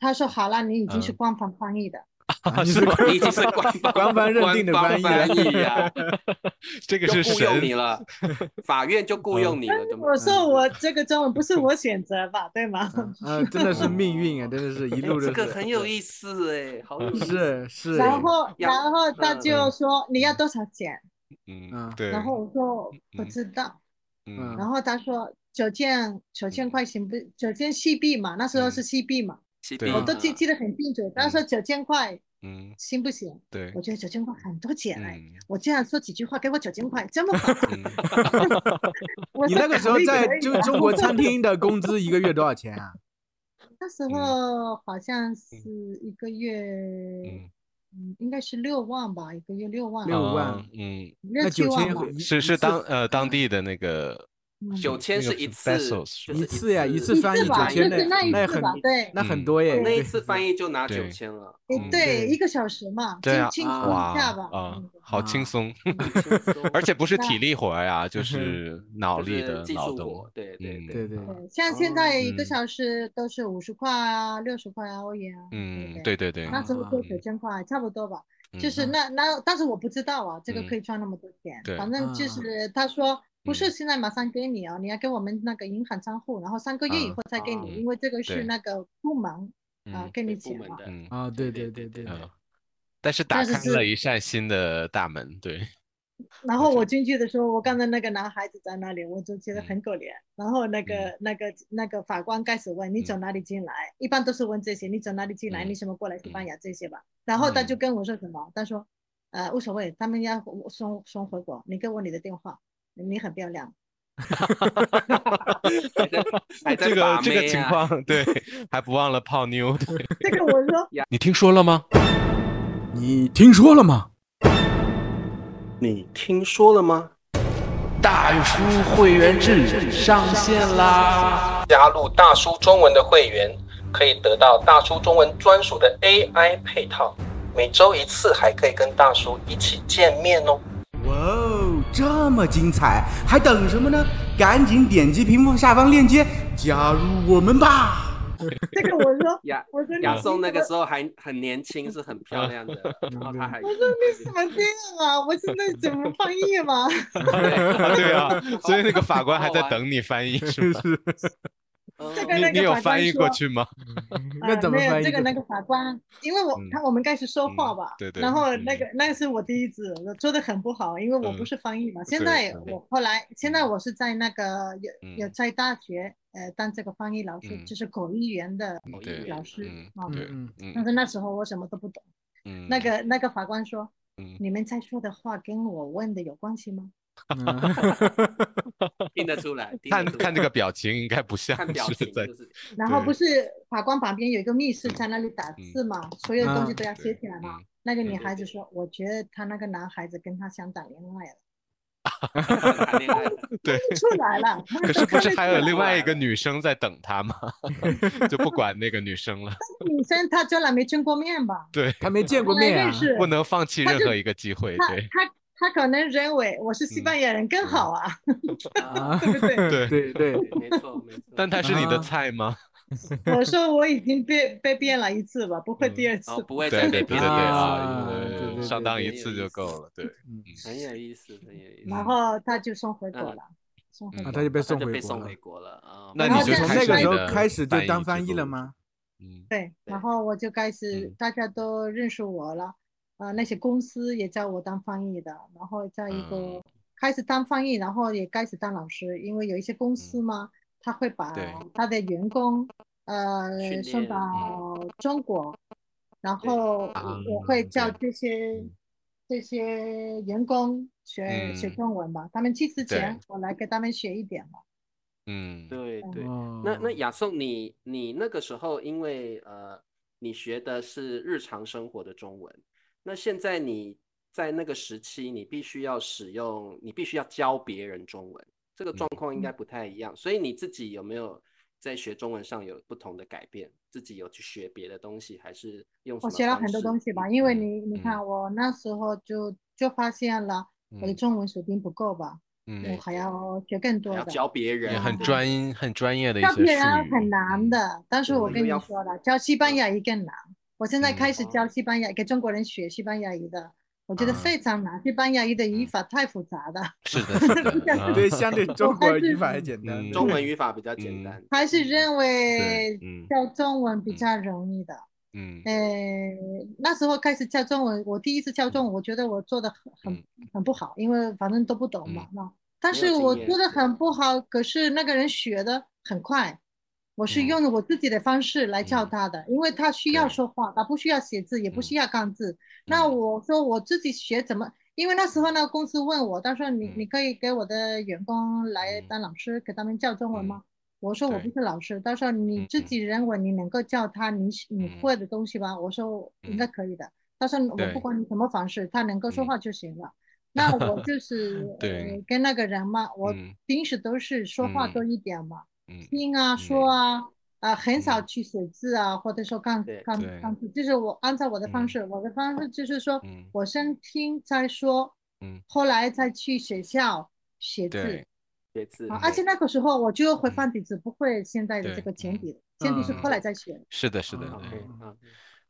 Speaker 4: 他说好了，你已经是
Speaker 1: 嗯
Speaker 4: 官方翻译的，
Speaker 2: 啊你
Speaker 1: 是
Speaker 2: 是
Speaker 1: 吗
Speaker 3: 你已经是 官 方
Speaker 2: 官方认定的
Speaker 3: 官方
Speaker 2: 翻译啊
Speaker 3: 翻译呀，
Speaker 1: 啊这个
Speaker 3: 就是雇
Speaker 1: 神
Speaker 3: 佣你了，法院就雇佣你了，对吗
Speaker 4: 我？说我这个中文不是我选择吧，对吗？
Speaker 2: 嗯啊，真的是命运 啊，真的是一
Speaker 3: 哎
Speaker 2: 路
Speaker 3: 这
Speaker 2: 都
Speaker 3: 个
Speaker 2: 是
Speaker 3: 很有意思哎，好有意思。
Speaker 2: 是是，
Speaker 4: 然后，
Speaker 3: 要
Speaker 4: 然后他
Speaker 3: 嗯
Speaker 4: 就说你要多少钱？
Speaker 1: 嗯
Speaker 2: 嗯
Speaker 1: 对，
Speaker 4: 然后我说不
Speaker 1: 嗯
Speaker 4: 知道。
Speaker 1: 嗯
Speaker 4: 然后他说九千九千块钱不
Speaker 2: 嗯
Speaker 4: 九千 CB 嘛，那时候是 CB 嘛，
Speaker 3: 西
Speaker 1: 对
Speaker 3: 边
Speaker 4: 我都记
Speaker 3: 啊
Speaker 4: 记得很清楚。他说九千块
Speaker 1: 嗯，
Speaker 4: 行不行？
Speaker 1: 对，
Speaker 4: 我觉得九千块很多钱哎，
Speaker 1: 嗯。
Speaker 4: 我这样说几句话，给我九千块， 这么好
Speaker 1: 嗯，
Speaker 4: 我
Speaker 2: 你
Speaker 4: 说
Speaker 2: 那个时候
Speaker 4: 可以
Speaker 2: 在
Speaker 4: 可以
Speaker 2: 就
Speaker 4: 的
Speaker 2: 中国餐厅的工资一个月多少钱啊？
Speaker 4: 那时候好像是一个月，
Speaker 1: 嗯
Speaker 4: 嗯，应该是六万吧，一个月六万，
Speaker 2: 六万
Speaker 1: 啊嗯，
Speaker 4: 六
Speaker 2: 那
Speaker 4: 七
Speaker 2: 九
Speaker 4: 万
Speaker 2: 千
Speaker 4: 吧。
Speaker 1: 是是当呃当
Speaker 2: 地。
Speaker 1: 地的那个
Speaker 4: 嗯
Speaker 3: 九千
Speaker 1: 那
Speaker 3: 是
Speaker 1: 个
Speaker 3: 一
Speaker 1: 是
Speaker 3: 次，
Speaker 1: pesos
Speaker 3: 就是
Speaker 2: 吧一次呀一次
Speaker 4: 一
Speaker 2: 翻
Speaker 4: 次
Speaker 2: 译
Speaker 4: 吧，
Speaker 2: 九
Speaker 4: 就
Speaker 2: 千
Speaker 4: 是
Speaker 2: 那
Speaker 4: 那一
Speaker 2: 那
Speaker 4: 次
Speaker 2: 很
Speaker 4: 吧，对，
Speaker 2: 那
Speaker 1: 嗯
Speaker 2: 很多耶，
Speaker 3: 那一
Speaker 2: 对
Speaker 3: 次翻译就拿
Speaker 1: 对
Speaker 3: 九千 了，
Speaker 4: 诶
Speaker 1: 嗯
Speaker 4: 对，
Speaker 2: 对
Speaker 4: 一个小时嘛，
Speaker 1: 对啊
Speaker 4: 轻轻松
Speaker 1: 哇
Speaker 4: 一下吧，
Speaker 1: 啊
Speaker 4: 嗯，
Speaker 1: 好轻
Speaker 2: 啊
Speaker 1: 松，
Speaker 3: 很轻松
Speaker 1: 而且不是体
Speaker 4: 那
Speaker 1: 力活呀、就
Speaker 2: 嗯哼
Speaker 1: 是脑
Speaker 3: 就
Speaker 1: 力
Speaker 3: 是
Speaker 1: 的
Speaker 3: 技
Speaker 1: 脑
Speaker 3: 术
Speaker 1: 动
Speaker 3: 活，，对对
Speaker 1: 嗯
Speaker 2: 对对，
Speaker 4: 对，像现在一个
Speaker 1: 嗯
Speaker 4: 小时都是五十块啊，六十块啊欧元啊，对不
Speaker 1: 嗯，
Speaker 4: 对？
Speaker 1: 对对对，
Speaker 4: 那时候就
Speaker 2: 啊
Speaker 4: 九千块，差不多吧。
Speaker 1: 嗯
Speaker 4: 就是那那，但是我不知道啊，这个
Speaker 1: 嗯
Speaker 4: 可以赚那么多钱。
Speaker 1: 对
Speaker 4: 反正就
Speaker 2: 啊
Speaker 4: 是他说不
Speaker 1: 嗯
Speaker 4: 是现在马上给你啊，你要给我们那个银行账户，然后三个月以
Speaker 2: 啊
Speaker 4: 后再给你，
Speaker 1: 嗯
Speaker 4: 因为这个是
Speaker 1: 对
Speaker 4: 那个部门啊
Speaker 1: 嗯
Speaker 4: 给你
Speaker 3: 部
Speaker 4: 钱
Speaker 3: 门
Speaker 4: 嘛。
Speaker 3: 的，
Speaker 1: 嗯
Speaker 2: 啊，对对
Speaker 3: 对
Speaker 2: 对对
Speaker 3: 对
Speaker 1: 嗯，但是打
Speaker 4: 但是
Speaker 1: 开
Speaker 4: 是
Speaker 1: 了一扇新的大门，对，
Speaker 4: 然后我进去的时候，我看到那个男孩子在那里，我就觉得
Speaker 1: 嗯
Speaker 4: 很可怜。然后那个那个那个法官开始问你从哪里进来，一般都是问这些，你从哪里进来，
Speaker 1: 嗯
Speaker 4: 你什么过来西班牙这些吧。然后他就跟我说什么，他说，呃，无所谓，他们要我送送回国，你给我你的电话，你很漂 亮。
Speaker 3: 还在
Speaker 1: 这个
Speaker 3: 把
Speaker 1: 这个
Speaker 3: 妹
Speaker 1: 情
Speaker 3: 啊
Speaker 1: 况，对，还不忘了泡妞，对
Speaker 4: 这个我说，
Speaker 1: 你听说了吗？
Speaker 2: 你听说了吗？
Speaker 3: 你听说了吗？
Speaker 5: 加入大叔中文的会员，可以得到大叔中文专属的 AI 配套，每周一次，还可以跟大叔一起见面哦。
Speaker 2: 哇哦，这么精彩，还等什么呢？赶紧点击屏幕下方链接加入我们吧！
Speaker 4: 这个我说，
Speaker 3: 亚
Speaker 4: 我说你
Speaker 3: 亚松那个
Speaker 4: 你
Speaker 3: 时候还很年轻，是很漂亮的，然后他还
Speaker 4: 怎么，我说你怎么这样啊？我现在怎么翻译嘛？
Speaker 1: 对啊，所以那个法官还在
Speaker 3: 好玩
Speaker 1: 等你翻译，是
Speaker 2: 真
Speaker 1: 吧？
Speaker 2: 是，
Speaker 3: 嗯
Speaker 4: 这个
Speaker 1: 你
Speaker 4: 那
Speaker 1: 你有
Speaker 4: 法官
Speaker 1: 翻译过
Speaker 4: 说
Speaker 1: 去吗？
Speaker 2: 那
Speaker 4: 啊
Speaker 2: 怎么
Speaker 4: 没有
Speaker 2: 翻译
Speaker 4: 这个
Speaker 2: 的
Speaker 4: 那个法官，因为我
Speaker 1: 嗯
Speaker 4: 他我们开始说话
Speaker 1: 嗯
Speaker 4: 吧，
Speaker 1: 对对
Speaker 4: 然后那
Speaker 1: 嗯
Speaker 4: 个那是我第一次，我做的很不好，因为我不
Speaker 1: 嗯
Speaker 4: 是翻译嘛。现
Speaker 1: 对
Speaker 4: 在
Speaker 1: 对
Speaker 4: 我后来现在我是在那个
Speaker 1: 嗯
Speaker 4: 有有在大学呃当这个翻译老师，
Speaker 1: 嗯
Speaker 4: 就是口译员的
Speaker 1: 嗯
Speaker 3: 口译
Speaker 1: 对，
Speaker 4: 老师
Speaker 1: 嗯
Speaker 4: 啊。
Speaker 1: 对，
Speaker 2: 嗯
Speaker 1: 嗯
Speaker 4: 但是那时候我什么都不懂，
Speaker 1: 嗯，
Speaker 4: 那个那个法官说
Speaker 1: 嗯，
Speaker 4: 你们在说的话跟我问的有关系吗？
Speaker 2: 嗯
Speaker 3: 听得出来，听得
Speaker 1: 看
Speaker 3: 出来
Speaker 1: 看这个表情，应该不像
Speaker 3: 看表
Speaker 1: 是
Speaker 3: 情，
Speaker 1: 在
Speaker 3: 就是
Speaker 4: 然后
Speaker 1: 对嗯
Speaker 4: 不是法官旁边有一个密室在那里打字嘛，所有东西
Speaker 2: 嗯
Speaker 4: 都要
Speaker 1: 啊对
Speaker 4: 写起来嘛
Speaker 1: 嗯。
Speaker 4: 那个
Speaker 1: 对
Speaker 4: 女
Speaker 3: 对
Speaker 4: 孩
Speaker 3: 对
Speaker 4: 子说：“我觉得他那个男孩子跟他想打恋爱了，
Speaker 3: 谈恋爱了，
Speaker 1: 嗯对。
Speaker 4: 出来了。”
Speaker 1: 可是不 是还有另外一个
Speaker 3: 出来了
Speaker 1: 女生在等他吗？就不管那个女生了，
Speaker 4: 女生她从来没见过面吧？
Speaker 1: 对，
Speaker 2: 还没见过
Speaker 4: 从来
Speaker 2: 面
Speaker 4: 认
Speaker 2: 啊？
Speaker 4: 识
Speaker 1: 不能放弃
Speaker 4: 她
Speaker 1: 任
Speaker 4: 就
Speaker 1: 何一个机会，
Speaker 4: 她
Speaker 1: 对嗯
Speaker 4: 她她可能认为我是西班牙人更好啊，
Speaker 3: 啊，
Speaker 4: 对不对？
Speaker 1: 对。
Speaker 2: 对对，
Speaker 3: 对没错没错，
Speaker 1: 但她是你的
Speaker 2: 啊
Speaker 1: 菜吗？
Speaker 4: 我说我已经被被变了一次吧，不
Speaker 1: 嗯
Speaker 4: 会第二次
Speaker 3: 哦。不会
Speaker 1: 对
Speaker 3: 再
Speaker 1: 对
Speaker 3: 被
Speaker 1: 对对
Speaker 3: 别
Speaker 1: 对
Speaker 3: 人
Speaker 1: 啊，
Speaker 2: 啊
Speaker 1: 对
Speaker 2: 对对对
Speaker 1: 上当一
Speaker 3: 对
Speaker 1: 次
Speaker 3: 有
Speaker 1: 就
Speaker 3: 意
Speaker 1: 够
Speaker 3: 思
Speaker 1: 了，嗯对，
Speaker 2: 嗯
Speaker 3: 很有意思很有意思，
Speaker 4: 然后她就送回国了，送回
Speaker 1: 嗯
Speaker 4: 国
Speaker 2: 啊，
Speaker 4: 了。
Speaker 2: 他就被
Speaker 3: 他
Speaker 2: 送
Speaker 3: 就被
Speaker 2: 回
Speaker 3: 送
Speaker 2: 国了
Speaker 3: 回。国了啊，
Speaker 1: 那
Speaker 4: 然
Speaker 1: 你
Speaker 4: 后
Speaker 1: 就
Speaker 4: 在
Speaker 2: 从
Speaker 1: 开
Speaker 2: 那
Speaker 1: 始
Speaker 2: 个
Speaker 1: 你
Speaker 2: 时候
Speaker 1: 的
Speaker 2: 开始就
Speaker 1: 翻译
Speaker 2: 当
Speaker 1: 之
Speaker 2: 翻译了
Speaker 1: 路？
Speaker 2: 吗？
Speaker 1: 嗯
Speaker 4: 对，然
Speaker 3: 对
Speaker 4: 后我就开始
Speaker 1: 嗯
Speaker 4: 大家都认识我了，呃，那些公司也叫我当翻译的，然后在一个、
Speaker 1: 嗯
Speaker 4: 开始当翻译，然后也开始当老师，因为有一些公司嘛，他会把
Speaker 1: 嗯对
Speaker 4: 他的员工
Speaker 3: 训
Speaker 4: 呃送
Speaker 3: 练
Speaker 4: 到中国，然
Speaker 3: 对
Speaker 4: 后我我会
Speaker 1: 嗯
Speaker 4: 叫
Speaker 1: 对
Speaker 4: 这些这些员工学学
Speaker 1: 嗯
Speaker 4: 中文嘛，他们去之
Speaker 1: 对
Speaker 4: 前我来给他们学一点嘛，
Speaker 1: 嗯，
Speaker 3: 对对，
Speaker 2: 哦
Speaker 3: 那那亚颂你你那个时候因为呃你学的是日常生活的中文，那现在你在那个时期你必须要使用，你必须要教别人中文，这个状况应
Speaker 4: 嗯
Speaker 3: 该不太一样，所以你自己有没有在学中文上有不同的改变？自己有去学别的东西，还是用什么
Speaker 4: 我学了很
Speaker 3: 方
Speaker 4: 多
Speaker 3: 式
Speaker 4: 东西吧，因为
Speaker 1: 嗯
Speaker 4: 你你
Speaker 1: 嗯
Speaker 4: 看我那时候就就发现了。我的
Speaker 1: 嗯
Speaker 4: 中文水平不够吧，我
Speaker 1: 嗯，
Speaker 4: 还要学更多
Speaker 3: 还要
Speaker 4: 的，
Speaker 3: 教别人，
Speaker 1: 也很
Speaker 3: 对
Speaker 1: 专一很专业的一
Speaker 4: 教
Speaker 1: 些
Speaker 4: 别人
Speaker 1: 术语，
Speaker 4: 啊很难
Speaker 1: 嗯，
Speaker 4: 的。但是我
Speaker 3: 对
Speaker 4: 跟
Speaker 3: 又
Speaker 4: 你
Speaker 3: 要
Speaker 4: 说了，教西班牙语更难。我现在
Speaker 1: 嗯
Speaker 4: 开始教
Speaker 3: 哦
Speaker 4: 西班牙，给中国人学西班牙语的，我觉得
Speaker 1: 啊
Speaker 4: 非常难。西班牙语的语
Speaker 1: 嗯
Speaker 4: 法太复杂了，
Speaker 1: 是的，是 的，啊
Speaker 2: 对，相对中国语法还简单
Speaker 1: 嗯。
Speaker 3: 中文语法比较简单，
Speaker 4: 还是认
Speaker 1: 对
Speaker 4: 为
Speaker 1: 嗯
Speaker 4: 教中文比
Speaker 1: 嗯
Speaker 4: 较容易的。
Speaker 1: 嗯
Speaker 4: 呃，那时候开始教中文，我第一次教中文，我觉得我做的很
Speaker 1: 嗯
Speaker 4: 很很不好，因为反正都不懂嘛。那但
Speaker 3: 没有
Speaker 4: 是
Speaker 3: 经
Speaker 4: 我
Speaker 3: 验
Speaker 4: 做的
Speaker 3: 对
Speaker 4: 很不好，可是那个人学的很快，我是
Speaker 1: 嗯
Speaker 4: 用我自己的方式来教他的，因为他需要
Speaker 1: 对
Speaker 4: 说话，他不需要写字，也
Speaker 1: 嗯
Speaker 4: 不需要看字。那
Speaker 1: 嗯
Speaker 4: 我说我自己学怎么，因为那时候那个公司问我，他说你你
Speaker 1: 嗯
Speaker 4: 可以给我的员工来当老师，给他们教中文吗？我说我不
Speaker 1: 嗯对
Speaker 4: 是老师，他说你
Speaker 1: 嗯
Speaker 4: 自
Speaker 1: 嗯
Speaker 4: 己认为你能够教他你你
Speaker 1: 嗯
Speaker 4: 会的东西吧？我说应该
Speaker 1: 嗯
Speaker 4: 可以的。他说我
Speaker 1: 对
Speaker 4: 不管你什么方式，他能够说
Speaker 1: 嗯
Speaker 4: 话就行了。那我就是
Speaker 1: 对
Speaker 4: 呃跟那个人嘛，我
Speaker 1: 嗯
Speaker 4: 平时都是说话
Speaker 1: 嗯
Speaker 4: 多一点嘛，
Speaker 1: 嗯
Speaker 4: 听啊说啊，啊、很少去写字啊，或者说看
Speaker 3: 对
Speaker 4: 看
Speaker 1: 对
Speaker 4: 看字，就是我按照我的方
Speaker 1: 嗯
Speaker 4: 式，我的方式就是说，
Speaker 1: 嗯
Speaker 4: 我先听再说，
Speaker 1: 嗯，
Speaker 4: 后来再去学校写字
Speaker 1: 对，嗯
Speaker 3: 写字
Speaker 4: 啊，而且那个时候我就会繁体字，不会现在的这
Speaker 1: 对
Speaker 4: 个简
Speaker 1: 嗯
Speaker 4: 体，简体是
Speaker 2: 嗯
Speaker 4: 后来再学。
Speaker 1: 是的，是的，
Speaker 2: 啊嗯
Speaker 1: 对。
Speaker 3: OK 啊，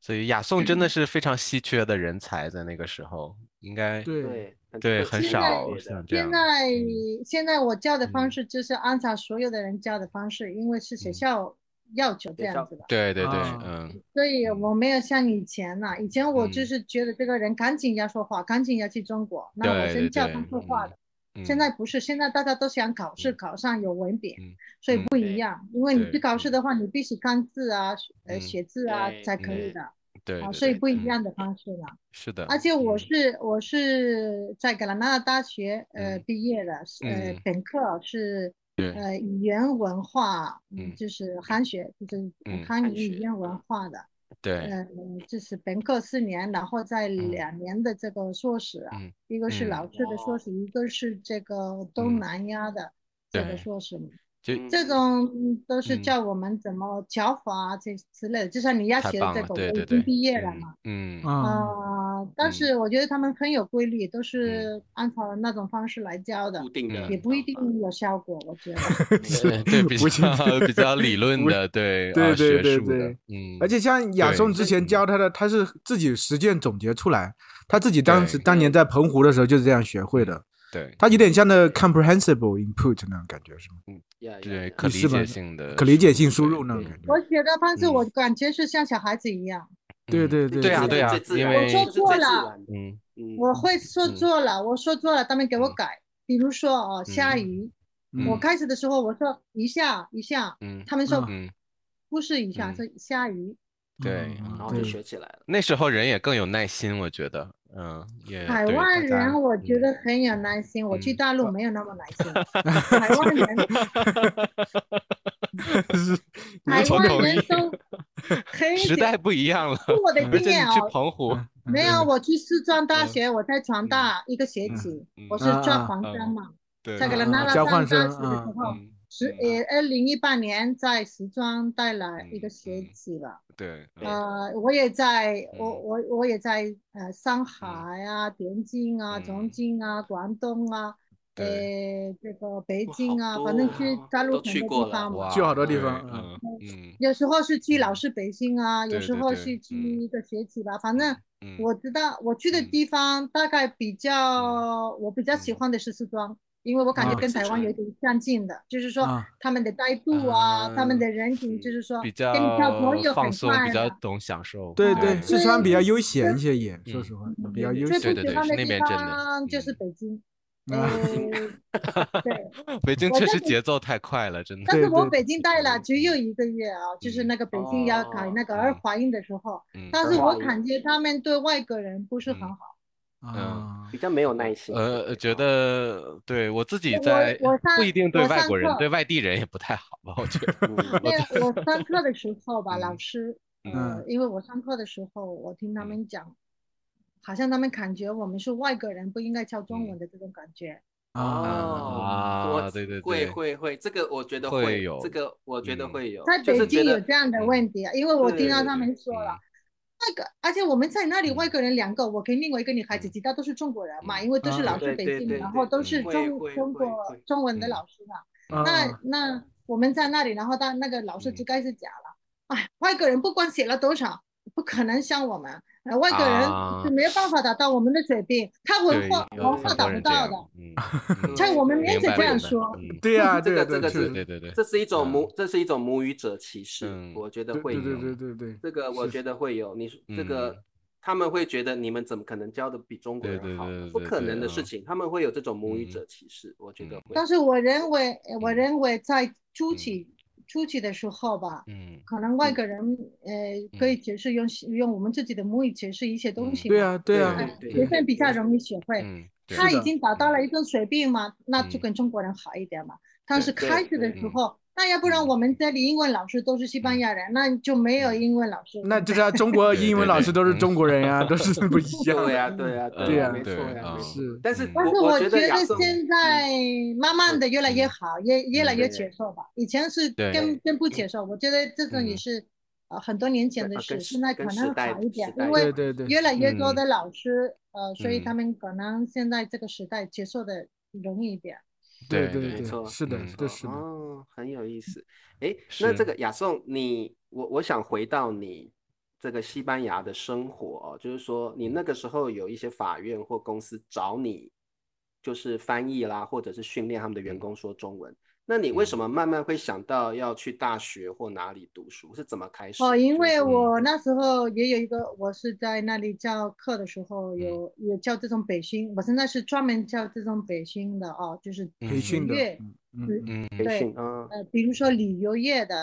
Speaker 1: 所以雅颂真的是非常稀缺的人才，在那个时候应该
Speaker 2: 对，
Speaker 3: 对很
Speaker 1: 对
Speaker 3: 特
Speaker 1: 很
Speaker 3: 别
Speaker 1: 少
Speaker 3: 的
Speaker 1: 像这
Speaker 4: 现
Speaker 1: 样。
Speaker 4: 在
Speaker 1: 嗯
Speaker 4: 现在我教的方
Speaker 1: 嗯
Speaker 4: 式就是按照所有的人教的方式，因为是学
Speaker 1: 嗯
Speaker 4: 校要求这
Speaker 3: 学校
Speaker 4: 样子的。
Speaker 1: 对对对
Speaker 2: 啊，
Speaker 1: 嗯
Speaker 4: 所以
Speaker 1: 嗯
Speaker 4: 我没有像以前了、以前我就
Speaker 1: 嗯
Speaker 4: 是觉得这个人赶紧要说话，赶紧要去中国，那我
Speaker 1: 对对
Speaker 4: 先教他
Speaker 1: 对
Speaker 4: 说话的。
Speaker 1: 嗯，
Speaker 4: 现在不是，现在大家都想考试，
Speaker 1: 嗯
Speaker 4: 考上有文凭，
Speaker 1: 嗯
Speaker 4: 所以不
Speaker 3: 对
Speaker 4: 一样。因为你去
Speaker 1: 对
Speaker 4: 考试的话，你必须看字啊，呃，
Speaker 1: 嗯
Speaker 4: 写字啊
Speaker 3: 对
Speaker 4: 才可以
Speaker 3: 对
Speaker 4: 的
Speaker 1: 对
Speaker 4: 啊，
Speaker 1: 对
Speaker 4: 所以
Speaker 1: 对
Speaker 4: 不一
Speaker 1: 嗯
Speaker 4: 样的方式了。
Speaker 1: 是的，
Speaker 4: 而且我
Speaker 1: 嗯
Speaker 4: 是我是在格兰纳大学呃
Speaker 1: 嗯
Speaker 4: 毕业的，呃
Speaker 1: 嗯
Speaker 4: 本科是
Speaker 1: 对
Speaker 4: 呃语言文化，嗯
Speaker 1: 嗯
Speaker 4: 就是汉学，就是
Speaker 1: 嗯
Speaker 4: 汉
Speaker 3: 汉
Speaker 4: 语语
Speaker 3: 学
Speaker 4: 言文化的，
Speaker 1: 对
Speaker 4: 呃就是本科四年，然后在
Speaker 1: 嗯
Speaker 4: 两年的这个硕士啊，
Speaker 1: 嗯
Speaker 4: 一个是
Speaker 1: 嗯
Speaker 4: 老师的硕
Speaker 3: 哇
Speaker 4: 士，一个是这个
Speaker 1: 嗯
Speaker 4: 东南亚的这个
Speaker 1: 对
Speaker 4: 硕士嘛，
Speaker 1: 就
Speaker 3: 嗯
Speaker 4: 这种嗯都是
Speaker 1: 嗯
Speaker 4: 教我们怎么教法啊这之类的，就像你要
Speaker 1: 太
Speaker 4: 写的
Speaker 1: 棒
Speaker 4: 这
Speaker 1: 了，
Speaker 4: 个，
Speaker 1: 对
Speaker 4: 我
Speaker 1: 对
Speaker 4: 已经
Speaker 1: 对，
Speaker 4: 毕业了
Speaker 1: 嗯嗯
Speaker 4: 嘛。
Speaker 2: 啊，
Speaker 4: 啊、但
Speaker 1: 嗯
Speaker 4: 是我觉得他们很有规律，都是按照那种方式来教的
Speaker 3: 固，定的，
Speaker 4: 也不一定有效果。我 觉得
Speaker 1: 嗯是 对比
Speaker 2: 不
Speaker 1: 较
Speaker 2: 是
Speaker 1: 比较理论
Speaker 2: 不是
Speaker 1: 的，对
Speaker 2: 对
Speaker 1: 啊
Speaker 2: 对
Speaker 1: 学
Speaker 2: 对
Speaker 1: 术的，
Speaker 2: 对
Speaker 1: 嗯，
Speaker 2: 而且像亚
Speaker 1: 对
Speaker 2: 松之前教他的，他是自己实践总结出来，他自己当时
Speaker 1: 对嗯
Speaker 2: 当年在澎湖的时候就是这样学会的，
Speaker 1: 对
Speaker 2: 他有点像那个 comprehensible input 那种感觉，是吗？
Speaker 3: 呀
Speaker 1: 对
Speaker 3: 呀
Speaker 1: 可
Speaker 2: 你
Speaker 1: 理
Speaker 2: 是吧
Speaker 1: 解性的
Speaker 2: 可理解性输
Speaker 1: 对
Speaker 2: 入那种
Speaker 1: 对
Speaker 2: 感觉
Speaker 4: 我。写的方式，
Speaker 1: 嗯
Speaker 4: 我感觉是像小孩子一样，
Speaker 2: 对
Speaker 1: 嗯
Speaker 2: 对
Speaker 3: 对
Speaker 1: 对啊
Speaker 3: 呀
Speaker 1: 对啊
Speaker 3: 最自然
Speaker 1: 因为
Speaker 3: 这是最
Speaker 4: 我做
Speaker 3: 自
Speaker 4: 了
Speaker 3: 然的
Speaker 1: 嗯
Speaker 3: 嗯，
Speaker 4: 我会说
Speaker 1: 嗯
Speaker 4: 错了，我说错了，他们给我
Speaker 1: 嗯
Speaker 4: 改。比如说哦，下
Speaker 1: 嗯
Speaker 4: 雨，
Speaker 2: 嗯
Speaker 4: 我开始的时候我说一下一下，
Speaker 1: 嗯
Speaker 4: 他们说
Speaker 2: 嗯
Speaker 1: 嗯，
Speaker 4: 不是一下，
Speaker 1: 嗯
Speaker 4: 是下雨。
Speaker 1: 对
Speaker 2: 嗯
Speaker 3: 然后
Speaker 2: 对
Speaker 3: 就学起来了。
Speaker 1: 那时候人也更有耐心，我觉得，嗯，也
Speaker 4: 海
Speaker 1: 对
Speaker 4: 外
Speaker 1: 大家
Speaker 4: 人啊我觉
Speaker 1: 嗯
Speaker 4: 得很有耐心，我去
Speaker 1: 嗯
Speaker 4: 大陆没有那么耐 心，海外人。
Speaker 2: 是
Speaker 4: 台
Speaker 1: 我
Speaker 4: 湾
Speaker 1: 同
Speaker 4: 人
Speaker 1: 意
Speaker 4: 都很
Speaker 1: 时
Speaker 4: 点
Speaker 1: 代不一样了，
Speaker 4: 是我的
Speaker 1: 而
Speaker 4: 经
Speaker 1: 且你
Speaker 4: 验
Speaker 1: 去
Speaker 4: 哦。
Speaker 1: 澎湖，
Speaker 2: 嗯
Speaker 4: 没有，我去四川大
Speaker 1: 嗯
Speaker 4: 学，我在传大一个学
Speaker 1: 嗯
Speaker 4: 期
Speaker 1: 嗯，
Speaker 4: 我是
Speaker 2: 啊
Speaker 4: 转
Speaker 2: 啊
Speaker 4: 黄山
Speaker 1: 嗯
Speaker 4: 嘛，
Speaker 1: 对，
Speaker 4: 在格
Speaker 2: 个
Speaker 4: 兰纳
Speaker 2: 啊
Speaker 4: 拉
Speaker 2: 交
Speaker 4: 上大
Speaker 2: 换
Speaker 4: 学的
Speaker 2: 生
Speaker 4: 时
Speaker 2: 啊
Speaker 4: 候，
Speaker 1: 嗯，
Speaker 4: 十
Speaker 1: 嗯
Speaker 4: 呃二零一八年在石庄带了一个
Speaker 1: 嗯
Speaker 4: 学
Speaker 1: 嗯
Speaker 4: 期吧。
Speaker 1: 对，嗯
Speaker 4: 呃，我也在，我
Speaker 1: 嗯
Speaker 4: 我我也在呃上海啊、天津啊、重
Speaker 1: 嗯
Speaker 4: 庆啊、广东啊，
Speaker 1: 对，
Speaker 4: 呃这个北
Speaker 3: 哇
Speaker 4: 京
Speaker 3: 好
Speaker 4: 啊，
Speaker 3: 多
Speaker 4: 反正
Speaker 3: 哦
Speaker 4: 去大陆
Speaker 3: 都
Speaker 4: 很
Speaker 3: 去
Speaker 4: 多
Speaker 3: 过了
Speaker 4: 地方嘛。
Speaker 1: 哇，
Speaker 2: 去好多地
Speaker 1: 对
Speaker 2: 方嗯
Speaker 1: 嗯嗯
Speaker 4: 有时候是去老
Speaker 1: 嗯
Speaker 4: 师培训啊，有
Speaker 1: 对
Speaker 4: 时
Speaker 1: 对
Speaker 4: 候
Speaker 1: 对
Speaker 4: 是去
Speaker 1: 嗯
Speaker 4: 一个学期吧，反正
Speaker 1: 嗯，
Speaker 4: 我知道我去的
Speaker 1: 嗯
Speaker 4: 地方大概比较，我比较喜
Speaker 1: 嗯
Speaker 4: 欢的是四川，因为我感觉
Speaker 2: 啊
Speaker 4: 跟
Speaker 3: 四
Speaker 4: 台湾有
Speaker 3: 川
Speaker 4: 点相近的，就是说
Speaker 2: 啊
Speaker 4: 他们的态度啊，他们
Speaker 1: 啊
Speaker 4: 的人品，就是说
Speaker 1: 比
Speaker 4: 跟你交朋
Speaker 1: 较
Speaker 4: 友
Speaker 1: 放
Speaker 4: 很
Speaker 1: 松，
Speaker 4: 快啊
Speaker 1: 比较
Speaker 4: 的。
Speaker 1: 懂享受，
Speaker 2: 对
Speaker 4: 对
Speaker 2: 对，四川比较悠闲一些也，
Speaker 1: 嗯
Speaker 2: 说实话
Speaker 4: 嗯
Speaker 2: 比较悠
Speaker 4: 最
Speaker 1: 对
Speaker 2: 闲
Speaker 4: 不
Speaker 1: 对
Speaker 4: 喜
Speaker 1: 对
Speaker 4: 欢
Speaker 1: 是那
Speaker 4: 地
Speaker 1: 边真的
Speaker 4: 方就是
Speaker 1: 嗯
Speaker 4: 北京，
Speaker 2: 啊。
Speaker 4: 呃，对，
Speaker 1: 北京
Speaker 4: 我
Speaker 1: 确
Speaker 4: 在
Speaker 1: 实
Speaker 4: 北
Speaker 1: 节奏太快了，真的，
Speaker 4: 但是
Speaker 2: 对
Speaker 4: 我
Speaker 2: 对
Speaker 4: 北京待了
Speaker 1: 嗯
Speaker 4: 只有一个月啊，就是
Speaker 1: 嗯
Speaker 4: 那个北京要
Speaker 3: 哦
Speaker 4: 考那个儿
Speaker 1: 嗯
Speaker 4: 化音的时候，
Speaker 1: 嗯
Speaker 4: 但
Speaker 3: 儿
Speaker 4: 是
Speaker 3: 化
Speaker 4: 我
Speaker 3: 音
Speaker 4: 感觉他们对外国人不是很
Speaker 1: 嗯
Speaker 4: 好。
Speaker 2: 啊
Speaker 3: 比，较没有耐心。
Speaker 1: 呃，觉得对我自己
Speaker 4: 我
Speaker 1: 在
Speaker 4: 我
Speaker 1: 不
Speaker 4: 上
Speaker 1: 一定对
Speaker 4: 我
Speaker 1: 外
Speaker 4: 上
Speaker 1: 国人，
Speaker 4: 课
Speaker 1: 对外地人也不太好吧，我觉得，
Speaker 3: 嗯
Speaker 4: 那我上课的时候吧，老
Speaker 1: 嗯
Speaker 4: 师，
Speaker 2: 嗯
Speaker 4: 呃，因为我上课的时候，我听他
Speaker 1: 嗯
Speaker 4: 们讲，好像他们感觉我们是外国人，不应该教中
Speaker 1: 嗯
Speaker 4: 文的这种感觉。
Speaker 2: 啊
Speaker 3: 哦
Speaker 1: 啊
Speaker 3: 我
Speaker 1: 对对
Speaker 3: 会
Speaker 1: 对
Speaker 3: 会会，这个我觉得
Speaker 1: 会
Speaker 3: 会
Speaker 1: 有
Speaker 3: 这个我觉得
Speaker 1: 嗯
Speaker 3: 会有，
Speaker 4: 在
Speaker 3: 就
Speaker 4: 北
Speaker 3: 是觉
Speaker 4: 京有
Speaker 3: 得
Speaker 4: 这样的
Speaker 1: 嗯
Speaker 4: 问题啊，因为我听到他们说了
Speaker 1: 嗯，
Speaker 4: 那个，而且我们在那里
Speaker 1: 嗯
Speaker 4: 外国人两个，我跟另外一个女孩子，
Speaker 1: 嗯
Speaker 4: 其他都是中国人嘛，
Speaker 1: 嗯
Speaker 4: 因为都是
Speaker 2: 啊
Speaker 4: 老师
Speaker 3: 对
Speaker 4: 北
Speaker 3: 对
Speaker 4: 京，
Speaker 3: 对
Speaker 4: 然
Speaker 3: 对
Speaker 4: 后都
Speaker 1: 嗯
Speaker 4: 是
Speaker 3: 会
Speaker 4: 中
Speaker 3: 会
Speaker 4: 中
Speaker 3: 会
Speaker 4: 国
Speaker 3: 会
Speaker 4: 中文的
Speaker 1: 嗯
Speaker 4: 老师嘛。
Speaker 2: 啊
Speaker 4: 那那我们在那里，然后他那个老
Speaker 1: 嗯
Speaker 4: 师就开始讲了，哎，外国人不管写了多少，不可能像我们，呃，外国人
Speaker 1: 啊
Speaker 4: 是没有办法达到我们的水平，他文
Speaker 1: 对，
Speaker 4: 化
Speaker 1: 有
Speaker 4: 文化
Speaker 1: 很
Speaker 4: 达
Speaker 1: 多
Speaker 4: 不
Speaker 1: 人这
Speaker 4: 到
Speaker 1: 样
Speaker 4: 的，，
Speaker 1: 嗯，
Speaker 3: 嗯
Speaker 4: 在我们面
Speaker 1: 明
Speaker 4: 前
Speaker 1: 白
Speaker 4: 这样
Speaker 1: 明白，
Speaker 4: 说，
Speaker 1: 嗯，
Speaker 2: 对呀，
Speaker 3: 这
Speaker 2: 对
Speaker 3: 个
Speaker 2: 呀
Speaker 3: 这
Speaker 2: 对
Speaker 3: 个
Speaker 2: 呀，确
Speaker 1: 对
Speaker 2: 实
Speaker 1: 对对对，
Speaker 3: 这是一种
Speaker 1: 嗯
Speaker 3: 母这是一种母语者歧视，
Speaker 1: 嗯
Speaker 3: 我觉得
Speaker 2: 对
Speaker 3: 会
Speaker 2: 对
Speaker 3: 有
Speaker 2: 对对对对，
Speaker 3: 这个，我
Speaker 2: 是
Speaker 3: 觉得会有。你说这
Speaker 1: 嗯
Speaker 3: 个他们会觉得你们怎么可能教的比中国
Speaker 1: 对
Speaker 3: 人
Speaker 1: 对
Speaker 3: 好
Speaker 1: 对
Speaker 3: 呢？
Speaker 1: 对
Speaker 3: 不
Speaker 1: 对
Speaker 3: 可
Speaker 1: 对
Speaker 3: 能的
Speaker 1: 啊
Speaker 3: 事情，他们会有这种母语
Speaker 1: 嗯
Speaker 3: 者歧视，我觉得
Speaker 1: 嗯
Speaker 3: 会。
Speaker 4: 呃但是我认为，我
Speaker 1: 嗯
Speaker 4: 认为在初
Speaker 1: 嗯
Speaker 4: 期出去的时候吧，
Speaker 1: 嗯，
Speaker 4: 可能外国人呃可以解释用用我们自己的母语解释一些东西
Speaker 2: 对
Speaker 4: 嘛，
Speaker 2: 啊，对啊，
Speaker 3: 对
Speaker 4: 学生比较容易学会。
Speaker 1: 嗯，对
Speaker 4: 他
Speaker 2: 是
Speaker 4: 已
Speaker 2: 的
Speaker 4: 经达到了一个水平嘛，那就
Speaker 1: 嗯
Speaker 4: 跟中国人好一点嘛。但是
Speaker 3: 对
Speaker 4: 开
Speaker 3: 对
Speaker 4: 始的
Speaker 3: 对
Speaker 4: 时
Speaker 1: 嗯
Speaker 4: 候，那要不然
Speaker 1: 嗯
Speaker 4: 我们这里英文老师都是西
Speaker 3: 嗯
Speaker 4: 班牙人，那就没有英文老师。
Speaker 2: 那就是啊中国英文老师都是中国人呀，都是不一样
Speaker 3: 嗯对
Speaker 2: 的。
Speaker 3: 呀，对呀，
Speaker 1: 呃
Speaker 2: 对
Speaker 3: 呀，
Speaker 2: 啊
Speaker 3: 没错
Speaker 1: 对
Speaker 3: 呀，
Speaker 1: 啊
Speaker 3: 没错。
Speaker 2: 是，
Speaker 3: 但是
Speaker 1: 嗯
Speaker 4: 但是
Speaker 3: 我我
Speaker 4: 觉
Speaker 3: 得亚
Speaker 4: 得
Speaker 3: 瑟
Speaker 4: 现在慢慢的越来越
Speaker 3: 嗯
Speaker 4: 好，越越来越
Speaker 3: 对嗯
Speaker 4: 接受吧。以前是
Speaker 1: 对
Speaker 4: 更更不接受，我觉得这种也
Speaker 1: 嗯
Speaker 4: 是呃很多年前
Speaker 3: 对
Speaker 4: 的
Speaker 3: 啊
Speaker 4: 事，
Speaker 3: 跟时
Speaker 4: 现在可
Speaker 3: 跟时
Speaker 4: 能
Speaker 3: 代
Speaker 4: 好一点
Speaker 3: 时，代
Speaker 4: 因
Speaker 3: 不
Speaker 2: 对
Speaker 4: 为
Speaker 2: 对对，
Speaker 4: 越来越多
Speaker 1: 嗯
Speaker 4: 的老师呃，所以
Speaker 1: 嗯
Speaker 4: 他们可能现在这个时代接受的容易一点。
Speaker 2: 对
Speaker 1: 对
Speaker 2: 对
Speaker 3: 没错
Speaker 2: 对，是的
Speaker 1: 嗯，
Speaker 2: 这是的。
Speaker 3: 哦，很有意思。诶，那
Speaker 1: 是
Speaker 3: 这个亚颂，你我我想回到你这个西班牙的生活哦，就是说你那个时候有一些法院或公司找你，就是翻译啦，或者是训练他们的员工说中文。那你为什么慢慢会想到要去大学或哪里读书？是怎么开始？
Speaker 4: 哦，因
Speaker 3: 就是
Speaker 4: 为
Speaker 3: 说
Speaker 4: 我那时候也有一个，我是在那里教课的时候
Speaker 1: 嗯
Speaker 4: 有有教这种北训，我现在是专门教这种北训的哦，就是
Speaker 2: 培训的
Speaker 4: 月，
Speaker 2: 嗯嗯，
Speaker 1: 嗯，
Speaker 3: 培
Speaker 4: 对
Speaker 3: 训，嗯，
Speaker 4: 呃，比如说旅游业的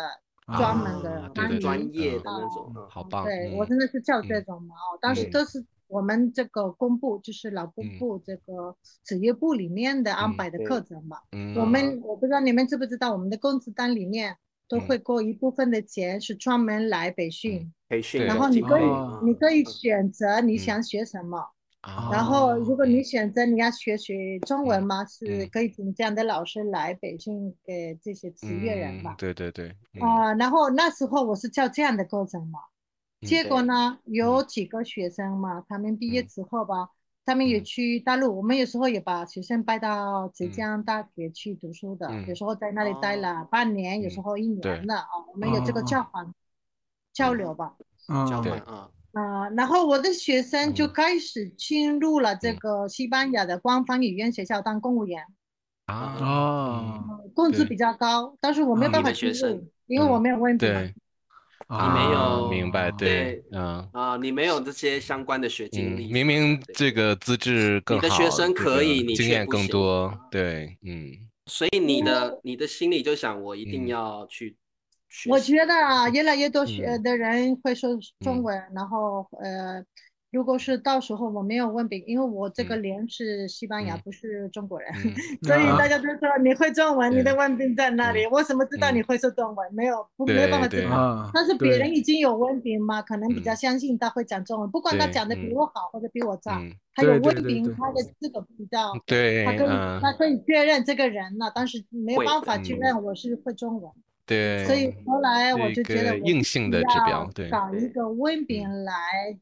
Speaker 2: 啊
Speaker 4: 专门的
Speaker 1: 啊对
Speaker 4: 翻
Speaker 1: 对对
Speaker 4: 译，
Speaker 3: 专业的那
Speaker 4: 嗯
Speaker 3: 种，嗯
Speaker 1: 好棒，
Speaker 4: 对
Speaker 1: 嗯
Speaker 4: 我真的是教这
Speaker 1: 嗯
Speaker 4: 种嘛哦，但是
Speaker 1: 嗯
Speaker 4: 都是我们这个公布，就是劳
Speaker 1: 嗯
Speaker 4: 动部这个职业部里面的安
Speaker 1: 嗯
Speaker 4: 排的
Speaker 3: 对
Speaker 4: 课程嘛。
Speaker 1: 嗯
Speaker 4: 我们我不知道你们知不知道，我们的工资单里面都
Speaker 1: 嗯
Speaker 4: 会给我一部分的钱是专门来北训。
Speaker 3: 培训
Speaker 1: 对
Speaker 3: 的
Speaker 1: 然
Speaker 4: 后
Speaker 3: 经
Speaker 4: 你可
Speaker 3: 费
Speaker 2: 以
Speaker 1: 哦
Speaker 3: 嗯
Speaker 4: 你可以
Speaker 3: 嗯
Speaker 4: 选择你
Speaker 1: 嗯
Speaker 4: 想学什么，
Speaker 1: 啊
Speaker 4: 然后如果
Speaker 1: 嗯
Speaker 4: 你选择你要学学中文嘛，是
Speaker 1: 嗯
Speaker 4: 可以请这样的老师来北京给这些职业人
Speaker 1: 嗯
Speaker 4: 嘛。
Speaker 1: 对对对，嗯
Speaker 4: 啊、然后那时候我是教这样的课程嘛，
Speaker 1: 嗯
Speaker 4: 结果
Speaker 3: 对
Speaker 4: 呢，有几个学生嘛，他们毕业
Speaker 1: 嗯
Speaker 4: 之后吧，他们也
Speaker 1: 嗯
Speaker 4: 去大陆，我们有时候也把学生带到浙
Speaker 1: 嗯
Speaker 4: 江大学去读书的，
Speaker 1: 嗯
Speaker 4: 有时候在那里待
Speaker 3: 哦
Speaker 4: 了半年，有时
Speaker 1: 嗯
Speaker 4: 候一
Speaker 1: 对嗯
Speaker 4: 年的啊、我们有这个
Speaker 2: 哦
Speaker 4: 交换、交流吧。
Speaker 3: 交
Speaker 2: 啊
Speaker 1: 对
Speaker 3: 换啊，
Speaker 4: 啊、然后我的学生就
Speaker 1: 嗯
Speaker 4: 开始进入了这
Speaker 1: 嗯
Speaker 4: 个西班牙的官方语言学校当公务员，
Speaker 1: 啊，
Speaker 2: 啊
Speaker 4: 工资
Speaker 1: 对
Speaker 4: 比较高，但是我没
Speaker 2: 啊
Speaker 4: 有办
Speaker 2: 你
Speaker 4: 法
Speaker 3: 的学
Speaker 4: 进入，
Speaker 3: 生
Speaker 4: 因为我
Speaker 1: 嗯
Speaker 4: 没有问题嘛。
Speaker 1: 对，
Speaker 2: 啊！
Speaker 3: 嗯没有
Speaker 1: 啊明白，对
Speaker 3: 对，
Speaker 1: 嗯。
Speaker 3: 啊，你没有这些相关的学经
Speaker 1: 嗯，
Speaker 3: 历，
Speaker 1: 明明这个资质更
Speaker 3: 你的
Speaker 1: 好，
Speaker 3: 学生
Speaker 1: 这
Speaker 3: 可
Speaker 1: 个
Speaker 3: 以你
Speaker 1: 经
Speaker 3: 却
Speaker 1: 验
Speaker 3: 不
Speaker 1: 更
Speaker 3: 行
Speaker 1: 多
Speaker 3: 啊，
Speaker 1: 对，嗯
Speaker 3: 所以你的你的心里就想，我一定
Speaker 1: 嗯
Speaker 3: 要去学
Speaker 4: 嗯我
Speaker 3: 习
Speaker 4: 觉得啊，越来越多学
Speaker 1: 嗯
Speaker 4: 的人会说中
Speaker 1: 嗯
Speaker 4: 文，然后呃，如果是到时候我没有问别，因为我这个
Speaker 1: 嗯
Speaker 4: 脸是西班牙，
Speaker 1: 嗯
Speaker 4: 不是中国人，
Speaker 1: 嗯，
Speaker 4: 所以
Speaker 2: 啊
Speaker 4: 大家都说你会中文，你的
Speaker 1: 对
Speaker 4: 问题在哪里？
Speaker 1: 嗯
Speaker 4: 我怎么知道
Speaker 1: 嗯
Speaker 4: 你会说中文？没有，不没有办法知
Speaker 1: 对
Speaker 4: 道。
Speaker 2: 啊，
Speaker 4: 但是别
Speaker 2: 对
Speaker 4: 人已经有文凭嘛，可能比较
Speaker 1: 嗯
Speaker 4: 相信他会讲中文，不管他
Speaker 1: 对
Speaker 4: 讲的比
Speaker 1: 嗯
Speaker 4: 我好或者比我差，
Speaker 1: 嗯，
Speaker 4: 他有
Speaker 2: 对对
Speaker 4: 文
Speaker 2: 对对
Speaker 4: 凭，他的资格比较，
Speaker 1: 对，
Speaker 4: 他可以
Speaker 1: 嗯，
Speaker 4: 他可以确认这个人了，但是没有
Speaker 3: 会
Speaker 4: 办
Speaker 3: 的
Speaker 4: 法确
Speaker 1: 嗯
Speaker 4: 认我是会中文。
Speaker 1: 对，
Speaker 4: 所以后来我
Speaker 1: 这
Speaker 4: 就觉得
Speaker 1: 个
Speaker 4: 我
Speaker 1: 硬
Speaker 4: 必
Speaker 1: 性
Speaker 4: 须
Speaker 1: 的指标
Speaker 4: 要
Speaker 1: 对嗯
Speaker 4: 找一
Speaker 3: 对
Speaker 4: 个文凭来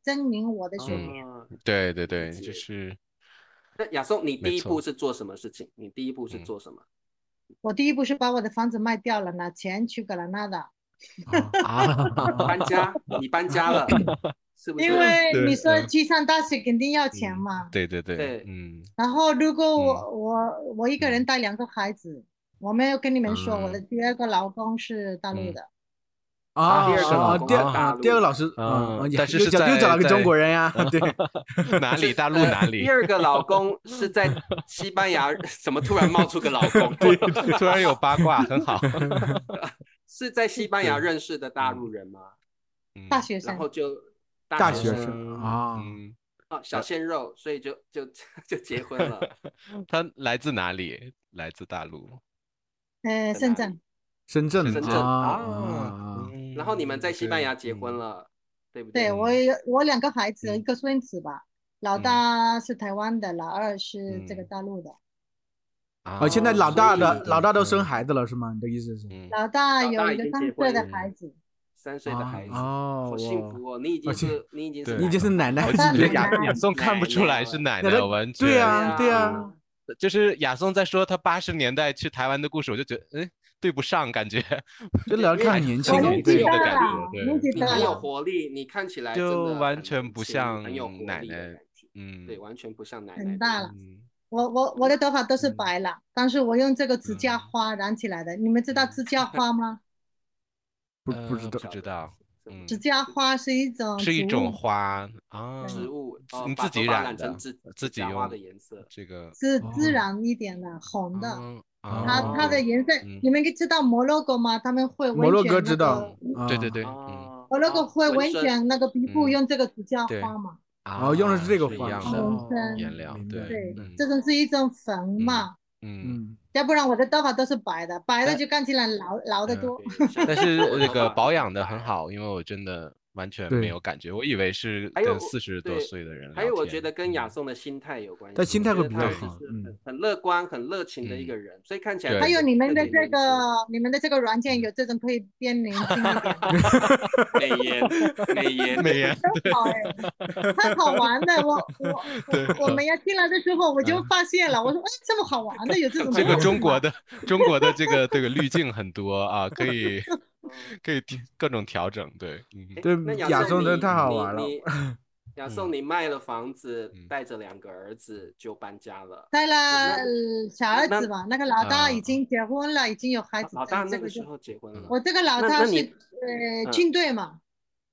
Speaker 4: 证明我的水平。
Speaker 3: 啊。
Speaker 1: 对对对，
Speaker 3: 解
Speaker 1: 就是
Speaker 3: 那亚松，你
Speaker 1: 没
Speaker 3: 第一
Speaker 1: 错
Speaker 3: 步是做什么事情？你第一步是
Speaker 1: 嗯
Speaker 3: 做什么？
Speaker 4: 我第一步是把我的房子卖掉了，拿钱去格兰纳达，
Speaker 1: 啊，
Speaker 3: 搬
Speaker 2: 哦
Speaker 3: 家，你搬家了，是不是？
Speaker 4: 因为
Speaker 1: 对
Speaker 4: 你说
Speaker 1: 嗯
Speaker 4: 去上大学肯定要钱
Speaker 1: 嗯
Speaker 4: 嘛。
Speaker 1: 对对对，
Speaker 3: 对
Speaker 1: 嗯
Speaker 4: 然后如果我我我一个人带两个孩子，我没有跟你们说，我
Speaker 1: 嗯
Speaker 4: 的第二个老公是大陆
Speaker 1: 嗯
Speaker 4: 的，
Speaker 2: 啊
Speaker 1: 第
Speaker 3: 二个
Speaker 2: 啊
Speaker 3: 老公
Speaker 2: 第二
Speaker 1: 啊
Speaker 2: 啊第二个老师
Speaker 1: 啊
Speaker 2: 啊，
Speaker 1: 但是
Speaker 2: 又
Speaker 1: 是
Speaker 2: 找又
Speaker 1: 在
Speaker 2: 找了个中
Speaker 1: 在
Speaker 2: 国人 呀，对
Speaker 1: 哪里大陆
Speaker 3: 呃
Speaker 1: 哪里
Speaker 3: 第，二个老公是在西班牙， 怎么突然冒出个老 公？
Speaker 1: 突然有八卦，很好，
Speaker 3: 是在西班牙
Speaker 1: 对
Speaker 3: 认识的大陆人吗？
Speaker 1: 嗯
Speaker 4: 大学生
Speaker 3: 然。后就
Speaker 2: 大
Speaker 3: 学
Speaker 2: 学
Speaker 3: 生
Speaker 2: 生啊
Speaker 1: 嗯，
Speaker 3: 啊，小鲜肉，所以就就就结婚 了。
Speaker 1: 他来自哪里？来自大陆，
Speaker 4: 呃，深
Speaker 3: 在哪
Speaker 4: 圳，
Speaker 2: 深圳
Speaker 3: 深圳
Speaker 2: 啊
Speaker 3: 啊
Speaker 2: 啊
Speaker 3: 然后你们在西班牙结婚
Speaker 1: 嗯了。嗯
Speaker 3: 了，对不
Speaker 4: 对
Speaker 1: 嗯
Speaker 4: 我有我两个孩子，
Speaker 1: 嗯
Speaker 4: 一个孙子吧，老
Speaker 1: 嗯
Speaker 4: 大是台湾的，老二是这个
Speaker 1: 嗯
Speaker 4: 大陆的。
Speaker 1: 啊
Speaker 2: 啊！现在
Speaker 3: 哦
Speaker 2: 老大
Speaker 3: 所以
Speaker 2: 的老大都生孩
Speaker 1: 子，
Speaker 2: 子了是吗？你的意思是？
Speaker 1: 嗯，
Speaker 4: 老大
Speaker 3: 老
Speaker 4: 有
Speaker 3: 大
Speaker 4: 一
Speaker 3: 已
Speaker 4: 个
Speaker 3: 经
Speaker 4: 三
Speaker 3: 结
Speaker 4: 岁的
Speaker 1: 婚
Speaker 4: 孩子，
Speaker 3: 三岁的孩子，
Speaker 2: 啊哦
Speaker 3: 好幸福哦！你已经
Speaker 2: 而且
Speaker 3: 是，你已经是
Speaker 1: 对
Speaker 2: 你已经是奶奶
Speaker 1: 我
Speaker 2: 级
Speaker 1: 就觉得
Speaker 2: 别
Speaker 1: 亚
Speaker 2: 的，
Speaker 1: 亚松看不出来是奶奶，完全
Speaker 2: 对
Speaker 3: 奶
Speaker 2: 呀
Speaker 3: 奶
Speaker 2: 对
Speaker 3: 啊
Speaker 2: 呀，
Speaker 1: 就是亚松在说他八十年代去台湾的故事，我就觉得，嗯，对不上，感觉，
Speaker 2: 就聊看年轻
Speaker 4: 我
Speaker 3: 因
Speaker 2: 人
Speaker 3: 为
Speaker 4: 年
Speaker 1: 对
Speaker 4: 纪
Speaker 2: 对
Speaker 1: 的
Speaker 4: 大
Speaker 1: 感觉
Speaker 4: 了，
Speaker 1: 对嗯
Speaker 4: 年纪
Speaker 3: 你
Speaker 4: 大
Speaker 3: 很有
Speaker 4: 了，
Speaker 3: 活力，你看起来真
Speaker 1: 就
Speaker 3: 的
Speaker 1: 完
Speaker 3: 很
Speaker 1: 全
Speaker 3: 年
Speaker 1: 不
Speaker 3: 轻
Speaker 1: 像
Speaker 3: 很有活
Speaker 1: 奶
Speaker 3: 力的
Speaker 1: 奶
Speaker 3: 感觉，
Speaker 1: 嗯，
Speaker 3: 对，完全不像奶奶
Speaker 4: 很
Speaker 3: 的样子。
Speaker 4: 大了
Speaker 1: 嗯，
Speaker 4: 我我我的头发都是
Speaker 2: 嗯
Speaker 4: 白了，但是我用这个指甲
Speaker 1: 嗯
Speaker 4: 花染起来的。你们知 道
Speaker 1: 嗯
Speaker 4: 指甲花吗？
Speaker 2: 不
Speaker 1: 呃
Speaker 2: 不知道
Speaker 1: 不知道，
Speaker 3: 嗯，
Speaker 4: 指甲花是一种
Speaker 1: 是一
Speaker 4: 植
Speaker 1: 种
Speaker 4: 物
Speaker 1: 花啊，
Speaker 4: 嗯
Speaker 3: 植物哦
Speaker 1: 你
Speaker 3: 把
Speaker 1: 自
Speaker 3: 头
Speaker 1: 己
Speaker 3: 发
Speaker 1: 染
Speaker 3: 染成
Speaker 1: 的
Speaker 3: 自
Speaker 1: 自己
Speaker 3: 甲花
Speaker 1: 用
Speaker 3: 的颜色
Speaker 1: 这个，
Speaker 4: 是
Speaker 2: 哦
Speaker 4: 自然一点的红的，
Speaker 1: 嗯啊，
Speaker 4: 它它的颜色
Speaker 1: 嗯，
Speaker 4: 你们知道摩洛哥吗？他们会
Speaker 2: 摩洛
Speaker 4: 温
Speaker 2: 哥
Speaker 4: 卷
Speaker 2: 知
Speaker 4: 那
Speaker 2: 道
Speaker 4: 个，
Speaker 2: 啊
Speaker 1: 对对，对，嗯，
Speaker 3: 哦，
Speaker 4: 摩洛哥会
Speaker 3: 纹
Speaker 4: 温
Speaker 3: 身
Speaker 4: 卷那个皮肤
Speaker 1: 嗯
Speaker 4: 用这个指甲
Speaker 1: 对
Speaker 4: 花嘛？
Speaker 1: 啊
Speaker 2: 哦，用的是这个
Speaker 1: 一
Speaker 2: 花
Speaker 1: 样
Speaker 4: 的
Speaker 1: 的，
Speaker 4: 哦嗯
Speaker 1: 颜料
Speaker 2: 明
Speaker 1: 对
Speaker 2: 白
Speaker 4: 对
Speaker 1: 嗯，
Speaker 4: 这种是一种粉嘛，
Speaker 1: 嗯，
Speaker 2: 嗯，
Speaker 4: 要不然我的头发都是白的，白的就看起来老老得
Speaker 1: 嗯
Speaker 4: 多。
Speaker 1: 但 是那个保养的
Speaker 3: 的
Speaker 1: 很。好，因为我真的完全
Speaker 2: 对
Speaker 1: 没有感觉，我以为是
Speaker 3: 还有
Speaker 1: 跟
Speaker 3: 我
Speaker 1: 四十多
Speaker 3: 对
Speaker 1: 岁的人
Speaker 3: 还有，
Speaker 1: 聊
Speaker 3: 我
Speaker 1: 天
Speaker 3: 觉得跟
Speaker 1: 嗯
Speaker 3: 亚 颂的心态有关系。
Speaker 2: 但心态
Speaker 3: 我觉
Speaker 2: 会
Speaker 3: 得
Speaker 2: 比
Speaker 3: 他
Speaker 2: 较
Speaker 3: 其
Speaker 2: 好
Speaker 3: 实
Speaker 2: 嗯
Speaker 3: 很很乐观、很热情的一个人，所以看起来
Speaker 1: 对
Speaker 4: 还有你们的
Speaker 3: 特别
Speaker 4: 这个
Speaker 3: 年轻，
Speaker 4: 你们的这个软件
Speaker 1: 嗯
Speaker 4: 有这种可以变年轻一 点的，
Speaker 3: 美颜、美 颜、
Speaker 1: 美 颜，
Speaker 4: 很好哎，太好玩了！ 我我
Speaker 1: 对，嗯
Speaker 4: 我们要进来的时候我就发现了，我说哎，这么好玩的有这种
Speaker 1: 这个
Speaker 4: 东西
Speaker 1: 中国
Speaker 4: 吗
Speaker 1: 的中国的这个这个滤镜很多啊，可以可以调各种调整，对，嗯，
Speaker 2: 对
Speaker 3: 那
Speaker 2: 亚
Speaker 3: 亚
Speaker 2: 颂真
Speaker 3: 颂
Speaker 2: 的
Speaker 3: 你
Speaker 2: 太好
Speaker 3: 你
Speaker 2: 玩了
Speaker 3: 你亚颂，你卖了房子
Speaker 1: 嗯，
Speaker 3: 带着两个儿子就搬家了。
Speaker 4: 带了呃小儿
Speaker 3: 那
Speaker 4: 子吧，那个老大
Speaker 1: 啊
Speaker 4: 已经结婚了，已经有孩子
Speaker 3: 老
Speaker 4: 了。
Speaker 3: 大啊
Speaker 4: 这
Speaker 3: 那
Speaker 4: 个
Speaker 3: 个
Speaker 4: 就
Speaker 3: 时候结婚了，
Speaker 4: 我这个老
Speaker 3: 那
Speaker 4: 大
Speaker 3: 那
Speaker 4: 是
Speaker 3: 你
Speaker 4: 呃
Speaker 3: 嗯
Speaker 4: 军队嘛，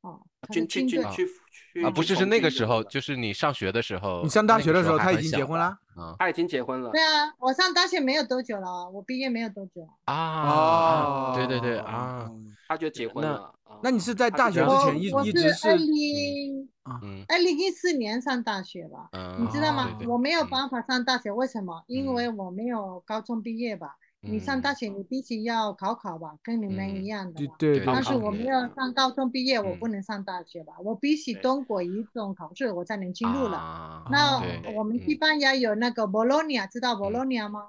Speaker 4: 哦，他
Speaker 3: 去
Speaker 4: 是
Speaker 3: 去
Speaker 4: 军
Speaker 3: 去
Speaker 4: 队
Speaker 1: 啊
Speaker 3: 去去
Speaker 1: 啊，不
Speaker 3: 去
Speaker 1: 是是
Speaker 3: 从
Speaker 1: 那
Speaker 3: 军
Speaker 1: 个
Speaker 3: 的
Speaker 1: 时候，
Speaker 3: 吧
Speaker 1: 就是你上学的时候，
Speaker 2: 你上大学的时候
Speaker 1: 那
Speaker 2: 他
Speaker 1: 个
Speaker 2: 已经结婚了
Speaker 1: 还很小吧啊
Speaker 3: 他已经结婚了
Speaker 4: 对。啊，我上大学没有多久了，我毕业没有多久，
Speaker 1: 啊啊，
Speaker 2: 哦，
Speaker 1: 对对对啊，
Speaker 2: 嗯
Speaker 3: 他就结婚
Speaker 1: 那
Speaker 3: 了。啊
Speaker 2: 那你是在
Speaker 3: 他
Speaker 2: 大
Speaker 3: 就
Speaker 2: 学
Speaker 3: 觉
Speaker 2: 之
Speaker 1: 我
Speaker 3: 得
Speaker 2: 前一
Speaker 4: 我
Speaker 2: 一
Speaker 4: 是
Speaker 2: 直
Speaker 4: 二
Speaker 2: 是，
Speaker 4: 零
Speaker 1: 嗯
Speaker 4: 二零一四年上大学吧，
Speaker 1: 嗯，
Speaker 4: 你知道吗
Speaker 2: 啊
Speaker 1: 对？对
Speaker 4: 我没有
Speaker 1: 嗯
Speaker 4: 办法上大学，为什么？因
Speaker 1: 嗯
Speaker 4: 为我没有高中毕业吧。你上大
Speaker 1: 嗯
Speaker 4: 学你必须要考考吧，跟你们
Speaker 1: 嗯
Speaker 4: 一样的
Speaker 2: 对
Speaker 4: 吧。
Speaker 2: 对
Speaker 1: 对
Speaker 4: 但
Speaker 1: 对
Speaker 4: 是我没有上高中毕业，我
Speaker 1: 嗯
Speaker 4: 不能上大学吧？我必须
Speaker 3: 对
Speaker 4: 通过一种考试，我才能进入了。
Speaker 1: 啊
Speaker 4: 那
Speaker 1: 对
Speaker 4: 我们
Speaker 1: 嗯
Speaker 4: 西班牙有那个 Bologna，知道 Bologna 吗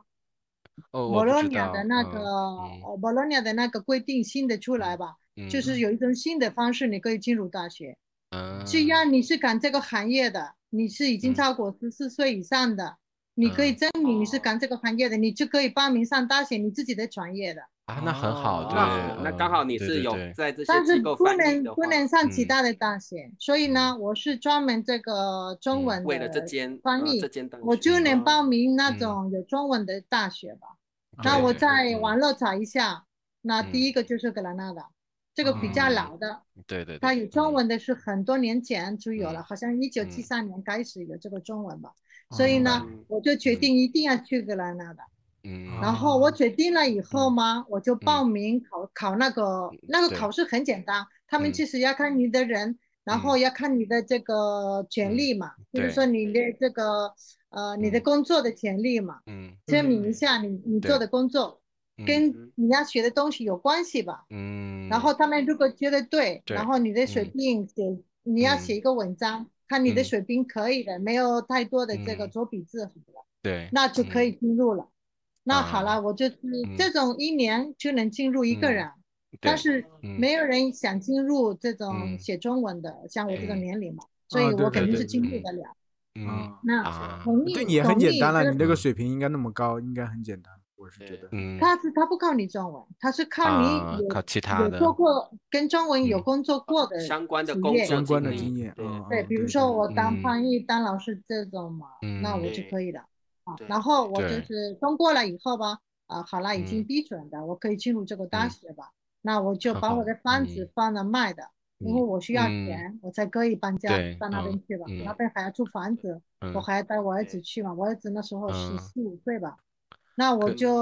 Speaker 1: 哦，我不知
Speaker 4: ？Bologna 的
Speaker 1: 道
Speaker 4: 那
Speaker 1: 嗯
Speaker 4: 个
Speaker 1: 嗯
Speaker 4: 呃 Bologna 的那个规定新的出来吧，就
Speaker 1: 嗯
Speaker 4: 是有一种新的方式你可以进入大学。
Speaker 1: 嗯
Speaker 4: 只要你是干这个行业的，你是已经
Speaker 1: 嗯
Speaker 4: 超过十四岁以上的，你可以
Speaker 1: 嗯
Speaker 4: 证明你是
Speaker 3: 哦
Speaker 4: 干这个行业的，你就可以报名上大学你自己的专业的。
Speaker 1: 啊，那很好，
Speaker 2: 哦
Speaker 1: 对，
Speaker 3: 那好那刚好你
Speaker 1: 对
Speaker 3: 是
Speaker 1: 对
Speaker 3: 有
Speaker 1: 对
Speaker 3: 在这些
Speaker 4: 但是
Speaker 3: 机构
Speaker 4: 不
Speaker 3: 翻译
Speaker 4: 能
Speaker 3: 的
Speaker 4: 不
Speaker 3: 话，
Speaker 4: 能上其
Speaker 1: 嗯
Speaker 4: 他的大学，所以呢，我是专门这个中
Speaker 1: 嗯
Speaker 4: 文
Speaker 3: 为了这
Speaker 4: 的
Speaker 3: 间
Speaker 4: 翻
Speaker 3: 呃
Speaker 4: 译
Speaker 3: 这间大
Speaker 4: 我
Speaker 3: 学
Speaker 4: 就能
Speaker 3: 啊
Speaker 4: 报名那
Speaker 1: 嗯
Speaker 4: 种有中文的大学吧。
Speaker 2: 啊
Speaker 4: 那
Speaker 1: 对
Speaker 4: 我
Speaker 1: 对
Speaker 4: 在
Speaker 1: 嗯
Speaker 4: 网络查一下，那第
Speaker 1: 嗯
Speaker 4: 一个就是格兰纳达，这个比较
Speaker 1: 嗯
Speaker 4: 老的，
Speaker 1: 对对，
Speaker 4: 它
Speaker 1: 对
Speaker 4: 有中
Speaker 1: 嗯
Speaker 4: 文的是很多年前就有了，
Speaker 1: 嗯
Speaker 4: 好像一九七三年开始有这个中文吧。
Speaker 2: 哦
Speaker 4: 所以呢
Speaker 3: 明白，
Speaker 4: 我就决
Speaker 1: 嗯
Speaker 4: 定一定要去格兰纳达。
Speaker 1: 嗯，
Speaker 4: 然后我决定了以后嘛，我就报名考考那个那个
Speaker 1: 对
Speaker 4: 考试很简单，他们
Speaker 1: 嗯
Speaker 4: 就是要看你的人，然后要看你的这个潜力嘛，比如
Speaker 1: 嗯对
Speaker 4: 说你的这个呃你的
Speaker 1: 嗯
Speaker 4: 工作的潜力嘛，
Speaker 1: 嗯
Speaker 4: 证明一下你你做
Speaker 1: 对
Speaker 4: 的工作
Speaker 1: 嗯
Speaker 4: 跟你要学的东西有关系吧。
Speaker 1: 嗯，
Speaker 4: 然后他们如果觉得对，
Speaker 1: 对
Speaker 4: 然后你的水
Speaker 1: 嗯
Speaker 4: 平写你要
Speaker 1: 嗯
Speaker 4: 写一个文章，看你的
Speaker 1: 嗯
Speaker 4: 水平可以的，没有太多的这个
Speaker 1: 嗯
Speaker 4: 左笔字什么的。
Speaker 1: 对，
Speaker 4: 那就可
Speaker 1: 嗯
Speaker 4: 以进入了。那好
Speaker 1: 啊
Speaker 4: 了，我就是这种一年就能进入一个
Speaker 1: 嗯
Speaker 4: 人，
Speaker 1: 对
Speaker 4: 但是
Speaker 1: 嗯
Speaker 4: 没有人想进入这种
Speaker 1: 嗯
Speaker 4: 写中文的，像我这种
Speaker 1: 嗯
Speaker 4: 年龄嘛，所以
Speaker 2: 啊对
Speaker 4: 我
Speaker 2: 对
Speaker 4: 肯定
Speaker 1: 对
Speaker 4: 是进入
Speaker 1: 嗯
Speaker 4: 得了。
Speaker 1: 嗯
Speaker 4: 那
Speaker 1: 啊，
Speaker 4: 同意，
Speaker 2: 对你也很
Speaker 4: 同
Speaker 2: 简
Speaker 4: 意
Speaker 2: 单
Speaker 4: 这
Speaker 2: 了，
Speaker 4: 个
Speaker 2: 你这个水平应该那么高，应该很简单，我是觉得。
Speaker 1: 嗯
Speaker 4: 他是他不靠你中文，他是靠
Speaker 1: 啊
Speaker 4: 你，有
Speaker 1: 靠其他
Speaker 4: 有
Speaker 1: 的，
Speaker 4: 做过跟中文有
Speaker 1: 嗯
Speaker 4: 工作过的
Speaker 3: 相关的
Speaker 4: 职
Speaker 3: 工
Speaker 4: 业
Speaker 3: 作
Speaker 2: 相关的
Speaker 3: 经
Speaker 2: 经
Speaker 3: 历
Speaker 2: 验
Speaker 3: 对
Speaker 2: 啊，
Speaker 4: 对，
Speaker 2: 啊
Speaker 4: 比如说我当
Speaker 1: 嗯
Speaker 4: 翻译、当老师这种嘛，那我就
Speaker 3: 嗯
Speaker 4: 可以了啊。
Speaker 3: 对
Speaker 4: 然后我就
Speaker 1: 对
Speaker 4: 是通过了以后吧，啊，好了，已经
Speaker 1: 嗯
Speaker 4: 批准的，我可以进入这个大
Speaker 1: 嗯
Speaker 4: 学吧。那我就
Speaker 1: 很
Speaker 4: 把
Speaker 1: 好
Speaker 4: 我的房
Speaker 1: 嗯
Speaker 4: 子放了卖的，因为
Speaker 1: 嗯
Speaker 4: 我需要
Speaker 1: 嗯
Speaker 4: 钱，我才可以搬家
Speaker 1: 对
Speaker 4: 到那边
Speaker 1: 嗯
Speaker 4: 去吧。
Speaker 1: 嗯
Speaker 4: 那边还要租房子，我
Speaker 1: 嗯
Speaker 4: 还要带我儿子去嘛。我儿子那时候十
Speaker 1: 嗯
Speaker 4: 四五岁吧，那我
Speaker 1: 可
Speaker 4: 就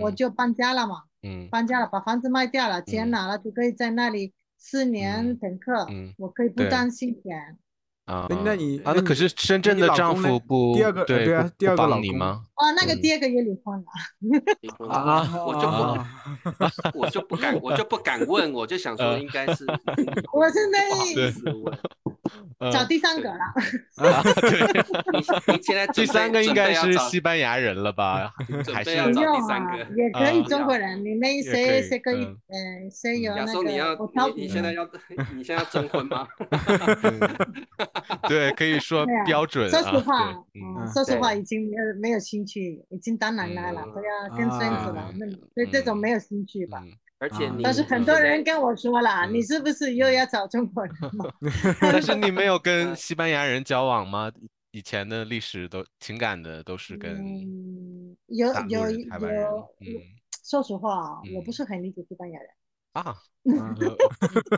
Speaker 4: 我
Speaker 1: 嗯
Speaker 4: 就搬家了嘛，
Speaker 1: 嗯
Speaker 4: 搬家了，把房子卖掉了，钱
Speaker 1: 嗯
Speaker 4: 拿了，就可以在那里四年
Speaker 1: 嗯
Speaker 4: 等课
Speaker 1: 嗯，
Speaker 4: 我可以不
Speaker 1: 对
Speaker 4: 担心钱。
Speaker 1: 啊，
Speaker 2: 那你
Speaker 1: 啊，那可是深圳
Speaker 2: 你
Speaker 1: 的
Speaker 2: 老
Speaker 1: 丈
Speaker 2: 公呢
Speaker 1: 夫不
Speaker 2: 第二个
Speaker 1: 对
Speaker 2: 对啊
Speaker 1: 不
Speaker 2: 第
Speaker 1: 不
Speaker 2: 二个
Speaker 1: 帮
Speaker 2: 老
Speaker 1: 你
Speaker 2: 公
Speaker 1: 吗？
Speaker 4: 哦，那个
Speaker 1: 嗯
Speaker 4: 第二个也离婚了。，
Speaker 3: 离婚了
Speaker 2: 啊，
Speaker 3: 我就
Speaker 2: 啊
Speaker 3: 不我就不敢，我就不敢问，我就想
Speaker 1: 呃
Speaker 3: 说应该是
Speaker 4: 我真的
Speaker 3: 不好意思问。
Speaker 1: 嗯
Speaker 4: 找第三
Speaker 3: 对
Speaker 4: 个了，
Speaker 1: 啊，对，
Speaker 3: 你你现在
Speaker 1: 第
Speaker 3: 准备
Speaker 1: 三个应
Speaker 3: 准
Speaker 1: 该
Speaker 3: 备要
Speaker 1: 是
Speaker 3: 找
Speaker 1: 西班牙人了吧？
Speaker 3: 准
Speaker 1: 还
Speaker 3: 备
Speaker 1: 是
Speaker 3: 要
Speaker 4: 不
Speaker 3: 找第
Speaker 4: 用
Speaker 3: 三
Speaker 4: 啊
Speaker 3: 个，
Speaker 4: 也可以
Speaker 1: 啊
Speaker 4: 中国人，你们
Speaker 1: 可
Speaker 4: 谁
Speaker 1: 以
Speaker 4: 谁可以
Speaker 1: 嗯，
Speaker 4: 嗯，谁
Speaker 1: 嗯
Speaker 4: 有
Speaker 1: 亚
Speaker 4: 那
Speaker 3: 亚
Speaker 4: 个
Speaker 3: 松，你要
Speaker 4: 我挑
Speaker 3: 你你
Speaker 4: 剔
Speaker 1: 嗯
Speaker 3: 现在
Speaker 4: 了
Speaker 3: 要 你现在要征婚吗？
Speaker 1: 对，可以说
Speaker 4: 对啊
Speaker 1: 标准
Speaker 4: 说
Speaker 1: 啊，
Speaker 4: 实话，
Speaker 1: 对，
Speaker 4: 嗯
Speaker 1: 嗯，
Speaker 4: 说实
Speaker 3: 对
Speaker 4: 话已经没有没有兴趣，已经当奶奶了，
Speaker 3: 嗯
Speaker 4: 都要跟孙子了
Speaker 2: 啊，
Speaker 4: 那对这种没有兴趣吧？
Speaker 1: 嗯，
Speaker 3: 而且
Speaker 2: 啊
Speaker 3: 你
Speaker 4: 但是很多人跟我说了，
Speaker 1: 嗯
Speaker 4: 你是不是又要找中国人了？
Speaker 1: 但是你没有跟
Speaker 3: 嗯
Speaker 1: 西班牙人交往吗？以前的历史都情感的都 是跟
Speaker 4: 嗯，有
Speaker 1: 大陆
Speaker 4: 有
Speaker 1: 人、台湾人，
Speaker 4: 有，
Speaker 1: 嗯
Speaker 4: 说实话啊，我不
Speaker 1: 嗯
Speaker 4: 是很理解西班牙人。
Speaker 1: 啊，
Speaker 2: 啊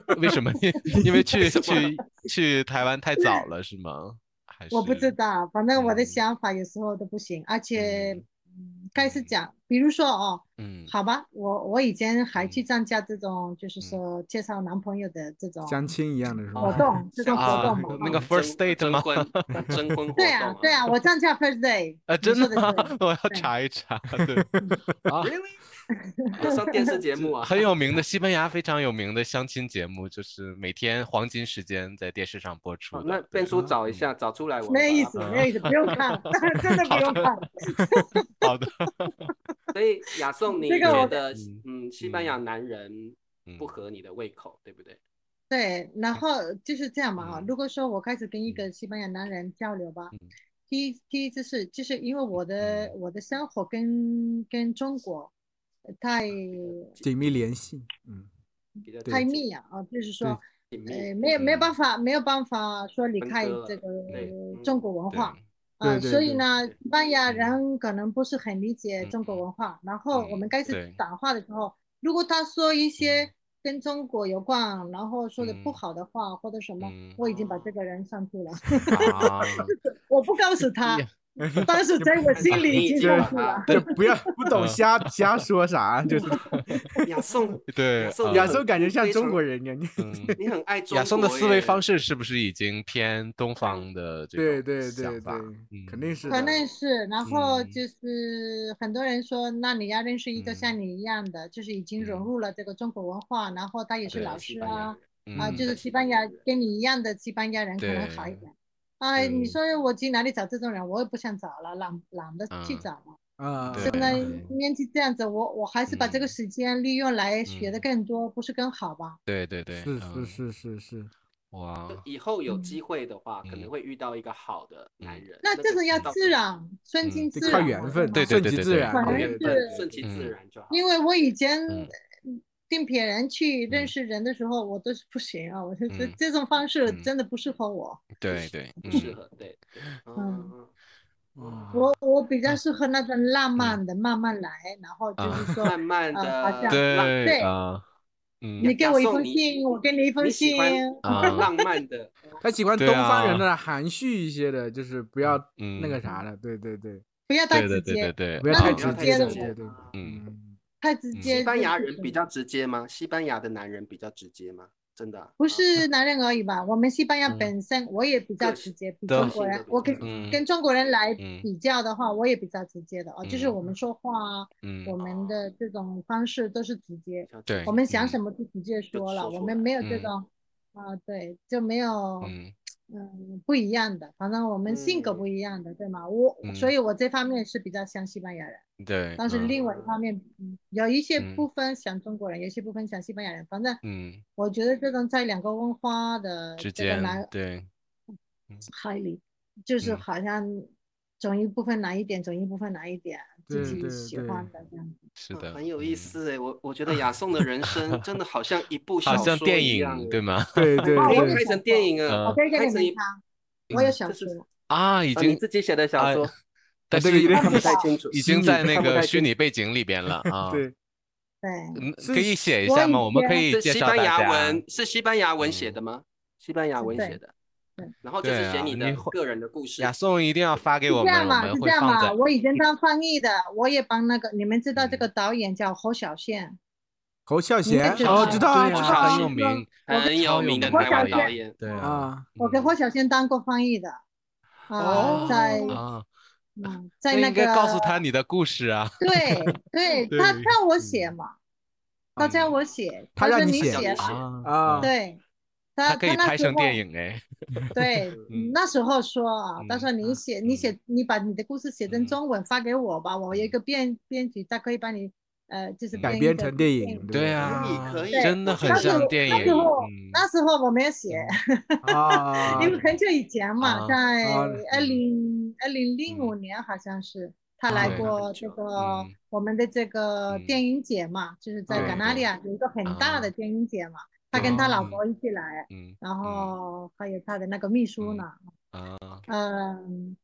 Speaker 1: 呃为什么？因因为去
Speaker 3: 什么
Speaker 1: 去去台湾太早了是吗？还是
Speaker 4: 我不知道，反正我的
Speaker 1: 嗯
Speaker 4: 想法有时候都不行，而且，
Speaker 1: 嗯
Speaker 4: 嗯，该是
Speaker 1: 嗯
Speaker 4: 讲比如说哦，
Speaker 1: 嗯，
Speaker 4: 好吧，我我以前还去参加这种，就是说介绍男朋友的这种
Speaker 2: 相亲一样的是
Speaker 4: 活
Speaker 2: 吗？
Speaker 4: 动，这种活
Speaker 1: 啊
Speaker 4: 动嘛。
Speaker 1: 那
Speaker 4: 哦
Speaker 1: 个 first
Speaker 3: 征
Speaker 1: date
Speaker 3: 嗯征
Speaker 1: 吗
Speaker 3: 婚征婚活动
Speaker 4: 对啊，对啊，我参加 first day，
Speaker 1: 啊，
Speaker 4: 你
Speaker 1: 真
Speaker 4: 说
Speaker 1: 的
Speaker 4: 的
Speaker 1: 吗
Speaker 4: 对？
Speaker 1: 我要
Speaker 4: 对
Speaker 1: 查一查，对，啊，
Speaker 3: 有上电视节目啊，
Speaker 1: 很有名的西班牙非常有名的相亲节目，就是每天黄金时间在电视上播出
Speaker 3: 好
Speaker 1: 的。
Speaker 3: 那
Speaker 1: 对
Speaker 3: 变叔找一下，找出来我们
Speaker 4: 没有意
Speaker 3: 把它
Speaker 4: 思，没有意思，不用 看， 真的不用看。
Speaker 1: 好的，
Speaker 3: 所以 雅颂，你
Speaker 4: 这个
Speaker 3: 觉
Speaker 4: 我
Speaker 3: 得
Speaker 1: 嗯
Speaker 3: 嗯，西班牙男人
Speaker 1: 嗯
Speaker 3: 不合你的胃口，对不对？
Speaker 4: 对，然后就是这样嘛哈。
Speaker 1: 嗯
Speaker 4: 如果说我开始跟一个西班牙男人交流吧，
Speaker 1: 嗯
Speaker 4: 第一第一就是就是因为我的
Speaker 1: 嗯
Speaker 4: 我的生活跟跟中国呃太
Speaker 2: 紧密联系，嗯，
Speaker 3: 比较
Speaker 2: 对
Speaker 4: 太
Speaker 2: 这
Speaker 4: 密了啊，就是说
Speaker 3: 紧密
Speaker 4: 呃没有没有
Speaker 1: 嗯
Speaker 4: 办法没有办法说离
Speaker 3: 分
Speaker 4: 开
Speaker 3: 割
Speaker 4: 这
Speaker 3: 了
Speaker 4: 个
Speaker 3: 对
Speaker 4: 中
Speaker 3: 嗯
Speaker 4: 国文
Speaker 1: 对
Speaker 4: 化。
Speaker 2: 对
Speaker 4: 啊，
Speaker 2: 对
Speaker 4: 所以
Speaker 2: 对
Speaker 4: 呢，
Speaker 3: 对
Speaker 4: 西班牙
Speaker 1: 嗯
Speaker 4: 人可能不是很理解
Speaker 1: 嗯
Speaker 4: 中国
Speaker 1: 嗯
Speaker 4: 文化。然后
Speaker 1: 嗯
Speaker 4: 我们开始
Speaker 1: 对
Speaker 4: 讲话的时候，如果他说一些跟中国有关，然后说的不
Speaker 1: 嗯
Speaker 4: 好的话或者什么
Speaker 1: 嗯，
Speaker 4: 我已经把这个人删 除了，
Speaker 1: 啊，
Speaker 4: 我不 告诉他，但是在我心里已经
Speaker 3: 这
Speaker 4: 删除了。
Speaker 2: 这不要不懂
Speaker 1: 嗯
Speaker 2: 瞎瞎说啥，就是
Speaker 3: 雅颂，
Speaker 1: 对，
Speaker 3: 亚瑟
Speaker 1: 啊
Speaker 2: 亚洲感觉像中国
Speaker 3: 人，
Speaker 2: 人一样，
Speaker 1: 嗯
Speaker 3: 你很爱中国
Speaker 1: 亚松的思维方
Speaker 3: 式，
Speaker 1: 式是不是已经偏东方的这
Speaker 2: 对
Speaker 1: 种
Speaker 2: 对对
Speaker 1: 想
Speaker 2: 对
Speaker 1: 法？，
Speaker 2: 肯定是
Speaker 4: 可
Speaker 2: 的，
Speaker 4: 能是，然后
Speaker 1: 嗯
Speaker 4: 就是很多人说，那你要认识一个像
Speaker 1: 嗯
Speaker 4: 你一样的，就是已经融
Speaker 1: 嗯
Speaker 4: 入了这个中国文化，然后他也是
Speaker 1: 对
Speaker 4: 老
Speaker 3: 西
Speaker 4: 师
Speaker 3: 班牙
Speaker 4: 啊
Speaker 3: 人，
Speaker 4: 啊，
Speaker 1: 嗯
Speaker 4: 就是
Speaker 3: 西
Speaker 4: 西
Speaker 3: 班
Speaker 4: 班
Speaker 3: 牙
Speaker 4: 牙
Speaker 3: 人
Speaker 4: 跟你一样的西班牙人可能好一
Speaker 1: 对
Speaker 4: 点。哎，你
Speaker 1: 对
Speaker 4: 说我去哪里找这种人？我也不想找了，懒懒得去
Speaker 1: 嗯
Speaker 4: 找了。
Speaker 2: 啊，
Speaker 1: 对
Speaker 4: 现在
Speaker 1: 对
Speaker 4: 年纪这样子，我我还是把这个
Speaker 1: 嗯
Speaker 4: 时间利用来学的
Speaker 1: 嗯
Speaker 4: 更多，不是更好吧？
Speaker 1: 对对对，
Speaker 2: 是
Speaker 1: 嗯
Speaker 2: 是是是是，
Speaker 1: 哇，
Speaker 3: 就以后有
Speaker 4: 嗯
Speaker 3: 机会的话，可能
Speaker 1: 嗯
Speaker 3: 会遇到一个好的男人，
Speaker 4: 那这
Speaker 3: 个
Speaker 4: 个要
Speaker 3: 到
Speaker 4: 自然，顺
Speaker 1: 嗯
Speaker 4: 其
Speaker 2: 得
Speaker 4: 自
Speaker 2: 靠
Speaker 4: 然
Speaker 2: 缘
Speaker 4: 嘛
Speaker 2: 分，
Speaker 4: 对
Speaker 1: 对
Speaker 4: 吗
Speaker 1: 对
Speaker 2: 顺其
Speaker 1: 对
Speaker 2: 自
Speaker 1: 对
Speaker 2: 然，
Speaker 4: 可能
Speaker 2: 对
Speaker 3: 缘
Speaker 2: 对
Speaker 4: 是
Speaker 2: 对，
Speaker 3: 分，顺其自然就好。
Speaker 4: 因为我以前
Speaker 1: 嗯
Speaker 4: 呃跟别人去认
Speaker 1: 嗯
Speaker 4: 识人的时候，我都是不行啊，我说这
Speaker 1: 嗯
Speaker 4: 这种方式
Speaker 1: 嗯
Speaker 4: 真的不适合我，
Speaker 1: 对对，
Speaker 3: 不适
Speaker 1: 嗯
Speaker 3: 合，对，对
Speaker 4: 嗯
Speaker 3: 嗯，
Speaker 1: 啊
Speaker 2: 哇
Speaker 4: 我我比
Speaker 1: 嗯
Speaker 4: 较适合那种浪漫的，慢慢来，然后就是说
Speaker 3: 慢慢
Speaker 4: 啊
Speaker 3: 的，
Speaker 4: 好像
Speaker 3: 浪
Speaker 1: 对
Speaker 4: 对
Speaker 1: 啊，嗯
Speaker 4: 你给我一封
Speaker 3: 你
Speaker 4: 信，我给你一封
Speaker 3: 你喜
Speaker 4: 信，
Speaker 3: 欢
Speaker 1: 啊
Speaker 3: 浪漫的，
Speaker 2: 他喜欢
Speaker 1: 对
Speaker 2: 东方人
Speaker 1: 啊
Speaker 2: 的含蓄一些的，就是不要
Speaker 1: 嗯
Speaker 2: 那个啥的，对对对，
Speaker 4: 不要太
Speaker 1: 对对
Speaker 4: 直
Speaker 1: 对对
Speaker 4: 接，
Speaker 1: 对，
Speaker 2: 不要
Speaker 4: 那
Speaker 2: 太
Speaker 4: 你
Speaker 2: 直
Speaker 4: 直
Speaker 2: 接
Speaker 4: 接
Speaker 2: 直
Speaker 4: 的
Speaker 2: 接，
Speaker 4: 我
Speaker 2: 对，
Speaker 1: 嗯
Speaker 2: 嗯，
Speaker 4: 太直
Speaker 1: 嗯
Speaker 4: 接。
Speaker 3: 西班牙
Speaker 4: 就
Speaker 3: 人
Speaker 4: 是
Speaker 3: 比较直接吗？西班牙的男人比较直接吗？真的啊、
Speaker 4: 不
Speaker 3: 啊
Speaker 4: 是男人而已吧？我们西班牙
Speaker 1: 嗯
Speaker 4: 本身我也比较
Speaker 3: 个
Speaker 4: 直
Speaker 3: 性
Speaker 4: 接，比
Speaker 1: 的
Speaker 4: 中国人
Speaker 3: 性，格
Speaker 4: 我
Speaker 3: 比
Speaker 4: 跟
Speaker 3: 较
Speaker 1: 嗯
Speaker 4: 跟中国人来
Speaker 1: 嗯
Speaker 4: 比较的话，我也比较直接的哦，就是
Speaker 1: 嗯
Speaker 4: 我们说话啊，
Speaker 1: 嗯
Speaker 4: 我们的这种方式都是直接
Speaker 3: 比，较
Speaker 1: 对
Speaker 3: 直接
Speaker 4: 我们想
Speaker 1: 嗯
Speaker 4: 什么就直接说了，
Speaker 3: 说
Speaker 4: 我
Speaker 3: 出
Speaker 4: 们
Speaker 3: 来
Speaker 4: 没有这
Speaker 1: 嗯
Speaker 4: 种啊，对，就没有
Speaker 1: 嗯
Speaker 4: 嗯不一样的，反正我们性格
Speaker 3: 嗯
Speaker 4: 不一样的，对吗？我
Speaker 1: 嗯
Speaker 4: 所以，我这方面是比较像西班牙人。
Speaker 1: 对，
Speaker 4: 但是
Speaker 1: 嗯
Speaker 4: 另外一方面，嗯有一些
Speaker 1: 嗯
Speaker 4: 部分像中国人，有一些部分像西班牙人。反正
Speaker 1: 嗯
Speaker 4: 我觉得这种在两个文化的
Speaker 1: 之
Speaker 4: 这个
Speaker 1: 间
Speaker 4: 难
Speaker 1: 对
Speaker 4: 海里，就是
Speaker 1: 嗯
Speaker 4: 好像总一部分难一点，总一部分难一点，自
Speaker 2: 对
Speaker 4: 己
Speaker 2: 对
Speaker 4: 喜
Speaker 2: 对
Speaker 4: 欢的这样。
Speaker 1: 是
Speaker 3: 嗯
Speaker 1: 的，
Speaker 3: 很有意
Speaker 1: 嗯，
Speaker 3: 思哎，我我觉得雅颂的人生真的好像一部
Speaker 1: 好
Speaker 3: 小
Speaker 1: 像
Speaker 3: 说
Speaker 1: 电
Speaker 3: 一样
Speaker 1: 影对
Speaker 3: 吗？
Speaker 1: 吗？
Speaker 2: 对对
Speaker 4: 我
Speaker 3: 可
Speaker 4: 有
Speaker 3: 以
Speaker 2: 对
Speaker 3: 拍
Speaker 4: 想
Speaker 3: 成
Speaker 4: 过
Speaker 3: 电影啊，
Speaker 4: 我可以给
Speaker 3: 拍
Speaker 4: 你
Speaker 3: 成
Speaker 4: 们
Speaker 3: 一
Speaker 4: 看，我有
Speaker 1: 嗯
Speaker 4: 小
Speaker 3: 这是
Speaker 4: 说，
Speaker 1: 啊，已
Speaker 3: 啊你
Speaker 1: 经
Speaker 3: 自己写的小
Speaker 1: 啊
Speaker 3: 说，
Speaker 1: 但
Speaker 2: 这
Speaker 1: 是
Speaker 2: 个
Speaker 1: 已
Speaker 2: 有点
Speaker 3: 看不太
Speaker 1: 已
Speaker 3: 清楚，
Speaker 1: 已
Speaker 2: 虚
Speaker 1: 经
Speaker 2: 拟
Speaker 1: 在
Speaker 2: 的
Speaker 1: 那
Speaker 3: 看不
Speaker 1: 个
Speaker 3: 太
Speaker 1: 虚
Speaker 3: 清
Speaker 1: 拟背景里边了 啊，
Speaker 2: 对，
Speaker 4: 对，
Speaker 1: 嗯，
Speaker 2: 是
Speaker 1: 可以写一
Speaker 4: 我
Speaker 1: 下
Speaker 4: 以
Speaker 1: 吗？我们可
Speaker 4: 前
Speaker 1: 以
Speaker 3: 是
Speaker 1: 介
Speaker 3: 西
Speaker 1: 绍
Speaker 3: 班
Speaker 1: 大
Speaker 3: 牙
Speaker 1: 家
Speaker 3: 文，是西班牙文写
Speaker 1: 嗯
Speaker 3: 的吗？西班牙文
Speaker 4: 对
Speaker 3: 写的
Speaker 4: 对，
Speaker 3: 然后就
Speaker 1: 对
Speaker 3: 是写
Speaker 1: 啊
Speaker 3: 你的
Speaker 1: 你会
Speaker 3: 个人的故事
Speaker 1: 雅。颂一定要发给
Speaker 4: 是
Speaker 1: 我
Speaker 4: 这
Speaker 1: 们，
Speaker 4: 样
Speaker 1: 我
Speaker 4: 嘛，是
Speaker 1: 们
Speaker 4: 这
Speaker 1: 会
Speaker 4: 样
Speaker 1: 放
Speaker 4: 嘛。
Speaker 1: 在
Speaker 4: 我以前当翻译的，我也帮那个你们知道这
Speaker 1: 嗯
Speaker 4: 个导演叫侯小宪，
Speaker 2: 侯 孝
Speaker 4: 应该
Speaker 2: 贤
Speaker 4: 知，
Speaker 2: 哦，
Speaker 4: 道
Speaker 2: 知道啊，
Speaker 1: 对
Speaker 2: 知
Speaker 1: 啊
Speaker 2: 道
Speaker 1: 很
Speaker 2: 啊
Speaker 1: 有
Speaker 4: 知
Speaker 1: 名
Speaker 4: 道我
Speaker 3: 很
Speaker 1: 超
Speaker 3: 有
Speaker 1: 有
Speaker 3: 名的
Speaker 1: 名
Speaker 3: 台
Speaker 1: 的
Speaker 3: 湾
Speaker 1: 导
Speaker 3: 导
Speaker 4: 演
Speaker 3: 演，
Speaker 1: 对啊，
Speaker 2: 啊，
Speaker 4: 我给
Speaker 1: 嗯
Speaker 4: 霍小仙当过翻译的，啊，
Speaker 2: 哦
Speaker 4: 在
Speaker 1: 啊，
Speaker 4: 嗯，
Speaker 1: 那
Speaker 4: 在
Speaker 1: 应该
Speaker 4: 个
Speaker 1: 告诉他你的故事啊，
Speaker 4: 对对，
Speaker 1: 对嗯
Speaker 4: 他让我写嘛，他叫我写，
Speaker 2: 他
Speaker 4: 说
Speaker 2: 让你
Speaker 4: 你
Speaker 2: 写
Speaker 4: 写
Speaker 3: 他
Speaker 4: 吧，
Speaker 1: 啊
Speaker 2: 啊
Speaker 4: 对，他
Speaker 1: 他可以
Speaker 4: 那
Speaker 1: 拍
Speaker 4: 时
Speaker 1: 成电
Speaker 4: 候
Speaker 1: 影 哎，
Speaker 4: 对
Speaker 1: 嗯
Speaker 4: 那时候说啊，他
Speaker 1: 嗯
Speaker 4: 说你写你写你把你的故事写成
Speaker 1: 嗯
Speaker 4: 中文发给我吧，我有一
Speaker 1: 嗯
Speaker 4: 个编编剧，他可以帮你呃就是
Speaker 1: 嗯
Speaker 2: 改
Speaker 4: 一
Speaker 2: 编
Speaker 4: 个
Speaker 2: 成电
Speaker 4: 电
Speaker 2: 影，
Speaker 1: 对
Speaker 2: 啊，
Speaker 1: 啊，
Speaker 3: 可以可以
Speaker 1: 真的
Speaker 3: 我
Speaker 1: 很
Speaker 4: 当时
Speaker 1: 像
Speaker 4: 我
Speaker 1: 电
Speaker 4: 那
Speaker 1: 影，
Speaker 4: 时候
Speaker 1: 嗯
Speaker 4: 那时候我没有写，
Speaker 2: 啊，
Speaker 4: 因为很久以前嘛，
Speaker 1: 啊
Speaker 4: 在
Speaker 2: 啊
Speaker 4: 二零二零零五
Speaker 1: 嗯
Speaker 4: 年好像是他
Speaker 2: 啊
Speaker 4: 来
Speaker 1: 对
Speaker 4: 过
Speaker 3: 很
Speaker 4: 这
Speaker 3: 久
Speaker 4: 个
Speaker 1: 嗯
Speaker 4: 我们的这个
Speaker 1: 嗯
Speaker 4: 电影节嘛，就是在
Speaker 1: 对
Speaker 4: 戛纳利
Speaker 1: 对
Speaker 4: 亚有一个很大的
Speaker 1: 啊
Speaker 4: 电影节嘛，他跟他老
Speaker 1: 嗯
Speaker 4: 婆一起来，
Speaker 1: 嗯
Speaker 4: 然后还有他的那个秘书
Speaker 1: 嗯
Speaker 4: 呢，
Speaker 1: 啊
Speaker 4: 嗯，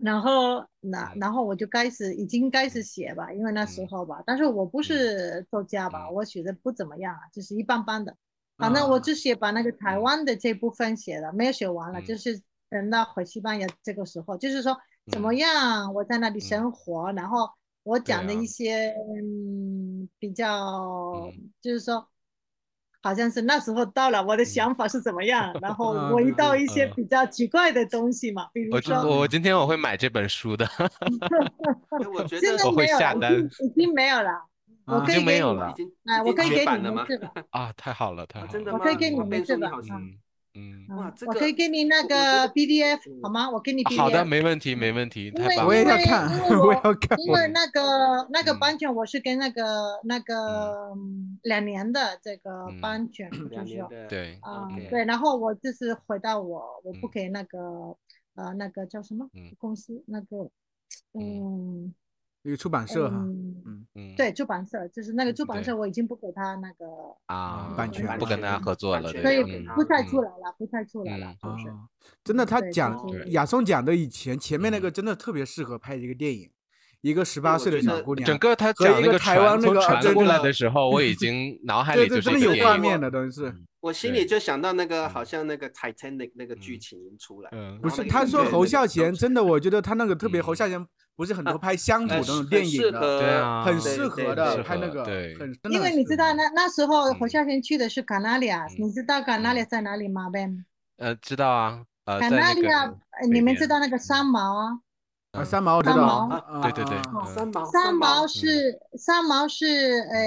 Speaker 4: 然后那
Speaker 1: 嗯
Speaker 4: 然后我就开始已经开始写吧，因为那时
Speaker 1: 嗯
Speaker 4: 候吧，但是我不是作家吧，
Speaker 1: 嗯
Speaker 4: 我写的不怎么样啊，就是一般般的。反正我
Speaker 2: 啊
Speaker 4: 只写把那个台
Speaker 1: 嗯
Speaker 4: 湾的这部分写了，没有写完了，
Speaker 1: 嗯
Speaker 4: 就是等到回西班牙这个时候，就是说怎么
Speaker 1: 嗯
Speaker 4: 样我在那里
Speaker 1: 嗯
Speaker 4: 生活，然后我讲的
Speaker 1: 啊
Speaker 4: 一些嗯比较
Speaker 1: 嗯，
Speaker 4: 就是说，好像是那时候到了，我的想法是怎么 样，然后
Speaker 2: 啊
Speaker 4: 我
Speaker 2: 对
Speaker 4: 一到
Speaker 2: 对
Speaker 4: 一些
Speaker 1: 嗯
Speaker 4: 比较奇怪的东西嘛，比如
Speaker 1: 我今
Speaker 4: 说
Speaker 1: 我今天我会买这本书的，
Speaker 3: 哎我觉
Speaker 4: 现
Speaker 3: 得
Speaker 4: 在
Speaker 1: 我会
Speaker 4: 没有
Speaker 1: 下
Speaker 4: 了，已
Speaker 1: 单
Speaker 4: 经已经没有了，我
Speaker 2: 啊
Speaker 4: 可
Speaker 1: 已
Speaker 4: 以
Speaker 1: 经没
Speaker 4: 给
Speaker 1: 有
Speaker 4: 你
Speaker 1: 了
Speaker 3: 已经
Speaker 4: 哎，我
Speaker 3: 已
Speaker 4: 可以
Speaker 3: 经
Speaker 4: 给
Speaker 3: 绝
Speaker 4: 你
Speaker 3: 版了
Speaker 4: 名
Speaker 3: 吗？
Speaker 4: 字吧，
Speaker 1: 啊，太好了，太
Speaker 3: 啊
Speaker 1: 好
Speaker 3: 真的
Speaker 1: 了，
Speaker 4: 我
Speaker 3: 吗？
Speaker 4: 可以给你
Speaker 3: 哇
Speaker 4: 名
Speaker 3: ，Ben
Speaker 4: 字
Speaker 3: 叔你
Speaker 4: 吧
Speaker 3: 好，
Speaker 4: 啊
Speaker 1: 嗯嗯，
Speaker 3: 哇
Speaker 4: 嗯
Speaker 3: 这
Speaker 4: 我
Speaker 3: 个
Speaker 4: 可以给你那
Speaker 3: 我觉
Speaker 4: 个
Speaker 3: 得
Speaker 4: PDF
Speaker 3: 嗯
Speaker 4: 好吗？我给你
Speaker 1: 啊好的，
Speaker 4: PDF，
Speaker 1: 没问题，没问题，
Speaker 4: 因
Speaker 1: 太
Speaker 4: 为
Speaker 1: 棒
Speaker 2: 我也
Speaker 1: 了，
Speaker 2: 要
Speaker 4: 因为
Speaker 2: 看
Speaker 4: 因为，
Speaker 2: 我
Speaker 4: 我
Speaker 2: 要看。
Speaker 4: 因为
Speaker 1: 嗯
Speaker 4: 那个那个
Speaker 1: 嗯
Speaker 4: 版权我是跟那个那个嗯两年的这个
Speaker 1: 嗯
Speaker 4: 版权，就
Speaker 3: 两
Speaker 4: 是
Speaker 3: 年
Speaker 4: 说
Speaker 3: 的
Speaker 1: 对，
Speaker 4: 啊
Speaker 3: OK
Speaker 4: 对，然后我就是回到我我不
Speaker 1: 嗯
Speaker 4: 给那个呃那个叫什么
Speaker 1: 嗯
Speaker 4: 公司那个嗯
Speaker 2: 那个出版社哈，
Speaker 4: 嗯
Speaker 1: 嗯，
Speaker 4: 对出版社就是那个出版
Speaker 1: 对
Speaker 4: 社我已经不给他那个
Speaker 1: 啊，
Speaker 2: 版权
Speaker 1: 不跟他合作
Speaker 3: 版
Speaker 1: 了，
Speaker 3: 权
Speaker 4: 所
Speaker 1: 对
Speaker 4: 以
Speaker 3: 没有
Speaker 1: 嗯
Speaker 3: 给他
Speaker 4: 不再出
Speaker 1: 嗯
Speaker 4: 来了，不再出来了，
Speaker 2: 啊
Speaker 4: 就是。，
Speaker 2: 真的，他
Speaker 4: 对
Speaker 2: 讲
Speaker 4: 就是
Speaker 2: 亚松讲的以前前面那个真的特别适合拍一个电影，一个十八
Speaker 3: 我
Speaker 2: 岁的
Speaker 3: 觉
Speaker 2: 小
Speaker 3: 得
Speaker 2: 姑娘，
Speaker 1: 整个他
Speaker 2: 和
Speaker 1: 讲
Speaker 2: 一
Speaker 1: 那
Speaker 2: 个
Speaker 1: 个
Speaker 2: 台
Speaker 1: 船
Speaker 2: 湾那
Speaker 1: 从
Speaker 2: 个啊
Speaker 1: 船
Speaker 2: 真
Speaker 1: 过来
Speaker 2: 的
Speaker 1: 的时候，我已经脑海
Speaker 2: 对
Speaker 1: 里
Speaker 2: 对，
Speaker 1: 就是
Speaker 2: 真的
Speaker 1: 一个
Speaker 2: 有
Speaker 1: 电
Speaker 2: 画
Speaker 1: 影
Speaker 2: 面的，等于是
Speaker 3: 我心里
Speaker 1: 对
Speaker 3: 就想到那个好
Speaker 1: 嗯
Speaker 3: 像那个 Titanic 那个剧情出来，
Speaker 1: 嗯
Speaker 2: 不
Speaker 3: 然
Speaker 2: 是？
Speaker 3: 后那个
Speaker 2: 他
Speaker 3: 音
Speaker 2: 说
Speaker 3: 乐
Speaker 2: 侯
Speaker 3: 那个
Speaker 2: 孝贤
Speaker 3: 都
Speaker 2: 真的，我觉得他那个特别，侯
Speaker 1: 嗯
Speaker 2: 孝贤不是很多拍乡土
Speaker 3: 很
Speaker 2: 那种
Speaker 3: 适
Speaker 2: 电
Speaker 3: 很
Speaker 2: 影
Speaker 3: 适
Speaker 2: 的，
Speaker 3: 合
Speaker 1: 啊
Speaker 2: 很
Speaker 3: 对
Speaker 2: 适
Speaker 3: 对
Speaker 2: 合
Speaker 3: 对
Speaker 2: 的，
Speaker 1: 适
Speaker 2: 拍那
Speaker 1: 合
Speaker 2: 个
Speaker 1: 对
Speaker 2: 很真的
Speaker 4: 因为
Speaker 2: 很
Speaker 4: 你
Speaker 2: 适
Speaker 4: 知道
Speaker 2: 合
Speaker 4: 那那时候侯
Speaker 1: 嗯
Speaker 4: 孝贤去的是 Canarias，、你知道 Canarias 在哪里吗？Ben，
Speaker 1: 呃，知道啊，呃，在那个
Speaker 4: Canarias，呃
Speaker 1: 北
Speaker 4: 你们
Speaker 1: 边
Speaker 4: 知道那个三毛啊？
Speaker 2: 啊，三毛我知
Speaker 4: 三
Speaker 2: 道
Speaker 4: 毛
Speaker 2: 啊，
Speaker 1: 对对对
Speaker 2: 啊
Speaker 1: 嗯
Speaker 3: 三毛
Speaker 4: 三毛
Speaker 3: 毛
Speaker 4: 是三毛是呃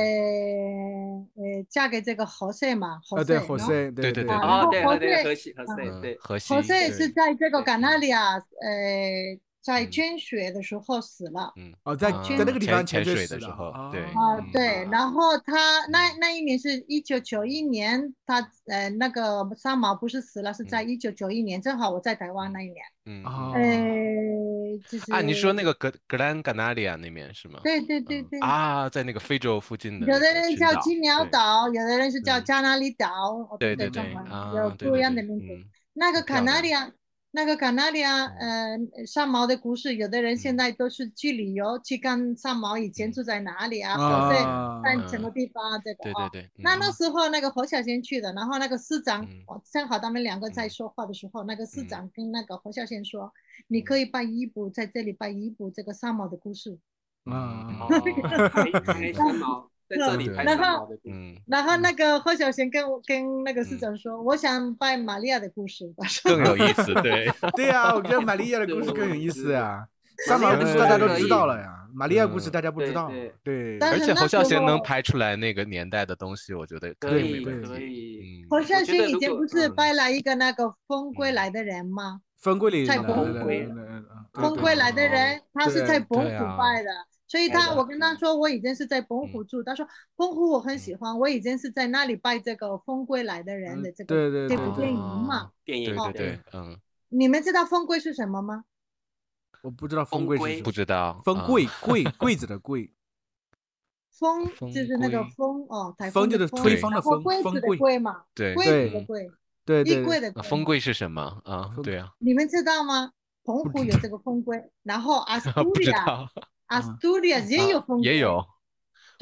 Speaker 4: 呃嫁给这个侯赛嘛？
Speaker 2: 啊
Speaker 4: 侯
Speaker 2: 对，
Speaker 4: 赛，
Speaker 2: 火
Speaker 4: 喏
Speaker 2: 塞，
Speaker 1: 对
Speaker 2: 对
Speaker 1: 对
Speaker 2: 对
Speaker 1: 对
Speaker 4: 啊
Speaker 3: 哦，对
Speaker 4: 然后
Speaker 3: 对对，
Speaker 4: 侯
Speaker 3: 河西河西
Speaker 1: 嗯
Speaker 3: 对，
Speaker 1: 河西
Speaker 4: 侯赛哦是
Speaker 1: 对
Speaker 4: 在这个
Speaker 3: 对
Speaker 4: Canarias，呃，在
Speaker 1: 嗯
Speaker 4: 捐血的时候死了。
Speaker 1: 嗯
Speaker 2: 哦，在
Speaker 1: 啊
Speaker 2: 在那个地方
Speaker 1: 潜
Speaker 2: 潜
Speaker 1: 水
Speaker 2: 死
Speaker 1: 的时候
Speaker 2: 啊
Speaker 1: 对
Speaker 4: 啊、
Speaker 1: 嗯
Speaker 4: 对，然后他那那一年是一九九一年，他呃那个三毛不是死了，是在
Speaker 1: 嗯
Speaker 4: 一九九一年，正好我在台湾
Speaker 1: 嗯
Speaker 4: 那一年。
Speaker 1: 嗯
Speaker 2: 哦
Speaker 1: 嗯
Speaker 4: 呃，就是
Speaker 1: 啊，你说那个格格兰加纳利亚那边是吗？
Speaker 4: 对对对
Speaker 1: 嗯
Speaker 4: 对，
Speaker 1: 啊，在那个非洲附近的
Speaker 4: 有
Speaker 1: 那
Speaker 4: 的
Speaker 1: 个
Speaker 4: 人
Speaker 1: 群
Speaker 4: 叫
Speaker 1: 岛
Speaker 4: 金鸟
Speaker 1: 对
Speaker 4: 岛，有的人是叫
Speaker 1: 嗯
Speaker 4: 加那利岛，我
Speaker 1: 对
Speaker 4: 不
Speaker 1: 对
Speaker 4: 得
Speaker 1: 对
Speaker 4: 中文，
Speaker 1: 啊，
Speaker 4: 有
Speaker 1: 对
Speaker 4: 不
Speaker 1: 对
Speaker 4: 一样的
Speaker 1: 对
Speaker 4: 名字。
Speaker 1: 嗯
Speaker 4: 那个
Speaker 1: 漂
Speaker 4: 卡
Speaker 1: 亮哦
Speaker 4: 纳利亚，那个卡纳利亚，呃，三毛的故事，有的人现
Speaker 1: 嗯
Speaker 4: 在都是去旅游，去看三毛以前
Speaker 1: 嗯
Speaker 4: 住在哪里啊，
Speaker 2: 啊
Speaker 4: 或者在
Speaker 1: 嗯
Speaker 4: 什么地方啊，这个
Speaker 1: 对
Speaker 4: 啊
Speaker 1: 对。对，
Speaker 4: 那
Speaker 1: 嗯
Speaker 4: 那时候那个侯孝贤去的，然后那个市长
Speaker 1: 嗯，
Speaker 4: 哦正好他们两个在
Speaker 1: 嗯
Speaker 4: 说话的时候，那个市
Speaker 1: 嗯
Speaker 4: 长跟那个侯孝贤说：“你可以办一部在这里办一部这个三毛的故事。”
Speaker 2: 啊
Speaker 1: 嗯
Speaker 3: 哦，拍拍三毛在这里拍三毛的故事，
Speaker 1: 嗯，
Speaker 4: 然后
Speaker 1: 嗯
Speaker 4: 那个霍小贤跟我跟那个市
Speaker 1: 嗯
Speaker 4: 长说，我想拜玛利亚的故事。我说
Speaker 1: 更有意思，对，
Speaker 2: 对呀，我觉得玛利亚的故事更有意思呀，三毛
Speaker 1: 玛
Speaker 2: 的
Speaker 1: 利亚
Speaker 2: 故事大家都
Speaker 1: 可
Speaker 2: 知
Speaker 1: 以
Speaker 2: 道了呀，玛利亚故事
Speaker 1: 嗯
Speaker 2: 大家不知
Speaker 3: 对
Speaker 2: 道
Speaker 3: 对，
Speaker 2: 对，
Speaker 4: 但
Speaker 1: 而
Speaker 4: 是
Speaker 1: 且
Speaker 4: 那
Speaker 1: 侯孝
Speaker 4: 时
Speaker 1: 贤能
Speaker 4: 候
Speaker 1: 拍出来那个年代的东西，我觉得肯
Speaker 3: 可
Speaker 1: 定没
Speaker 3: 以
Speaker 1: 问
Speaker 3: 可
Speaker 1: 题。
Speaker 3: 以，
Speaker 1: 嗯，
Speaker 4: 侯孝
Speaker 3: 我觉得
Speaker 4: 贤以
Speaker 3: 如
Speaker 4: 前
Speaker 3: 果
Speaker 4: 不是
Speaker 3: 嗯
Speaker 4: 拍了一个那个《风归来的人》吗？
Speaker 2: 分归里
Speaker 4: 在
Speaker 2: 人
Speaker 4: 风
Speaker 2: 了对
Speaker 3: 归
Speaker 2: 对对嗯嗯
Speaker 4: 《风归来的人》
Speaker 2: 哦
Speaker 4: 他是在澎
Speaker 1: 对啊
Speaker 4: 湖拜的，所以
Speaker 1: 是
Speaker 4: 他
Speaker 1: 的嗯
Speaker 4: 我跟他说我以前是在澎湖住，他说澎湖我很喜欢，我以前是在那里拜这个《风归来的人》
Speaker 2: 嗯
Speaker 4: 的这
Speaker 2: 对
Speaker 4: 个
Speaker 2: 对对
Speaker 4: 这部电影嘛。
Speaker 3: 电
Speaker 1: 对
Speaker 3: 影
Speaker 1: 对对，嗯，
Speaker 4: 你们知道风归是什么吗？
Speaker 2: 我不知道
Speaker 3: 风
Speaker 2: 风柜是
Speaker 3: 柜啊
Speaker 2: 什
Speaker 1: 不
Speaker 2: 么，
Speaker 1: 知道。
Speaker 2: 风
Speaker 1: 嗯
Speaker 2: 柜柜柜子的柜，
Speaker 4: 风
Speaker 1: 风
Speaker 4: 就是那个
Speaker 1: 归
Speaker 4: 风哦，台
Speaker 2: 风
Speaker 4: 风的
Speaker 2: 就是
Speaker 4: 风
Speaker 2: 吹
Speaker 1: 风
Speaker 2: 的
Speaker 4: 然后
Speaker 2: 风
Speaker 4: 柜
Speaker 2: 风
Speaker 4: 子的
Speaker 2: 柜
Speaker 4: 柜嘛，
Speaker 1: 对
Speaker 4: 柜子的
Speaker 2: 对
Speaker 4: 柜，
Speaker 2: 对
Speaker 4: 衣
Speaker 2: 对
Speaker 4: 柜的
Speaker 1: 啊，
Speaker 4: 柜
Speaker 1: 风
Speaker 4: 嘛
Speaker 1: 柜是什么啊？
Speaker 2: 风
Speaker 1: 对啊，
Speaker 4: 你们知道吗？澎
Speaker 2: 不
Speaker 4: 湖
Speaker 2: 知
Speaker 4: 有这个风龟，然后 阿斯
Speaker 1: 不
Speaker 4: 图里
Speaker 1: 知
Speaker 4: 亚，
Speaker 1: 道，嗯啊
Speaker 4: 阿斯图里亚也有风龟，
Speaker 1: 也有，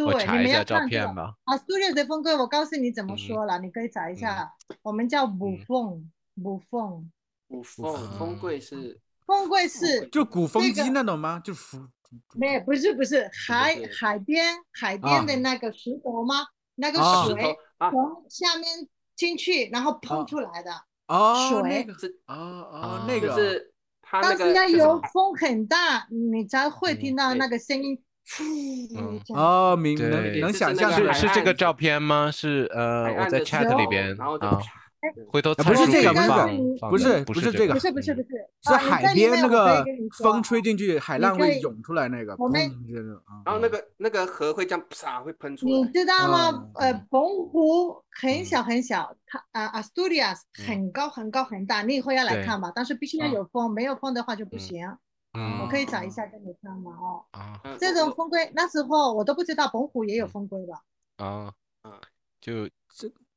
Speaker 1: 我
Speaker 4: 对，你
Speaker 1: 查
Speaker 4: 们
Speaker 1: 一下
Speaker 4: 要
Speaker 1: 照
Speaker 4: 看这
Speaker 1: 片
Speaker 4: 个
Speaker 1: 吧。
Speaker 4: 阿斯图里亚啊的风龟，我告诉你怎么
Speaker 1: 嗯
Speaker 4: 说了，你可以查一下，我们叫母
Speaker 1: 嗯
Speaker 4: 凤，母凤，
Speaker 3: 无缝风柜是
Speaker 4: 凤龟是
Speaker 2: 就鼓风
Speaker 4: 那个
Speaker 2: 机那种吗？就扶
Speaker 4: 没有，不是不是海
Speaker 3: 对
Speaker 4: 海边海边的那个石头吗？那个
Speaker 2: 啊
Speaker 3: 石头
Speaker 4: 水
Speaker 3: 啊，
Speaker 4: 从下面进去，然后
Speaker 2: 啊
Speaker 4: 喷出来的，
Speaker 2: 哦，
Speaker 4: 水
Speaker 2: 那个
Speaker 3: 是
Speaker 2: 哦哦
Speaker 1: 啊
Speaker 2: 那
Speaker 3: 就
Speaker 2: 个
Speaker 3: 是他那
Speaker 4: 但
Speaker 3: 个
Speaker 4: 是要
Speaker 3: 就是
Speaker 4: 有风很大，你才会
Speaker 1: 嗯
Speaker 4: 听到
Speaker 3: 对
Speaker 4: 那个声音，噗
Speaker 1: 嗯
Speaker 4: 这样。
Speaker 2: 哦，明
Speaker 1: 对
Speaker 2: 能能
Speaker 3: 就是
Speaker 2: 想
Speaker 3: 那
Speaker 2: 象
Speaker 3: 个
Speaker 2: 出
Speaker 1: 是
Speaker 2: 来
Speaker 3: 海
Speaker 4: 啊
Speaker 1: 是这
Speaker 3: 岸
Speaker 1: 个
Speaker 3: 是
Speaker 1: 照片吗？是呃，
Speaker 3: 海
Speaker 1: 我
Speaker 3: 岸
Speaker 1: 在
Speaker 3: 的
Speaker 1: chat
Speaker 3: 石
Speaker 1: 里
Speaker 3: 头
Speaker 1: 边
Speaker 3: 然后就
Speaker 1: 啊，回头
Speaker 2: 不
Speaker 1: 参
Speaker 2: 是
Speaker 1: 数
Speaker 2: 这
Speaker 1: 上
Speaker 2: 个
Speaker 1: 放
Speaker 4: 不是
Speaker 1: 放的不
Speaker 2: 不是不
Speaker 1: 是
Speaker 2: 是
Speaker 1: 这个
Speaker 2: 这个
Speaker 4: 不是不是不
Speaker 1: 嗯
Speaker 4: 是，
Speaker 2: 是
Speaker 4: 啊，你
Speaker 2: 海
Speaker 4: 这里
Speaker 2: 边
Speaker 4: 面
Speaker 2: 那
Speaker 4: 我可以
Speaker 2: 个
Speaker 4: 跟你说
Speaker 2: 风
Speaker 4: 啊
Speaker 2: 吹进去，海
Speaker 4: 你
Speaker 2: 浪
Speaker 4: 可
Speaker 2: 会
Speaker 4: 以
Speaker 2: 涌出来那个，
Speaker 4: 我们
Speaker 2: 砰这种啊
Speaker 3: 然后那个那个河会这样啪会喷出
Speaker 4: 你
Speaker 3: 来，
Speaker 4: 知道吗
Speaker 2: 嗯？
Speaker 4: 呃，
Speaker 1: 嗯
Speaker 4: 澎湖很
Speaker 1: 嗯
Speaker 4: 小很小，它啊，Asturias
Speaker 1: 嗯
Speaker 4: 很高很高很大，你以后要来
Speaker 1: 对
Speaker 4: 看吧，但是必须要
Speaker 2: 啊
Speaker 4: 有风，没有风的话就不
Speaker 1: 嗯
Speaker 4: 行。
Speaker 1: 嗯
Speaker 4: 我可以找一下给你看嘛，哦，
Speaker 1: 啊
Speaker 3: 嗯
Speaker 4: 这
Speaker 3: 我
Speaker 4: 种
Speaker 3: 我
Speaker 4: 风龟那时候我都不知道澎湖也有
Speaker 1: 嗯
Speaker 4: 风龟吧？
Speaker 1: 啊
Speaker 3: 啊，
Speaker 1: 就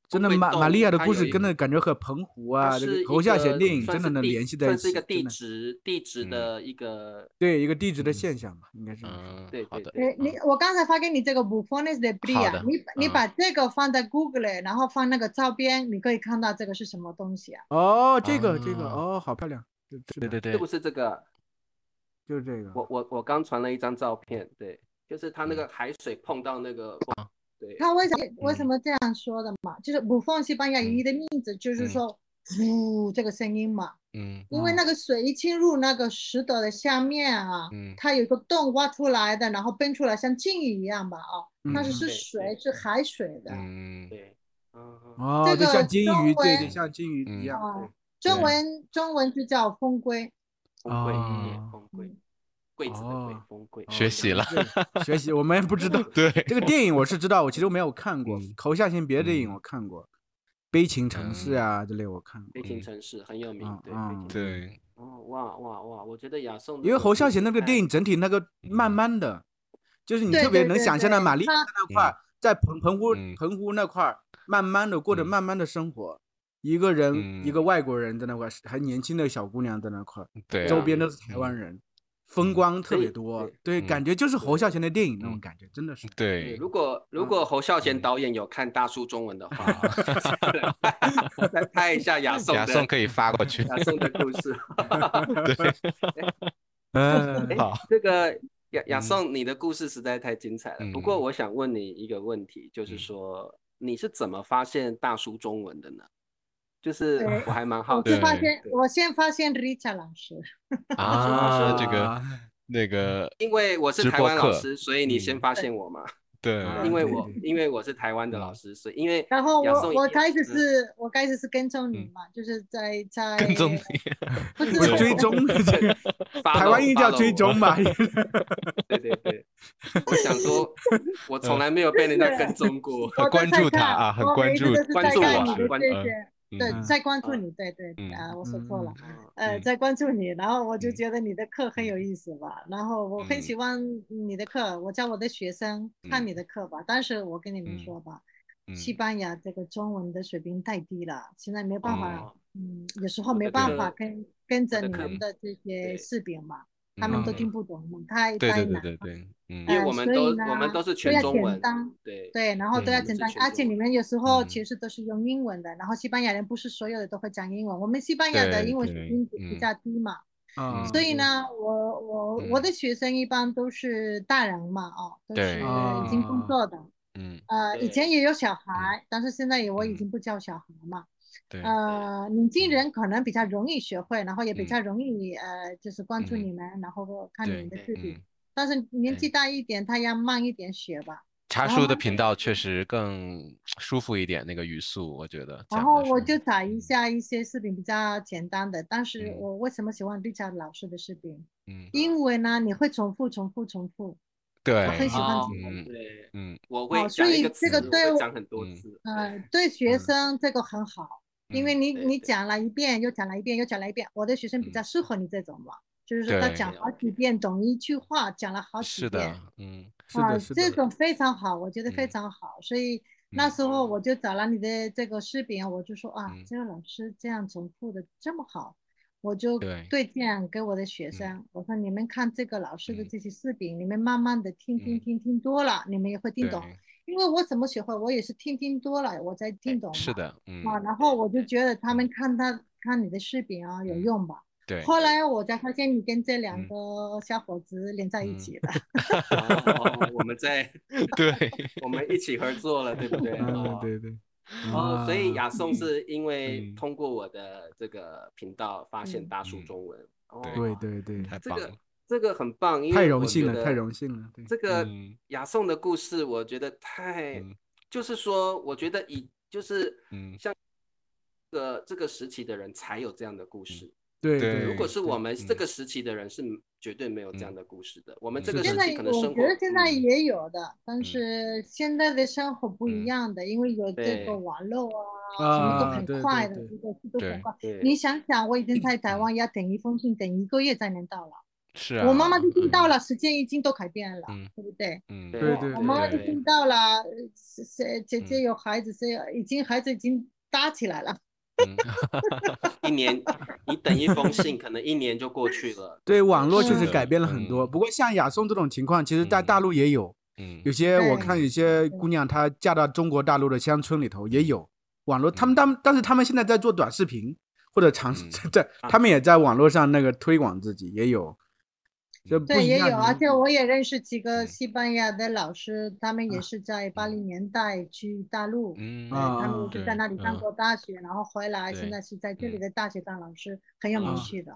Speaker 2: 真的
Speaker 3: 会
Speaker 2: 玛玛
Speaker 3: 动
Speaker 2: 利亚的
Speaker 3: 它
Speaker 2: 故
Speaker 3: 有
Speaker 2: 事
Speaker 3: 一
Speaker 2: 真
Speaker 1: 个
Speaker 2: 的感觉和澎湖
Speaker 3: 它
Speaker 2: 啊，这
Speaker 3: 是
Speaker 2: 个
Speaker 3: 一
Speaker 2: 侯孝
Speaker 3: 个
Speaker 2: 贤电影
Speaker 3: 算
Speaker 2: 真
Speaker 3: 是
Speaker 2: 的能
Speaker 3: 地
Speaker 2: 联系在一
Speaker 3: 算是
Speaker 2: 起，
Speaker 3: 一个地
Speaker 2: 真的
Speaker 3: 质地质
Speaker 1: 嗯
Speaker 3: 的一个
Speaker 2: 对一个地质的
Speaker 1: 嗯
Speaker 2: 现象吧，应该是
Speaker 1: 嗯
Speaker 3: 对
Speaker 1: 好
Speaker 3: 对
Speaker 1: 的
Speaker 3: 对
Speaker 4: 呃，你我刚才发给你这个 Bufones de
Speaker 1: 好
Speaker 4: Bria，
Speaker 1: 的
Speaker 4: 你把你
Speaker 1: 嗯
Speaker 4: 把这个放在 Google，然后放那个照片，你可以看到这个是什么东西啊？
Speaker 2: 哦，这个这个
Speaker 1: 啊
Speaker 2: 哦，好漂亮，对
Speaker 1: 对对对
Speaker 2: 对，嗯
Speaker 3: 是不，是这个？
Speaker 2: 就是这个，
Speaker 3: 我我我刚传了一张照片，对，就是它
Speaker 2: 嗯
Speaker 3: 那个海水碰到那个
Speaker 2: 啊
Speaker 3: 风，对，嗯
Speaker 4: 他为什么为
Speaker 1: 嗯
Speaker 4: 什么这样说的嘛？就是母凤西班牙语的名字就是说“呜”这个声音嘛，
Speaker 1: 嗯
Speaker 4: 因为那个水一侵入那个石头的下面啊，
Speaker 1: 嗯
Speaker 4: 它有一个洞挖出来的，然后奔出来像鲸鱼一样吧啊，
Speaker 2: 嗯
Speaker 4: 但是是
Speaker 3: 对
Speaker 4: 水
Speaker 3: 对
Speaker 4: 是海水的。
Speaker 1: 嗯
Speaker 3: 对，嗯，
Speaker 2: 哦，
Speaker 4: 这
Speaker 2: 就
Speaker 4: 个
Speaker 2: 像金
Speaker 4: 中
Speaker 2: 鱼，对对，
Speaker 4: 文
Speaker 2: 像金鱼一
Speaker 1: 嗯
Speaker 2: 样。哦
Speaker 4: 啊
Speaker 3: 对，
Speaker 4: 中
Speaker 1: 对
Speaker 4: 文中文就叫风龟，
Speaker 3: 风柜，对
Speaker 2: 哦
Speaker 3: 风柜
Speaker 4: 嗯，
Speaker 3: 柜子的柜
Speaker 2: 哦，
Speaker 3: 风柜，
Speaker 1: 学习了，
Speaker 2: 对学习，我们不知道
Speaker 1: 对，
Speaker 2: 这个电影，我是知道，我其实没有看过
Speaker 1: 嗯，
Speaker 2: 侯孝贤别的电影我看过，《悲情城市》
Speaker 1: 嗯
Speaker 2: 啊之类我看过
Speaker 3: 飞。行
Speaker 1: 嗯
Speaker 3: 城市很有名
Speaker 2: 嗯，嗯
Speaker 3: 对，飞行城市
Speaker 1: 对，
Speaker 3: 哦，哇哇哇！我觉得亚颂的
Speaker 2: 因为
Speaker 3: 有
Speaker 2: 侯孝
Speaker 3: 一
Speaker 2: 贤那
Speaker 3: 些
Speaker 2: 个电
Speaker 3: 太
Speaker 2: 影整体那
Speaker 1: 嗯
Speaker 2: 个慢慢的，就是你
Speaker 4: 对
Speaker 2: 特别
Speaker 4: 对
Speaker 2: 能
Speaker 4: 对
Speaker 2: 想象到
Speaker 4: 对
Speaker 2: 玛丽
Speaker 4: 他
Speaker 2: 亚那块儿，在澎澎湖
Speaker 1: 嗯
Speaker 2: 澎湖那块儿，慢慢的过着
Speaker 1: 嗯
Speaker 2: 慢慢的生活，一个人一
Speaker 1: 嗯
Speaker 2: 个外国人在那块儿，还年轻的小姑娘在那块儿，
Speaker 1: 对
Speaker 2: 周
Speaker 1: 啊
Speaker 2: 边都是台湾人，风
Speaker 1: 嗯
Speaker 2: 光特
Speaker 3: 所
Speaker 2: 别
Speaker 3: 以
Speaker 2: 多对，
Speaker 3: 对，
Speaker 1: 嗯
Speaker 2: 感觉就是侯孝贤的电影那种感觉，真的是。
Speaker 3: 对，
Speaker 1: 对，
Speaker 3: 如果
Speaker 2: 嗯
Speaker 3: 如果侯孝贤导演有看大叔中文的话，
Speaker 2: 啊
Speaker 3: 来拍一下亚颂
Speaker 1: 亚
Speaker 3: 的
Speaker 1: 颂可以发过去，
Speaker 3: 亚颂的故事。
Speaker 1: 对，
Speaker 2: 嗯
Speaker 3: 哎，
Speaker 1: 好
Speaker 3: 这个亚亚
Speaker 1: 嗯
Speaker 3: 颂，你的故事实在太精彩了。不过
Speaker 1: 嗯
Speaker 3: 我想问你一个问题，就是
Speaker 1: 嗯
Speaker 3: 说你是怎么发现大叔中文的呢？就是
Speaker 4: 对
Speaker 3: 我还蛮好
Speaker 4: 我
Speaker 3: 奇
Speaker 4: 是
Speaker 1: 对
Speaker 3: 的。
Speaker 4: 发现
Speaker 3: 对
Speaker 4: 我先发现 Richard 老师，
Speaker 1: 啊，这个
Speaker 2: 啊
Speaker 1: 那个，
Speaker 3: 因为我是
Speaker 1: 直
Speaker 3: 台
Speaker 1: 播
Speaker 3: 湾老
Speaker 1: 课
Speaker 3: 师，所以你先
Speaker 1: 嗯
Speaker 3: 发现我嘛。
Speaker 1: 对，嗯
Speaker 2: 啊
Speaker 3: 因为
Speaker 2: 对
Speaker 3: 我
Speaker 2: 对
Speaker 3: 因为我是台湾的老师，所以因 为
Speaker 4: 然后
Speaker 3: 亚颂
Speaker 4: 我我
Speaker 3: 也
Speaker 4: 开始
Speaker 3: 嗯
Speaker 4: 是我开始是跟踪你
Speaker 1: 嗯
Speaker 4: 嘛，就是在在
Speaker 1: 跟踪你，
Speaker 4: 不是
Speaker 2: 不是追踪， 这个台湾硬叫追踪吧？
Speaker 3: follow，follow
Speaker 1: 嗯
Speaker 3: 我对对对，我想说，我
Speaker 1: 嗯
Speaker 3: 从来没有被人家跟踪 过。
Speaker 4: 我
Speaker 1: 很关
Speaker 4: 在
Speaker 1: 注他
Speaker 4: 看
Speaker 1: 啊很
Speaker 4: 我
Speaker 1: 关
Speaker 4: 每一次
Speaker 1: 注
Speaker 4: 都是
Speaker 3: 关
Speaker 4: 在
Speaker 3: 注
Speaker 4: 看
Speaker 3: 我
Speaker 4: 你
Speaker 3: 啊
Speaker 4: 的
Speaker 3: 关
Speaker 4: 这
Speaker 1: 嗯
Speaker 4: 些，
Speaker 1: 嗯
Speaker 4: 对，在关注你，对对
Speaker 1: 嗯
Speaker 4: 啊，我说
Speaker 2: 嗯
Speaker 4: 错了。
Speaker 3: 哦
Speaker 4: 呃，
Speaker 1: 嗯
Speaker 4: 在关注你，然后我就
Speaker 1: 嗯
Speaker 4: 觉得你的课很有意思吧，然后我很
Speaker 1: 嗯
Speaker 4: 喜欢你的课，我教我的学生看
Speaker 1: 嗯
Speaker 4: 你的课吧。但是我跟你们
Speaker 1: 嗯
Speaker 4: 说吧，
Speaker 1: 嗯
Speaker 4: 西班牙这个中文的水平太低了，现在没办法
Speaker 3: 哦，
Speaker 4: 嗯，有时候
Speaker 3: 我
Speaker 4: 没
Speaker 3: 的
Speaker 4: 办
Speaker 3: 课
Speaker 4: 法跟跟着
Speaker 3: 我的
Speaker 4: 你
Speaker 3: 课
Speaker 4: 们的这些
Speaker 3: 对
Speaker 4: 视频嘛，他们都
Speaker 1: 嗯
Speaker 4: 听不懂嘛，太
Speaker 1: 对
Speaker 4: 太
Speaker 1: 对对
Speaker 4: 难
Speaker 1: 对
Speaker 4: 了。
Speaker 1: 对，嗯
Speaker 3: 因为
Speaker 4: 呃
Speaker 3: 我们
Speaker 4: 所以
Speaker 3: 都
Speaker 4: 呢
Speaker 3: 我们都是
Speaker 4: 都
Speaker 3: 全
Speaker 4: 要
Speaker 3: 中
Speaker 4: 简
Speaker 3: 文
Speaker 4: 单，
Speaker 3: 对
Speaker 4: 对，然后
Speaker 1: 嗯
Speaker 4: 都要
Speaker 1: 我们
Speaker 4: 简
Speaker 3: 是
Speaker 4: 单，
Speaker 3: 全
Speaker 4: 而且
Speaker 3: 中
Speaker 4: 你们有时候
Speaker 1: 嗯
Speaker 4: 其实都是用英文的，然后西班牙人不是所有的都会讲英文，我们西班牙的
Speaker 1: 对
Speaker 4: 英文水
Speaker 1: 对
Speaker 4: 平比
Speaker 1: 嗯
Speaker 4: 较低嘛，
Speaker 2: 啊，
Speaker 4: 所以呢，我我我的学生一般都是大人嘛，哦，都
Speaker 1: 对
Speaker 4: 是已经工作的，
Speaker 1: 嗯，
Speaker 4: 呃，以
Speaker 3: 对
Speaker 4: 前也有小孩，但是现在也我已
Speaker 1: 嗯
Speaker 4: 经不教小孩嘛，
Speaker 1: 对，
Speaker 4: 呃，年轻人可能比较容易学会，然后也比
Speaker 1: 嗯
Speaker 4: 较容易呃，就是关注
Speaker 1: 嗯
Speaker 4: 你们，然后看你
Speaker 1: 对
Speaker 4: 们的视
Speaker 3: 对
Speaker 4: 频，
Speaker 1: 嗯，
Speaker 4: 但是年纪
Speaker 1: 对
Speaker 4: 大一点，他要慢一点学吧。
Speaker 1: 茶
Speaker 4: 然后
Speaker 1: 叔的
Speaker 4: 慢
Speaker 1: 频
Speaker 4: 慢
Speaker 1: 道
Speaker 4: 学
Speaker 1: 确实更舒服一点，那个语速我觉得
Speaker 4: 然
Speaker 1: 讲
Speaker 4: 后
Speaker 1: 的
Speaker 4: 我
Speaker 1: 是
Speaker 4: 就找一
Speaker 1: 嗯
Speaker 4: 下一些视频比较简单的，但是
Speaker 1: 嗯
Speaker 4: 我为什么喜欢 Richard 老师的视频？
Speaker 1: 嗯，
Speaker 4: 因为呢，你会重复、重复、重复，
Speaker 1: 对，
Speaker 4: 很喜欢
Speaker 3: 哦
Speaker 4: 这
Speaker 1: 嗯
Speaker 3: 对，
Speaker 1: 嗯
Speaker 3: 我会
Speaker 4: 哦
Speaker 3: 讲
Speaker 4: 所以
Speaker 3: 一个
Speaker 4: 这
Speaker 3: 词，
Speaker 4: 个
Speaker 3: 我
Speaker 4: 对我
Speaker 3: 会讲很多
Speaker 1: 嗯
Speaker 3: 字。
Speaker 4: 呃
Speaker 3: 对，
Speaker 4: 对学
Speaker 1: 嗯
Speaker 4: 生这个很好，因为
Speaker 1: 嗯
Speaker 4: 你
Speaker 3: 对
Speaker 4: 你
Speaker 3: 对
Speaker 4: 讲了一遍，又讲了一遍，又讲了一遍，我的学生比
Speaker 1: 嗯
Speaker 4: 较适合你这种嘛，就是说他
Speaker 1: 对
Speaker 4: 讲
Speaker 3: 对
Speaker 4: 好几遍，懂一句话，讲了好几
Speaker 1: 是
Speaker 4: 遍
Speaker 1: 的，，嗯
Speaker 2: 是
Speaker 4: 啊，
Speaker 2: 的，是
Speaker 4: 这
Speaker 2: 的，
Speaker 4: 种非常好，我觉得非
Speaker 1: 嗯
Speaker 4: 常好，所以那
Speaker 1: 嗯
Speaker 4: 时候我就找了你的这个视频，我就说啊
Speaker 1: 嗯，
Speaker 4: 这个老师这样重复的这么好，我就
Speaker 1: 对嗯
Speaker 4: 推荐给我的学生，我说你们看这个老师的这些视频，你们慢慢的听听
Speaker 1: 嗯
Speaker 4: 听听多了，你们也会听
Speaker 1: 对，
Speaker 4: 懂，因为我怎么学会，我也是听听多了，我才听懂
Speaker 1: 哎是
Speaker 4: 嘛，
Speaker 1: 的，嗯
Speaker 4: 啊，然后我就觉得他们看他看你的视频啊有
Speaker 1: 嗯
Speaker 4: 用吧，
Speaker 1: 对，
Speaker 4: 后来我才发现你跟这两
Speaker 1: 嗯
Speaker 4: 个小伙子连在一
Speaker 1: 嗯
Speaker 4: 起了。
Speaker 3: 哦我们在
Speaker 1: 对，
Speaker 3: 我们一起合作了，对不对？
Speaker 2: 嗯，
Speaker 3: 哦
Speaker 2: 对对，
Speaker 3: 哦，所以
Speaker 2: 啊
Speaker 3: 亚颂是因为
Speaker 1: 嗯
Speaker 3: 通过我的这个频道发现
Speaker 4: 嗯
Speaker 3: 大叔
Speaker 1: 嗯
Speaker 3: 中文。哦，
Speaker 2: 对对对，
Speaker 1: 太
Speaker 3: 这
Speaker 1: 棒
Speaker 3: 个
Speaker 1: 了，
Speaker 3: 这个很棒，因
Speaker 2: 太
Speaker 3: 为
Speaker 2: 荣
Speaker 3: 我
Speaker 2: 幸
Speaker 3: 觉
Speaker 2: 了，
Speaker 3: 得
Speaker 2: 太荣幸了，对，
Speaker 3: 这个
Speaker 1: 嗯
Speaker 3: 亚颂的故事，我觉得太，
Speaker 1: 嗯
Speaker 3: 就是说，我觉得以就是
Speaker 1: 嗯，
Speaker 3: 像这个这个时期的人才有这样的故事。
Speaker 2: 对
Speaker 1: 对
Speaker 3: 如果是我们
Speaker 1: 嗯
Speaker 3: 这个时期的人，是绝对没有这样的故事的。我们这个
Speaker 1: 是
Speaker 3: 时
Speaker 4: 现
Speaker 3: 期
Speaker 4: 在
Speaker 3: 可能
Speaker 4: 我
Speaker 3: 生
Speaker 4: 觉
Speaker 3: 活，
Speaker 4: 得现在
Speaker 3: 嗯
Speaker 4: 也有的，但是现在的生活不一
Speaker 1: 嗯
Speaker 4: 样的，因为有这个
Speaker 3: 对
Speaker 4: 网络啊，什么都
Speaker 2: 啊，对
Speaker 4: 很
Speaker 2: 对
Speaker 4: 快的，
Speaker 2: 对
Speaker 4: 这个速度
Speaker 1: 对嗯
Speaker 4: 很快。
Speaker 3: 对
Speaker 4: 你想想，我已经在台湾要等一封信，等一个月才能到了。
Speaker 1: 是
Speaker 4: 我妈妈
Speaker 1: 啊
Speaker 4: 都听
Speaker 1: 嗯
Speaker 4: 到了，时间已经都改变了，
Speaker 1: 嗯
Speaker 4: 对不对？
Speaker 1: 嗯，
Speaker 3: 对
Speaker 2: 对
Speaker 4: 我
Speaker 2: 对
Speaker 4: 我妈妈都
Speaker 3: 对
Speaker 4: 听到了，呃谁谁姐姐
Speaker 1: 嗯
Speaker 4: 有孩子，谁有已经孩子已经搭起来了。
Speaker 1: 嗯
Speaker 3: 一年，你等一封信，可能一年就过去了。
Speaker 2: 对，网络确
Speaker 4: 是
Speaker 2: 实
Speaker 1: 的
Speaker 2: 改变了很多。
Speaker 1: 嗯
Speaker 2: 不过像亚颂这种情况，其实在大
Speaker 1: 嗯
Speaker 2: 陆也有，
Speaker 1: 嗯
Speaker 2: 有些我
Speaker 4: 对
Speaker 2: 看有些姑娘她嫁到中国大陆的乡村里头也有网
Speaker 3: 嗯
Speaker 2: 络，他们当但是他们现在在做短视频或者尝试
Speaker 1: 嗯
Speaker 3: 啊
Speaker 2: 在，他们也在网络上那个推广自己，也有这不
Speaker 4: 对，
Speaker 2: 一
Speaker 4: 也
Speaker 2: 样
Speaker 4: 有，
Speaker 2: 的
Speaker 4: 而且我也认识几
Speaker 1: 嗯
Speaker 4: 个
Speaker 1: 啊
Speaker 4: 西班牙的老师，他们也是在八零年代去大陆，
Speaker 1: 嗯
Speaker 4: 呃他们
Speaker 2: 啊
Speaker 4: 也是在那里上
Speaker 1: 嗯
Speaker 4: 过大学，然后回来，现
Speaker 1: 对
Speaker 4: 在是在这里
Speaker 1: 嗯
Speaker 4: 的大学当老师，很有名
Speaker 2: 啊
Speaker 4: 气的。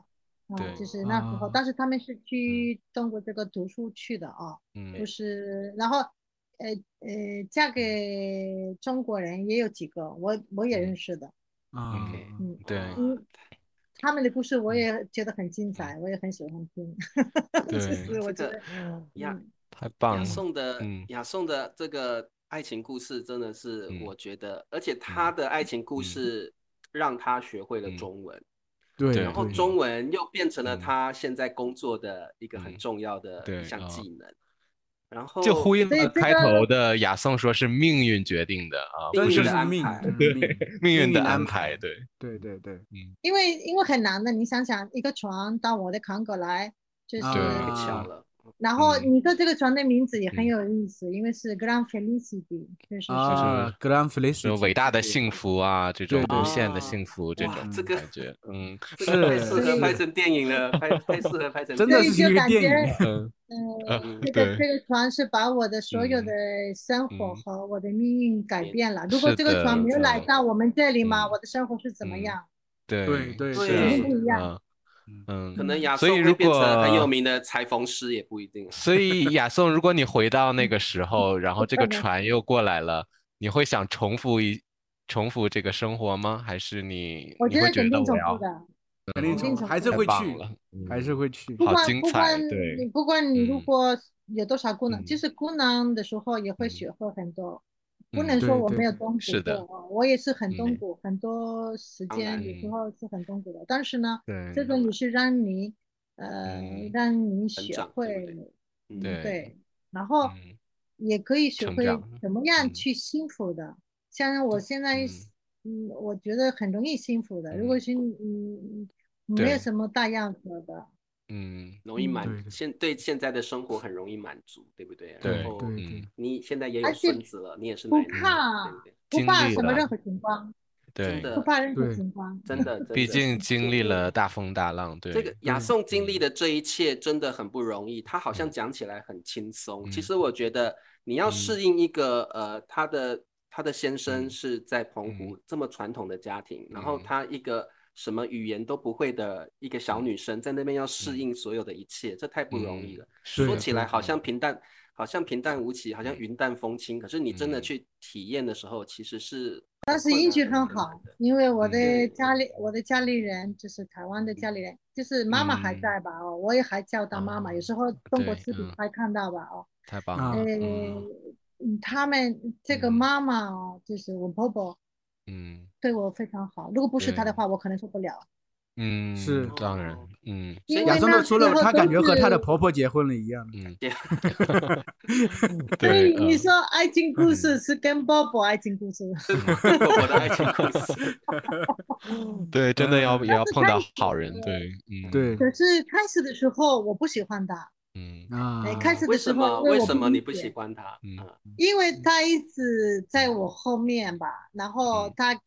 Speaker 4: 啊，
Speaker 1: 对
Speaker 4: 就是那时候，
Speaker 2: 啊
Speaker 4: 但是他们是去中国这个读书去的啊，
Speaker 1: 嗯
Speaker 4: 就是然后，呃呃，嫁给中国人也有几个，我我
Speaker 1: 嗯
Speaker 4: 也认识的，
Speaker 2: 啊
Speaker 3: OK
Speaker 4: 嗯，
Speaker 1: 对嗯
Speaker 4: 嗯，
Speaker 3: 啊
Speaker 4: 他们的故事我也觉得很精彩，我也很喜欢听， 就
Speaker 1: 对
Speaker 4: 是我
Speaker 3: 这
Speaker 4: 觉
Speaker 3: 个
Speaker 4: 得，
Speaker 3: 亚
Speaker 4: 嗯
Speaker 1: 太
Speaker 3: 亚
Speaker 1: 棒了，
Speaker 3: 颂的
Speaker 1: 嗯
Speaker 3: 亚颂的这个爱情故事真的是
Speaker 1: 嗯
Speaker 3: 我觉得，而且他的爱情故
Speaker 1: 嗯
Speaker 3: 事让他学会了
Speaker 1: 嗯
Speaker 3: 中文，
Speaker 2: 对，
Speaker 1: 然
Speaker 3: 然后
Speaker 2: 对
Speaker 3: 中文又变成了
Speaker 1: 嗯
Speaker 3: 他现在工作的一个很
Speaker 1: 嗯
Speaker 3: 重要的
Speaker 1: 对
Speaker 3: 一项
Speaker 1: 啊
Speaker 3: 技能。然后
Speaker 1: 就呼应
Speaker 4: 所以
Speaker 1: 了
Speaker 4: 这
Speaker 1: 开
Speaker 4: 个
Speaker 1: 头的雅颂说是命运决定的啊，
Speaker 2: 真
Speaker 1: 不是
Speaker 2: 的
Speaker 3: 命运的
Speaker 2: 是
Speaker 3: 安
Speaker 2: 命
Speaker 3: 排，
Speaker 2: 嗯
Speaker 1: 对
Speaker 2: 命
Speaker 1: 命运
Speaker 2: 运
Speaker 1: 的
Speaker 2: 的安
Speaker 1: 安
Speaker 2: 排
Speaker 1: 排，对，
Speaker 2: 对对对，
Speaker 4: 因为因为很难的，你想想，一个船到我的港口来，就是，
Speaker 2: 对
Speaker 3: 太
Speaker 2: 啊
Speaker 3: 巧了，
Speaker 4: 然后
Speaker 1: 嗯
Speaker 4: 你对这个船的名字也很
Speaker 1: 嗯
Speaker 4: 有意思，因为是 Grand Felicity，就是
Speaker 2: 啊，Grand Felicity，
Speaker 1: 说伟大的
Speaker 2: 对
Speaker 1: 幸福啊，这种
Speaker 2: 对对
Speaker 1: 无限的
Speaker 3: 啊
Speaker 1: 幸福，这
Speaker 3: 哇
Speaker 1: 种
Speaker 3: 这个
Speaker 1: 感觉，嗯
Speaker 3: 这个太适
Speaker 2: 是
Speaker 3: 合拍
Speaker 2: 是
Speaker 3: 成电影了，拍太适合拍成
Speaker 2: 真
Speaker 3: 电
Speaker 2: 的
Speaker 4: 所以
Speaker 3: 影
Speaker 2: 是
Speaker 4: 就
Speaker 2: 一个
Speaker 4: 感
Speaker 2: 电
Speaker 4: 觉
Speaker 2: 影，
Speaker 1: 嗯
Speaker 4: 呃，
Speaker 1: 呃
Speaker 4: 这
Speaker 1: 对
Speaker 4: 个这个船是把我的所有
Speaker 1: 嗯
Speaker 4: 的生活
Speaker 1: 嗯
Speaker 4: 和我的命运改变了。如果
Speaker 1: 是
Speaker 4: 这个
Speaker 1: 的
Speaker 4: 船没有
Speaker 1: 对
Speaker 4: 来到我们这里嘛，
Speaker 1: 嗯
Speaker 4: 我的生活是怎么
Speaker 1: 嗯
Speaker 4: 样？
Speaker 1: 对
Speaker 2: 对
Speaker 1: 是
Speaker 3: 对
Speaker 1: 啊
Speaker 3: 肯定
Speaker 4: 不一样
Speaker 1: 啊嗯，
Speaker 3: 可能亚
Speaker 1: 所
Speaker 3: 颂
Speaker 1: 以
Speaker 3: 会
Speaker 1: 如
Speaker 3: 变成很有
Speaker 1: 果
Speaker 3: 名的裁缝师也不一定啊。
Speaker 1: 所以亚颂，如果你回到那个时候，然后这个
Speaker 4: 可能
Speaker 1: 船又过来了，你会想重复一重复这个生活吗？还是你
Speaker 4: 我
Speaker 1: 你
Speaker 4: 觉
Speaker 1: 会
Speaker 4: 得肯
Speaker 1: 得
Speaker 4: 定重
Speaker 1: 我
Speaker 4: 复
Speaker 1: 要
Speaker 4: 的，
Speaker 2: 肯定
Speaker 4: 肯定
Speaker 2: 从
Speaker 4: 从
Speaker 2: 还是
Speaker 4: 这
Speaker 1: 太
Speaker 2: 会
Speaker 1: 棒
Speaker 2: 去，
Speaker 1: 了，
Speaker 2: 还是会去，
Speaker 4: 不
Speaker 1: 好
Speaker 4: 管
Speaker 1: 精
Speaker 4: 不
Speaker 1: 彩
Speaker 4: 管
Speaker 1: 对
Speaker 4: 你不管你如
Speaker 1: 嗯
Speaker 4: 果有多少功能，就
Speaker 1: 嗯
Speaker 4: 是功能的时候也会
Speaker 1: 嗯
Speaker 4: 学会很多。不
Speaker 1: 嗯
Speaker 4: 能说
Speaker 2: 对
Speaker 4: 我
Speaker 2: 对
Speaker 4: 没有东
Speaker 1: 是
Speaker 4: 古
Speaker 1: 的
Speaker 4: 过啊，我也是很东
Speaker 1: 嗯
Speaker 4: 古，很多时
Speaker 3: 当然
Speaker 4: 间有时
Speaker 1: 嗯
Speaker 4: 候是很东古的。但是呢，
Speaker 1: 对
Speaker 4: 这个也是让你呃
Speaker 1: 嗯
Speaker 4: 让你学
Speaker 3: 长对不
Speaker 4: 会，
Speaker 3: 嗯
Speaker 4: 嗯
Speaker 1: 对
Speaker 4: 对，然后
Speaker 1: 嗯
Speaker 4: 也可以学
Speaker 1: 成
Speaker 4: 会
Speaker 1: 长
Speaker 4: 怎么样
Speaker 1: 嗯
Speaker 4: 去幸福的。像我现在
Speaker 1: 嗯
Speaker 4: 嗯，我觉得很容易幸福的。如果
Speaker 1: 嗯
Speaker 4: 是嗯没有
Speaker 1: 对
Speaker 4: 什么大要求的，
Speaker 1: 嗯
Speaker 3: 容易
Speaker 4: 嗯
Speaker 2: 对
Speaker 3: 满
Speaker 2: 的
Speaker 3: 现对现在的生活很容易满足，对不对？
Speaker 1: 对
Speaker 3: 然后
Speaker 2: 对
Speaker 1: 嗯
Speaker 3: 你现在也
Speaker 4: 而
Speaker 3: 有
Speaker 4: 且
Speaker 3: 孙子了，你也是
Speaker 4: 不
Speaker 3: 奶奶了，
Speaker 4: 怕
Speaker 3: 对不对？
Speaker 4: 不
Speaker 1: 经
Speaker 4: 怕
Speaker 1: 历
Speaker 4: 什么
Speaker 1: 了
Speaker 4: 任何情况，
Speaker 1: 对，
Speaker 3: 真的
Speaker 4: 不怕任何
Speaker 2: 对
Speaker 4: 情况。
Speaker 3: 真 的，真
Speaker 1: 毕
Speaker 3: 的
Speaker 1: 竟经历
Speaker 3: 对
Speaker 1: 了大风大浪，对嗯
Speaker 3: 这个亚
Speaker 2: 对
Speaker 3: 颂经历的这一切真的很不容易，他好像讲起来很轻松，其
Speaker 1: 嗯
Speaker 3: 实我觉得你要
Speaker 1: 嗯
Speaker 3: 适应一个呃，他的他的先生
Speaker 1: 嗯
Speaker 3: 是在澎湖这么传统的家庭，然后
Speaker 1: 嗯
Speaker 3: 他一个什么语言都不会的一个小
Speaker 1: 嗯
Speaker 3: 女生在那边要适
Speaker 1: 嗯
Speaker 3: 应所有的一切，这太不容易
Speaker 1: 嗯
Speaker 3: 了。
Speaker 1: 是
Speaker 3: 说
Speaker 1: 的
Speaker 3: 起来
Speaker 2: 对
Speaker 3: 好
Speaker 1: 对
Speaker 3: 像平淡，好像平淡无奇，好像
Speaker 1: 嗯
Speaker 3: 云淡风轻，可是你真的
Speaker 1: 嗯
Speaker 3: 去体验的时候，其实是
Speaker 4: 但是英
Speaker 3: 英
Speaker 4: 语
Speaker 3: 语
Speaker 4: 很好，因为我的
Speaker 3: 对
Speaker 4: 家里，我的家里人就是台湾的家里人，就是妈妈还
Speaker 1: 嗯
Speaker 4: 在吧？哦，我也还叫她妈妈，有时候中国
Speaker 1: 对
Speaker 4: 视频
Speaker 1: 嗯
Speaker 4: 还看到吧？哦，
Speaker 1: 太棒
Speaker 2: 啊
Speaker 1: 了，
Speaker 4: 呃
Speaker 1: 嗯，
Speaker 4: 嗯他们这个
Speaker 1: 嗯
Speaker 4: 妈妈哦，就是我婆婆
Speaker 1: 嗯
Speaker 4: 对我非常好，如果不是她的
Speaker 1: 对
Speaker 4: 话，我可能受不了，
Speaker 1: 嗯，
Speaker 2: 是
Speaker 1: 当然
Speaker 3: 哦，
Speaker 1: 嗯
Speaker 3: 所以
Speaker 4: 因
Speaker 2: 亚
Speaker 4: 为
Speaker 2: 松
Speaker 4: 那
Speaker 2: 的
Speaker 4: 时
Speaker 2: 说
Speaker 4: 候
Speaker 2: 了，她感觉
Speaker 4: 都
Speaker 2: 和她的
Speaker 4: 是
Speaker 2: 婆婆结婚了一样，
Speaker 1: 嗯，
Speaker 3: 对
Speaker 4: 所
Speaker 1: 对，
Speaker 4: 以你
Speaker 1: 嗯
Speaker 4: 说爱情故事是跟波波爱情故事，
Speaker 3: 我的爱情故事。
Speaker 1: 对，真的要
Speaker 2: 嗯
Speaker 1: 也要
Speaker 4: 但是
Speaker 1: 碰
Speaker 4: 开
Speaker 1: 到
Speaker 4: 始
Speaker 1: 好人，对，嗯，
Speaker 2: 对
Speaker 4: 可是开始的时候我不喜欢她，
Speaker 1: 嗯
Speaker 2: 啊
Speaker 4: 哎，，开始
Speaker 3: 为
Speaker 4: 的时
Speaker 3: 什
Speaker 4: 候
Speaker 3: 么？
Speaker 4: 因为
Speaker 3: 为
Speaker 4: 我
Speaker 3: 什么你
Speaker 4: 理
Speaker 3: 不
Speaker 4: 解
Speaker 3: 喜欢他？
Speaker 1: 嗯
Speaker 3: 啊，
Speaker 4: 因为他一直在我后面吧，然后
Speaker 1: 嗯
Speaker 4: 他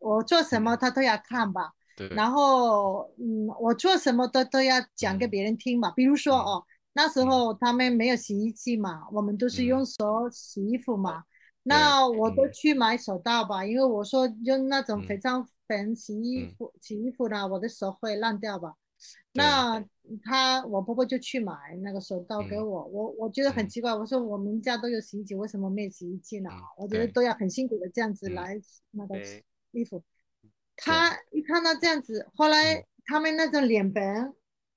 Speaker 4: 我做什么他都要看吧，
Speaker 1: 对，
Speaker 4: 然后嗯，我做什么都都要讲给
Speaker 1: 嗯
Speaker 4: 别人听嘛。比如说
Speaker 1: 嗯
Speaker 4: 哦，那时候他们没有洗衣机嘛，我们都是用
Speaker 1: 嗯
Speaker 4: 手洗衣服嘛，那我都
Speaker 1: 嗯
Speaker 4: 去买手套吧，因为我说用那种
Speaker 1: 嗯
Speaker 4: 肥皂粉洗衣
Speaker 1: 嗯
Speaker 4: 服，洗衣服呢，我的手会烂掉吧。
Speaker 1: 对
Speaker 4: 那他我婆婆就去买那个手套给
Speaker 1: 嗯
Speaker 4: 我，我我觉得很
Speaker 1: 嗯
Speaker 4: 奇怪，我说我们家都有洗衣机，为什么没有洗衣机呢
Speaker 1: 嗯？
Speaker 4: 我觉得
Speaker 1: 对
Speaker 4: 都要很辛苦的这样子
Speaker 1: 嗯
Speaker 4: 来那个
Speaker 3: 对
Speaker 4: 衣服。他一看到这样子，后来他们那种脸盆，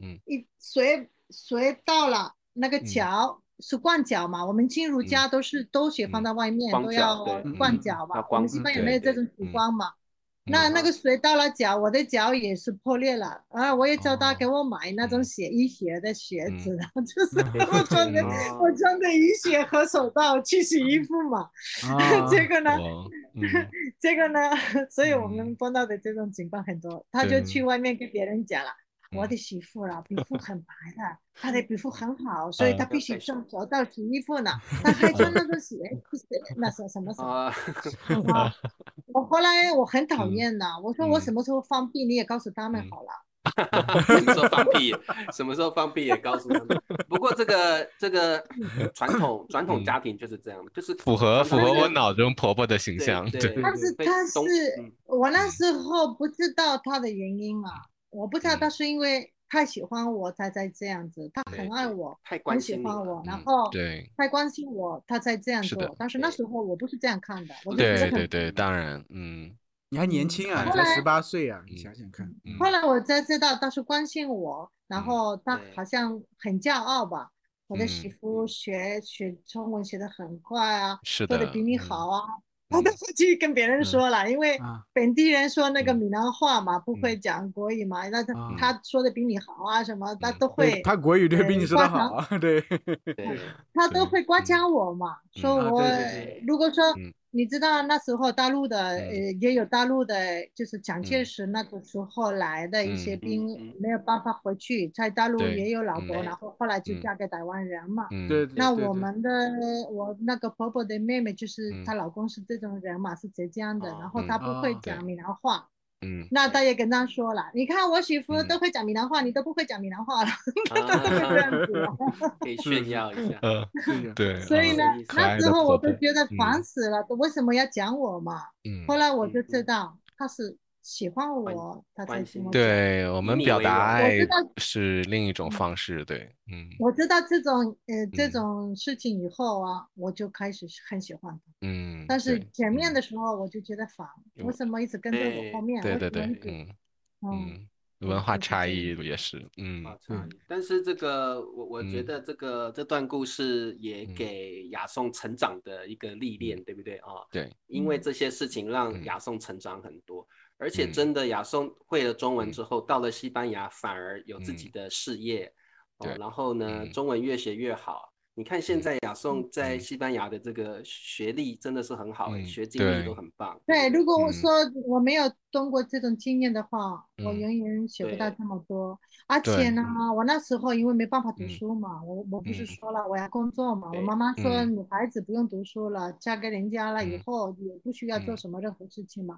Speaker 1: 嗯，
Speaker 4: 一随随到了那个
Speaker 1: 嗯
Speaker 4: 脚是灌脚嘛，我们进儒家都是都血放
Speaker 1: 嗯
Speaker 4: 在外面，
Speaker 3: 光
Speaker 4: 都
Speaker 3: 脚
Speaker 4: 要
Speaker 3: 对
Speaker 4: 灌
Speaker 2: 嗯
Speaker 4: 脚嘛
Speaker 3: 要，
Speaker 4: 我
Speaker 3: 光
Speaker 4: 们西
Speaker 3: 嗯
Speaker 4: 班牙
Speaker 1: 对
Speaker 4: 没有
Speaker 3: 对
Speaker 4: 这种习
Speaker 1: 嗯
Speaker 4: 惯嘛。
Speaker 1: 嗯
Speaker 4: 那那个水到了脚，我的脚也是破裂了啊！我也叫他
Speaker 1: 哦
Speaker 4: 给我买那种
Speaker 1: 嗯
Speaker 4: 写医学的鞋
Speaker 1: 嗯
Speaker 4: 子，然后 就是我穿着
Speaker 3: 嗯
Speaker 4: 我穿着医学和手套去洗衣服嘛。
Speaker 2: 啊，
Speaker 4: 结果呢，
Speaker 1: 我嗯
Speaker 4: 这个呢， 所以我们
Speaker 1: 嗯
Speaker 4: 碰到的这种情况很多，他就
Speaker 1: 对
Speaker 4: 去外面跟别人讲了，我
Speaker 1: 嗯
Speaker 4: 的媳妇啊，皮肤很白的，她的皮肤很好，
Speaker 3: 啊
Speaker 4: 所以她
Speaker 1: 嗯
Speaker 4: 必须种手到洗衣服呢，她还穿那个鞋，就是那什什么什么。
Speaker 3: 啊， 嗯
Speaker 4: 啊，我后来我很讨
Speaker 1: 嗯
Speaker 4: 厌呐，我说我什么时候放屁你也告诉他们
Speaker 1: 嗯
Speaker 4: 好了，
Speaker 3: 什么时候放屁，什么时候放屁也告诉他们。不过这个这个传统传统家庭就是这样的，就是
Speaker 1: 符合符
Speaker 3: 传统
Speaker 1: 合
Speaker 3: 家庭
Speaker 1: 我脑中婆婆的形
Speaker 3: 对
Speaker 1: 象，
Speaker 3: 对
Speaker 1: 对，
Speaker 4: 但是
Speaker 3: 被
Speaker 4: 他
Speaker 3: 东
Speaker 4: 是
Speaker 3: 嗯
Speaker 4: 我那时候不知道他的原因啊，我不知道
Speaker 3: 嗯
Speaker 4: 他是因为太喜欢我才才这样子，他
Speaker 3: 对
Speaker 4: 很爱我，
Speaker 3: 太关
Speaker 4: 很喜
Speaker 3: 心你
Speaker 4: 欢
Speaker 3: 了。
Speaker 4: 我，然
Speaker 1: 嗯
Speaker 4: 后
Speaker 1: 对
Speaker 4: 太关心我，他才这样
Speaker 1: 是的
Speaker 4: 做。但是那
Speaker 3: 对
Speaker 4: 时候我不是这样看的，我就觉得
Speaker 1: 对
Speaker 4: 很
Speaker 1: 对对，当然，嗯
Speaker 2: 你还年轻啊，你
Speaker 4: 后
Speaker 2: 才
Speaker 4: 来
Speaker 2: 十八岁啊，你
Speaker 1: 嗯
Speaker 2: 想想看，
Speaker 1: 嗯，
Speaker 4: 后来我才知道他是关心我，然
Speaker 1: 嗯
Speaker 4: 后他
Speaker 3: 对
Speaker 4: 好像很骄傲吧。我的媳
Speaker 1: 嗯
Speaker 4: 妇学学中文学得很快啊，
Speaker 1: 是
Speaker 4: 做得
Speaker 1: 的
Speaker 4: 比你
Speaker 1: 嗯
Speaker 4: 好啊。
Speaker 1: 嗯
Speaker 4: 他都不去跟别人说了，因为
Speaker 2: 啊
Speaker 4: 本地人说那个
Speaker 1: 嗯
Speaker 4: 闽南话嘛，不会讲国语嘛，那他
Speaker 2: 啊
Speaker 4: 他说的比你好啊，什么他
Speaker 1: 嗯
Speaker 4: 都
Speaker 2: 对
Speaker 4: 会，
Speaker 2: 他国语对比
Speaker 4: 对
Speaker 2: 你说的
Speaker 4: 挂
Speaker 2: 好， 对，
Speaker 3: 对，
Speaker 4: 他
Speaker 1: 对
Speaker 4: 都会夸奖我嘛，说
Speaker 2: 啊
Speaker 4: 我
Speaker 2: 对对
Speaker 3: 对
Speaker 4: 如果说
Speaker 1: 嗯
Speaker 4: 你知道那时候大陆的呃也有大陆的，就是蒋介
Speaker 1: 嗯
Speaker 4: 石那个时候来的一些
Speaker 1: 嗯
Speaker 4: 兵
Speaker 3: 嗯
Speaker 4: 没有办法回去，在大陆
Speaker 1: 对
Speaker 4: 也有老婆，
Speaker 1: 嗯
Speaker 4: 然后后来就
Speaker 1: 嗯
Speaker 4: 嫁给台湾人嘛。
Speaker 1: 嗯
Speaker 2: 对，
Speaker 4: 那
Speaker 2: 对
Speaker 4: 我
Speaker 2: 对
Speaker 4: 们的我那个婆婆的妹妹，就是
Speaker 1: 嗯
Speaker 4: 她老公是这种人嘛，是浙江的，
Speaker 3: 哦
Speaker 4: 然后
Speaker 1: 嗯
Speaker 4: 她不会
Speaker 2: 哦
Speaker 4: 讲
Speaker 1: 对
Speaker 4: 闽南话，
Speaker 1: 嗯
Speaker 4: 那他也跟他说了，你看我媳妇
Speaker 1: 嗯
Speaker 4: 都会讲闽南话，你都不会讲闽 南话了，他都会这
Speaker 3: 啊，
Speaker 4: 样子。
Speaker 3: 可以炫耀一下。
Speaker 1: 呃，
Speaker 2: 是的
Speaker 1: 对，
Speaker 4: 所以呢
Speaker 1: 啊
Speaker 3: 嗯，可
Speaker 1: 爱
Speaker 4: 那
Speaker 1: 的
Speaker 4: 时候
Speaker 1: 婆
Speaker 4: 我都
Speaker 1: 婆
Speaker 4: 觉得
Speaker 1: 嗯
Speaker 4: 烦死了，为什么要讲我嘛？
Speaker 1: 嗯，
Speaker 4: 后来我就
Speaker 3: 嗯
Speaker 4: 知
Speaker 3: 嗯
Speaker 4: 道他是喜欢我，他才
Speaker 3: 关
Speaker 4: 跟
Speaker 3: 心
Speaker 4: 我讲。
Speaker 1: 对我们
Speaker 3: 你
Speaker 1: 表
Speaker 3: 为
Speaker 1: 达
Speaker 3: 荣
Speaker 1: 爱
Speaker 4: 我知道
Speaker 1: 是另一种
Speaker 4: 嗯
Speaker 1: 方式，对，嗯
Speaker 4: 我知道这种呃这
Speaker 1: 嗯
Speaker 4: 种事情以后啊，我就开始很喜欢他。
Speaker 1: 嗯，
Speaker 4: 但是
Speaker 1: 对
Speaker 4: 前面
Speaker 1: 嗯
Speaker 4: 的时候我就觉得烦，
Speaker 1: 有
Speaker 4: 为什么一直跟着我
Speaker 3: 对
Speaker 4: 后面？
Speaker 1: 对
Speaker 4: 为
Speaker 1: 对
Speaker 4: 什么
Speaker 1: 对
Speaker 4: 一，直
Speaker 1: 嗯
Speaker 4: 嗯，
Speaker 1: 嗯，文化
Speaker 4: 就是
Speaker 1: 差
Speaker 4: 这
Speaker 1: 异
Speaker 4: 样
Speaker 1: 也是，嗯
Speaker 3: 啊，差异。但是这个，我我觉
Speaker 1: 嗯
Speaker 3: 得这个这段故事也
Speaker 1: 嗯
Speaker 3: 给雅颂成长的一个历练，对不对啊？
Speaker 1: 对，
Speaker 3: 因为
Speaker 4: 嗯
Speaker 3: 这些事情让
Speaker 1: 嗯
Speaker 3: 雅颂成长很多，而且
Speaker 1: 嗯
Speaker 3: 真的雅颂会了中文
Speaker 1: 嗯
Speaker 3: 之后，到了西班牙反而有自己
Speaker 1: 嗯
Speaker 3: 的事业，哦
Speaker 1: 对，
Speaker 3: 然后呢，
Speaker 1: 嗯
Speaker 3: 中文越学越好。你看现在雅颂在
Speaker 1: 嗯
Speaker 3: 西班牙的这个学历真的是很好诶，
Speaker 1: 嗯
Speaker 3: 学经历
Speaker 1: 对
Speaker 3: 都很棒。
Speaker 4: 对，
Speaker 3: 不
Speaker 4: 如果我
Speaker 1: 嗯
Speaker 4: 说我没有通过这种经验的话，我
Speaker 1: 嗯
Speaker 4: 远远学不到
Speaker 3: 对
Speaker 4: 这么多。而
Speaker 1: 对
Speaker 4: 且呢，我那时候因为没办法读
Speaker 1: 嗯
Speaker 4: 书嘛，我我不是
Speaker 1: 嗯
Speaker 4: 说了我要工作嘛，我
Speaker 3: 对
Speaker 4: 妈妈说
Speaker 1: 嗯
Speaker 4: 女孩子不用读书了，嫁给人家了以
Speaker 1: 嗯
Speaker 4: 后也不需要做
Speaker 1: 嗯
Speaker 4: 什么任何事情嘛。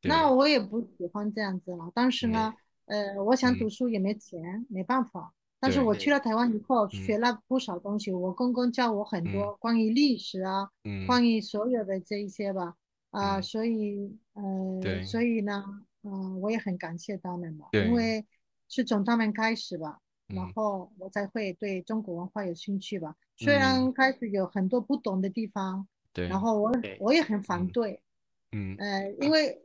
Speaker 1: 对
Speaker 4: 那我也不喜欢这样子了。当时呢，呃，我想
Speaker 1: 嗯
Speaker 4: 读书也没钱，没办法。但是
Speaker 1: 对
Speaker 4: 我
Speaker 3: 对
Speaker 4: 去了台湾以后，
Speaker 1: 嗯
Speaker 4: 学了不少东西。我公公教我很
Speaker 1: 嗯
Speaker 4: 多关于历史啊，
Speaker 1: 嗯
Speaker 4: 关于所有的这一些吧。啊，
Speaker 1: 嗯
Speaker 4: 所以，呃，
Speaker 1: 对
Speaker 4: 所以呢，嗯，我也很感谢他们嘛，
Speaker 1: 对
Speaker 4: 因为是从他们开始吧，然
Speaker 1: 嗯
Speaker 4: 后我才会对中国文化有兴趣吧。虽然
Speaker 1: 嗯
Speaker 4: 开始有很多不懂的地方，
Speaker 1: 对，
Speaker 4: 然后我
Speaker 3: 对
Speaker 4: 我也很反
Speaker 1: 嗯
Speaker 4: 对，
Speaker 1: 嗯
Speaker 4: 呃，因为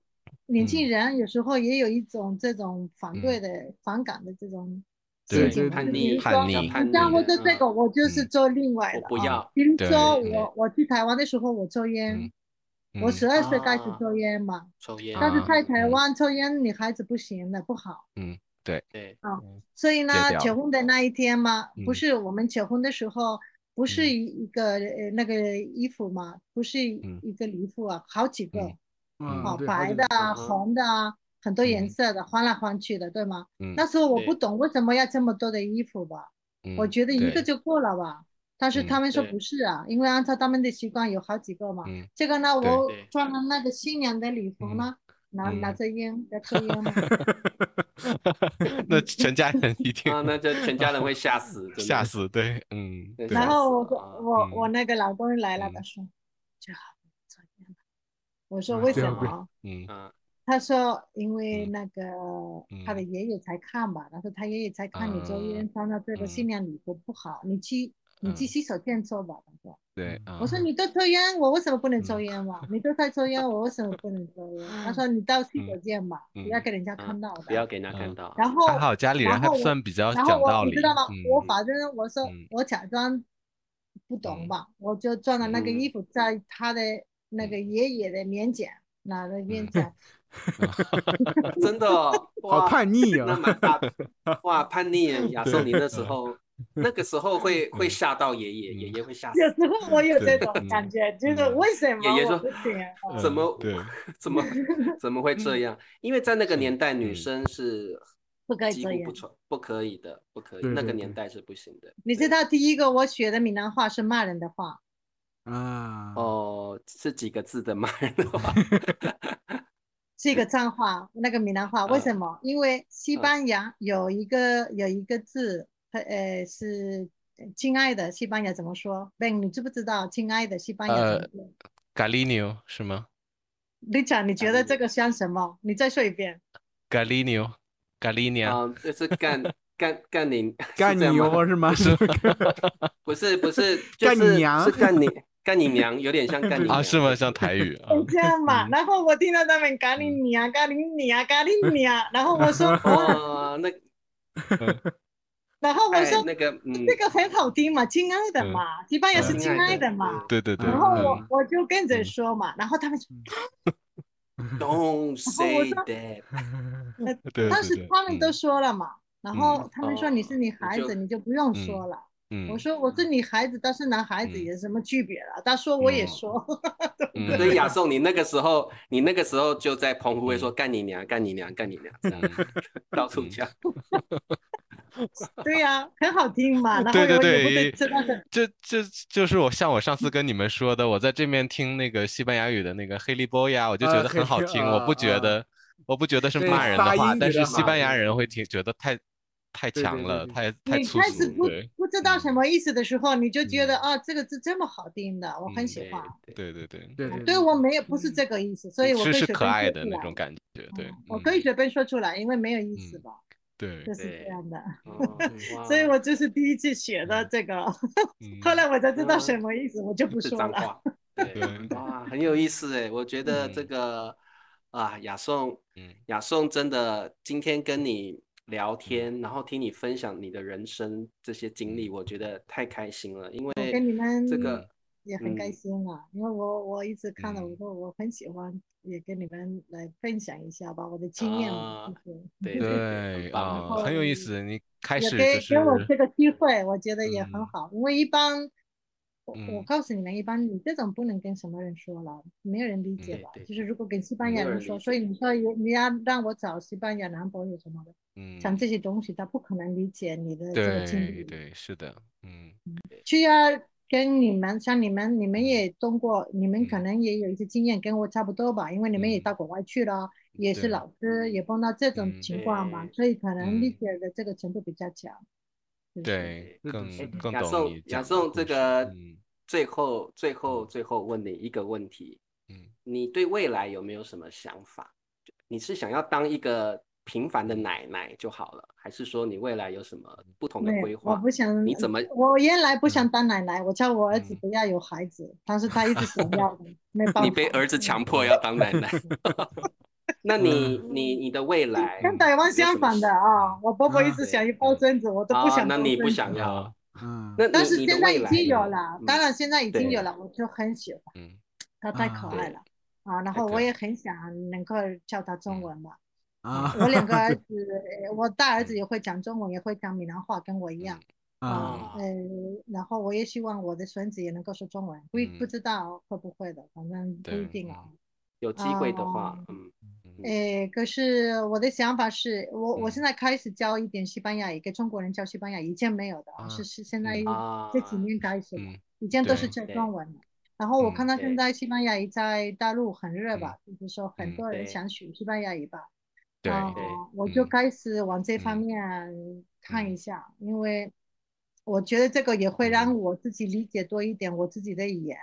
Speaker 4: 年轻
Speaker 1: 嗯
Speaker 4: 人有时候也有一种这种反
Speaker 1: 嗯
Speaker 4: 对的、反感的这种
Speaker 1: 对
Speaker 4: 心情嘛，
Speaker 3: 叛
Speaker 4: 就
Speaker 3: 逆
Speaker 4: 比如
Speaker 3: 比
Speaker 4: 说
Speaker 1: 叛
Speaker 3: 较
Speaker 1: 逆
Speaker 3: 叛
Speaker 4: 你
Speaker 3: 逆
Speaker 4: 让我
Speaker 3: 的
Speaker 4: 做这
Speaker 3: 嗯
Speaker 4: 个，我就是
Speaker 1: 嗯
Speaker 4: 做另外
Speaker 3: 我
Speaker 4: 的
Speaker 3: 不
Speaker 4: 啊。
Speaker 3: 要
Speaker 4: 比如
Speaker 1: 对
Speaker 4: 说
Speaker 1: 对
Speaker 4: 我我去台湾的时候，我抽烟，我
Speaker 1: 嗯
Speaker 4: 十二岁开始
Speaker 3: 啊
Speaker 4: 抽烟嘛，
Speaker 3: 抽烟，
Speaker 4: 但是
Speaker 1: 啊
Speaker 4: 在台
Speaker 1: 嗯
Speaker 4: 湾抽烟女孩子不行的，不好。
Speaker 1: 嗯对，
Speaker 3: 对，
Speaker 4: 所以呢
Speaker 1: 戒，掉
Speaker 4: 结
Speaker 1: 了
Speaker 4: 婚的那一天嘛，不
Speaker 1: 嗯
Speaker 4: 是我们结婚的时候，不是
Speaker 1: 嗯
Speaker 4: 一个呃那个衣服嘛，不是
Speaker 1: 嗯
Speaker 4: 一个礼服啊，好几个，
Speaker 1: 嗯嗯
Speaker 4: 好
Speaker 2: 啊，对，
Speaker 4: 白
Speaker 2: 几
Speaker 4: 的
Speaker 2: 个
Speaker 4: 啊，
Speaker 3: 嗯哼
Speaker 4: 红的啊，很多颜
Speaker 1: 嗯
Speaker 4: 色的，换来换去的，对吗？
Speaker 1: 嗯
Speaker 4: 那时候我
Speaker 3: 对
Speaker 4: 不懂为什么要这么多的衣服吧，我
Speaker 1: 嗯
Speaker 4: 觉得一个
Speaker 1: 对
Speaker 4: 就够了吧。但是他
Speaker 1: 嗯
Speaker 4: 们说
Speaker 3: 对
Speaker 4: 不是啊，因为按照他们的习惯有好几个嘛。
Speaker 1: 嗯
Speaker 4: 这个呢，
Speaker 1: 对
Speaker 4: 我
Speaker 3: 对
Speaker 4: 穿了那个新娘的礼服
Speaker 1: 嗯
Speaker 4: 呢，拿拿
Speaker 1: 嗯
Speaker 4: 着烟在抽 烟嘛。
Speaker 1: 嗯那全家人一 定
Speaker 3: 啊，那这全家人会吓死，真的
Speaker 1: 吓死，对，嗯
Speaker 3: 对
Speaker 1: 对
Speaker 4: 然
Speaker 3: 吓
Speaker 4: 后
Speaker 3: 死
Speaker 4: 我
Speaker 3: 了
Speaker 4: 说
Speaker 3: 啊
Speaker 4: 我我
Speaker 1: 嗯
Speaker 4: 那个老公来了，
Speaker 1: 嗯
Speaker 4: 他说最好不要抽烟了。我说
Speaker 1: 啊
Speaker 4: 为
Speaker 2: 对
Speaker 4: 什
Speaker 2: 啊对
Speaker 4: 么？
Speaker 1: 嗯
Speaker 3: 啊，
Speaker 4: 他说因为
Speaker 1: 嗯
Speaker 4: 那个他的
Speaker 1: 嗯
Speaker 4: 爷爷才看吧，他说他爷爷才看你抽烟穿到这个
Speaker 1: 嗯
Speaker 4: 新娘礼服不好，你去你去
Speaker 1: 嗯
Speaker 4: 洗手间抽吧。他说，
Speaker 1: 对啊
Speaker 4: 嗯我说你都抽烟，我为什么不能抽
Speaker 1: 嗯
Speaker 4: 烟嘛？你都在抽烟，我为什么不能抽烟？他说你到洗手
Speaker 1: 嗯
Speaker 4: 间吧，不要
Speaker 1: 嗯
Speaker 4: 给人家
Speaker 3: 啊
Speaker 4: 看到
Speaker 3: 不要
Speaker 4: 的。
Speaker 3: 给他看到。
Speaker 4: 嗯然后
Speaker 1: 还好家里人
Speaker 4: 然
Speaker 1: 还
Speaker 4: 后我
Speaker 1: 算比较
Speaker 4: 然后
Speaker 1: 讲
Speaker 4: 我
Speaker 1: 道
Speaker 4: 你
Speaker 1: 理，
Speaker 4: 知道吗？我
Speaker 1: 嗯
Speaker 4: 反正我说
Speaker 1: 嗯
Speaker 4: 我假装不懂
Speaker 1: 嗯
Speaker 4: 吧，我就穿了那个
Speaker 3: 嗯
Speaker 4: 衣服，在他的那个爷爷的面前拿着烟
Speaker 1: 嗯
Speaker 4: 卷，
Speaker 3: 真的哦，
Speaker 2: 好
Speaker 3: 哇，
Speaker 2: 叛逆
Speaker 3: 那
Speaker 2: 啊！
Speaker 3: 蛮大， 哇，叛逆耶亚瑟，你那时候那个时候会会吓到爷爷，
Speaker 1: 嗯
Speaker 3: 爷爷会吓死
Speaker 4: 有，时候我有
Speaker 1: 对
Speaker 4: 这种
Speaker 1: 嗯
Speaker 4: 感觉，就是
Speaker 1: 嗯
Speaker 4: 为什么
Speaker 3: 爷爷
Speaker 4: 我
Speaker 3: 说
Speaker 4: 不行啊？
Speaker 3: 怎么
Speaker 1: 对，
Speaker 3: 怎么怎么会这样？因为在那个年代，女
Speaker 1: 嗯
Speaker 3: 生是
Speaker 4: 不可以
Speaker 3: 几
Speaker 4: 这
Speaker 3: 乎
Speaker 4: 样
Speaker 3: 不穿不可以的，不可以，
Speaker 2: 对
Speaker 3: 那
Speaker 2: 对
Speaker 3: 个
Speaker 2: 对
Speaker 3: 年代是不行的。
Speaker 4: 你知道第一个我学的闽南话是骂人的话，
Speaker 2: 啊，
Speaker 3: 哦 哦，是几个字的骂人的话，
Speaker 4: 是一个脏话，那个闽南话。为什么？因为西班牙有一个有一个字，它呃是“亲爱的”，西班牙怎么说？Ben，你知不知道“亲爱的”西班牙怎么说
Speaker 1: 咖喱牛是吗？
Speaker 4: ？Richard，你觉得这个像什么？你再说一遍。
Speaker 1: 咖喱牛，咖喱娘，
Speaker 3: 啊，就是干干干你，
Speaker 2: 干
Speaker 3: 是这样吗
Speaker 2: 牛是吗？
Speaker 1: 是
Speaker 3: 不是不是，就
Speaker 2: 干你
Speaker 3: 是
Speaker 2: 娘
Speaker 3: 是干 你干你娘，有点像干你
Speaker 1: 啊，
Speaker 3: 娘
Speaker 1: 是吗？像台语啊，
Speaker 4: 是这样嘛？
Speaker 1: 嗯
Speaker 4: 然后我听到他们咖喱你啊，咖喱你啊，咖喱你啊，然后我说，哦，
Speaker 3: 哦，那
Speaker 4: 然后 我
Speaker 3: 哎
Speaker 4: 说
Speaker 3: 那个嗯
Speaker 4: 这个很好听嘛，亲爱的
Speaker 1: 嗯
Speaker 4: 嘛，西班牙是
Speaker 1: 嗯
Speaker 4: 亲爱的嘛。
Speaker 1: 对对对，
Speaker 4: 然后我
Speaker 1: 嗯
Speaker 4: 我就跟着说嘛，然后他们说，
Speaker 3: ，Don't say that，
Speaker 1: 对
Speaker 4: 当
Speaker 1: 对
Speaker 4: 时
Speaker 1: 对
Speaker 4: 他们都
Speaker 1: 嗯
Speaker 4: 说了嘛，然后他们
Speaker 3: 哦
Speaker 4: 说你是女孩
Speaker 3: 就
Speaker 4: 子，你就不用说了。
Speaker 1: 嗯，
Speaker 4: 我说我是女孩子，但是男孩子
Speaker 1: 嗯
Speaker 4: 有什么区别了？他说我也说，
Speaker 1: 嗯
Speaker 3: 所以亚颂，你那个时候你那个时候就在澎湖会说干你娘，干你娘，干你娘，这样
Speaker 1: 嗯
Speaker 3: 到处 讲。
Speaker 4: 对呀，很好听嘛。然后
Speaker 1: 对对
Speaker 4: 我也
Speaker 1: 对
Speaker 4: 不得知道是
Speaker 1: 这这就是我像我上次跟你们说的，我在这边听那个西班牙语的那个黑利波呀，我就
Speaker 2: 啊
Speaker 1: 觉得
Speaker 2: 黑
Speaker 1: 很好
Speaker 2: 利
Speaker 1: 听，我
Speaker 2: 啊
Speaker 1: 不觉
Speaker 2: 啊
Speaker 1: 得，我不觉得是
Speaker 2: 对
Speaker 1: 骂人的
Speaker 2: 发
Speaker 1: 话，
Speaker 2: 音
Speaker 1: 但是
Speaker 2: 觉得
Speaker 1: 西
Speaker 2: 好
Speaker 1: 班牙人会听觉得太太
Speaker 2: 对对
Speaker 1: 强
Speaker 2: 对
Speaker 1: 了，
Speaker 2: 对
Speaker 1: 太太
Speaker 4: 你
Speaker 1: 粗
Speaker 4: 开始
Speaker 1: 俗，
Speaker 4: 不
Speaker 1: 对
Speaker 4: 不知道什么意思的时候，你就觉得
Speaker 1: 嗯
Speaker 4: 啊，这个字这么好听的，我很
Speaker 1: 嗯
Speaker 4: 喜欢。
Speaker 1: 对对对，
Speaker 2: 对对
Speaker 4: 对我没有不是这个意思，所以我
Speaker 1: 是
Speaker 4: 跟
Speaker 1: 是
Speaker 4: 学
Speaker 1: 可
Speaker 4: 生
Speaker 1: 爱
Speaker 4: 说
Speaker 1: 的
Speaker 4: 出
Speaker 1: 那
Speaker 4: 来
Speaker 1: 种感觉，对，
Speaker 4: 啊哦我可以
Speaker 1: 嗯
Speaker 4: 随便说出来，因为没有意思
Speaker 1: 嗯
Speaker 4: 吧，
Speaker 1: 对，
Speaker 4: 就是这
Speaker 3: 对
Speaker 4: 样的。
Speaker 3: 哦哇
Speaker 4: 所以我就是第一次学的这个，
Speaker 1: 嗯
Speaker 4: 后来我才知道
Speaker 3: 嗯
Speaker 4: 什么意思，我就不
Speaker 3: 是
Speaker 4: 说
Speaker 3: 脏
Speaker 4: 了。
Speaker 3: 话。对，
Speaker 1: 对
Speaker 3: 哇，很有意思哎，我觉得
Speaker 1: 嗯
Speaker 3: 这个啊，雅颂，
Speaker 1: 嗯
Speaker 3: 雅颂真的今天跟你聊天，然后听你分享你的人生这些经
Speaker 1: 嗯
Speaker 3: 历，我觉得太开心了，因为
Speaker 4: 我跟你们
Speaker 3: 这个
Speaker 4: 也很开
Speaker 3: 嗯
Speaker 4: 心啊，因为我我一直看到，
Speaker 1: 嗯
Speaker 4: 我说我很喜欢，也跟你们来分享一下吧，我的经验嘛
Speaker 3: 啊，
Speaker 4: 就是
Speaker 3: 对
Speaker 1: 对
Speaker 3: 很棒
Speaker 1: 啊，
Speaker 4: 然
Speaker 1: 很有意
Speaker 4: 后
Speaker 1: 思，你开
Speaker 4: 也
Speaker 1: 始
Speaker 4: 给
Speaker 1: 就
Speaker 4: 给我
Speaker 1: 是
Speaker 4: 这个机会，我觉得也很
Speaker 1: 嗯
Speaker 4: 好，因为一般。我我
Speaker 1: 嗯
Speaker 4: 告诉你们，一般你这种不能跟什么人说了，没有人理解
Speaker 3: 嗯
Speaker 4: 吧
Speaker 3: 对？对
Speaker 4: 就是如果跟西班
Speaker 3: 没
Speaker 4: 牙
Speaker 3: 有
Speaker 4: 人
Speaker 3: 人理
Speaker 4: 说，
Speaker 3: 解
Speaker 4: 所以你说也你要让我找西班牙男朋友什么的，
Speaker 1: 嗯，
Speaker 4: 像这些东西，他不可能理解你的这个经
Speaker 1: 对
Speaker 4: 历。
Speaker 1: 对是的，嗯
Speaker 4: 需要跟你们，像你们，你们
Speaker 1: 嗯
Speaker 4: 也通过，你们可
Speaker 1: 嗯
Speaker 4: 能也有一些经验，跟我差不多吧，因为你们也
Speaker 1: 嗯
Speaker 4: 到国外去了，也是
Speaker 1: 对
Speaker 4: 老师，也碰到这种
Speaker 1: 嗯
Speaker 4: 情况嘛
Speaker 3: 对，
Speaker 4: 所以可能理
Speaker 1: 嗯
Speaker 4: 解的这个程度比较强。就是
Speaker 1: 对
Speaker 2: 是的
Speaker 1: 更
Speaker 2: 是的
Speaker 1: 更
Speaker 3: 雅
Speaker 1: 懂
Speaker 3: 颂
Speaker 1: 你，
Speaker 3: 雅
Speaker 1: 讲的
Speaker 3: 颂
Speaker 1: 故
Speaker 3: 这
Speaker 1: 事
Speaker 3: 个
Speaker 1: 嗯
Speaker 3: 最后最后最后问你一个问题，
Speaker 1: 嗯
Speaker 3: 你对未来有没有什么想法？你是想要当一个平凡的奶奶就好了，还是说你未来有什么不同的
Speaker 4: 对
Speaker 3: 规
Speaker 4: 我
Speaker 3: 划
Speaker 4: 不？想，
Speaker 3: 你怎么
Speaker 4: 我原来不想
Speaker 1: 嗯
Speaker 4: 当奶奶，我叫我儿子
Speaker 1: 嗯
Speaker 4: 不要有孩子，但是他一直想要的，没 办法。
Speaker 3: 你被儿子强迫
Speaker 4: 嗯
Speaker 3: 要当奶嗯奶。 那你你你的未来
Speaker 4: 跟台湾相反的啊，我婆婆一
Speaker 2: 嗯
Speaker 4: 直想要抱
Speaker 1: 嗯
Speaker 4: 孙子，我都不
Speaker 3: 啊，
Speaker 4: 想
Speaker 3: 那
Speaker 4: 抱
Speaker 3: 你不
Speaker 4: 孙
Speaker 3: 想
Speaker 4: 子
Speaker 3: 要？
Speaker 2: 嗯，
Speaker 3: 那
Speaker 4: 但
Speaker 3: 你
Speaker 4: 是
Speaker 3: 你的
Speaker 4: 现在
Speaker 3: 未
Speaker 4: 已
Speaker 3: 来
Speaker 4: 经有
Speaker 3: 呢
Speaker 4: 了，
Speaker 3: 嗯
Speaker 4: 当然现在已经有
Speaker 3: 对
Speaker 4: 了，我就很喜欢
Speaker 1: 嗯
Speaker 4: 他，太
Speaker 2: 啊
Speaker 4: 可
Speaker 3: 对
Speaker 4: 爱了啊！然
Speaker 3: 太
Speaker 4: 后
Speaker 3: 可
Speaker 4: 我
Speaker 3: 爱
Speaker 4: 也
Speaker 3: 了
Speaker 4: 很想能够教他中
Speaker 1: 嗯
Speaker 4: 文嘛。
Speaker 2: 啊，
Speaker 4: 我两个儿子，呃我大儿子也会讲中文，也会讲闽南话，跟我一样
Speaker 1: 哦
Speaker 2: 啊，
Speaker 4: 呃，然后我也希望我的孙子也能够说中文，不一不
Speaker 1: 嗯
Speaker 4: 知道会不会的，反正不一
Speaker 1: 对
Speaker 4: 定啊。
Speaker 3: 有机会的话
Speaker 4: 哦，
Speaker 3: 嗯，嗯
Speaker 4: 诶，可是我的想法是我我
Speaker 1: 嗯
Speaker 4: 现在开始教一点西班牙语，给中国人教西班牙语，以前没有的，
Speaker 1: 啊
Speaker 4: 是是现在
Speaker 1: 嗯
Speaker 3: 啊，
Speaker 4: 这几年开始的，
Speaker 1: 嗯
Speaker 4: 以前都是
Speaker 1: 对
Speaker 4: 教
Speaker 3: 对
Speaker 4: 中文的。然后我
Speaker 1: 嗯
Speaker 4: 看到现
Speaker 3: 对
Speaker 4: 在西班牙语在大陆很热吧，就是说很
Speaker 1: 嗯
Speaker 4: 多人
Speaker 3: 对
Speaker 4: 想学西班牙语吧，
Speaker 1: 对
Speaker 4: 啊
Speaker 3: 对，
Speaker 4: 我就
Speaker 1: 嗯
Speaker 4: 开始往这方
Speaker 1: 嗯
Speaker 4: 面看一
Speaker 1: 嗯
Speaker 4: 下，因为我觉得这个也会让
Speaker 1: 嗯
Speaker 4: 我自己理解多一点我自己的语言。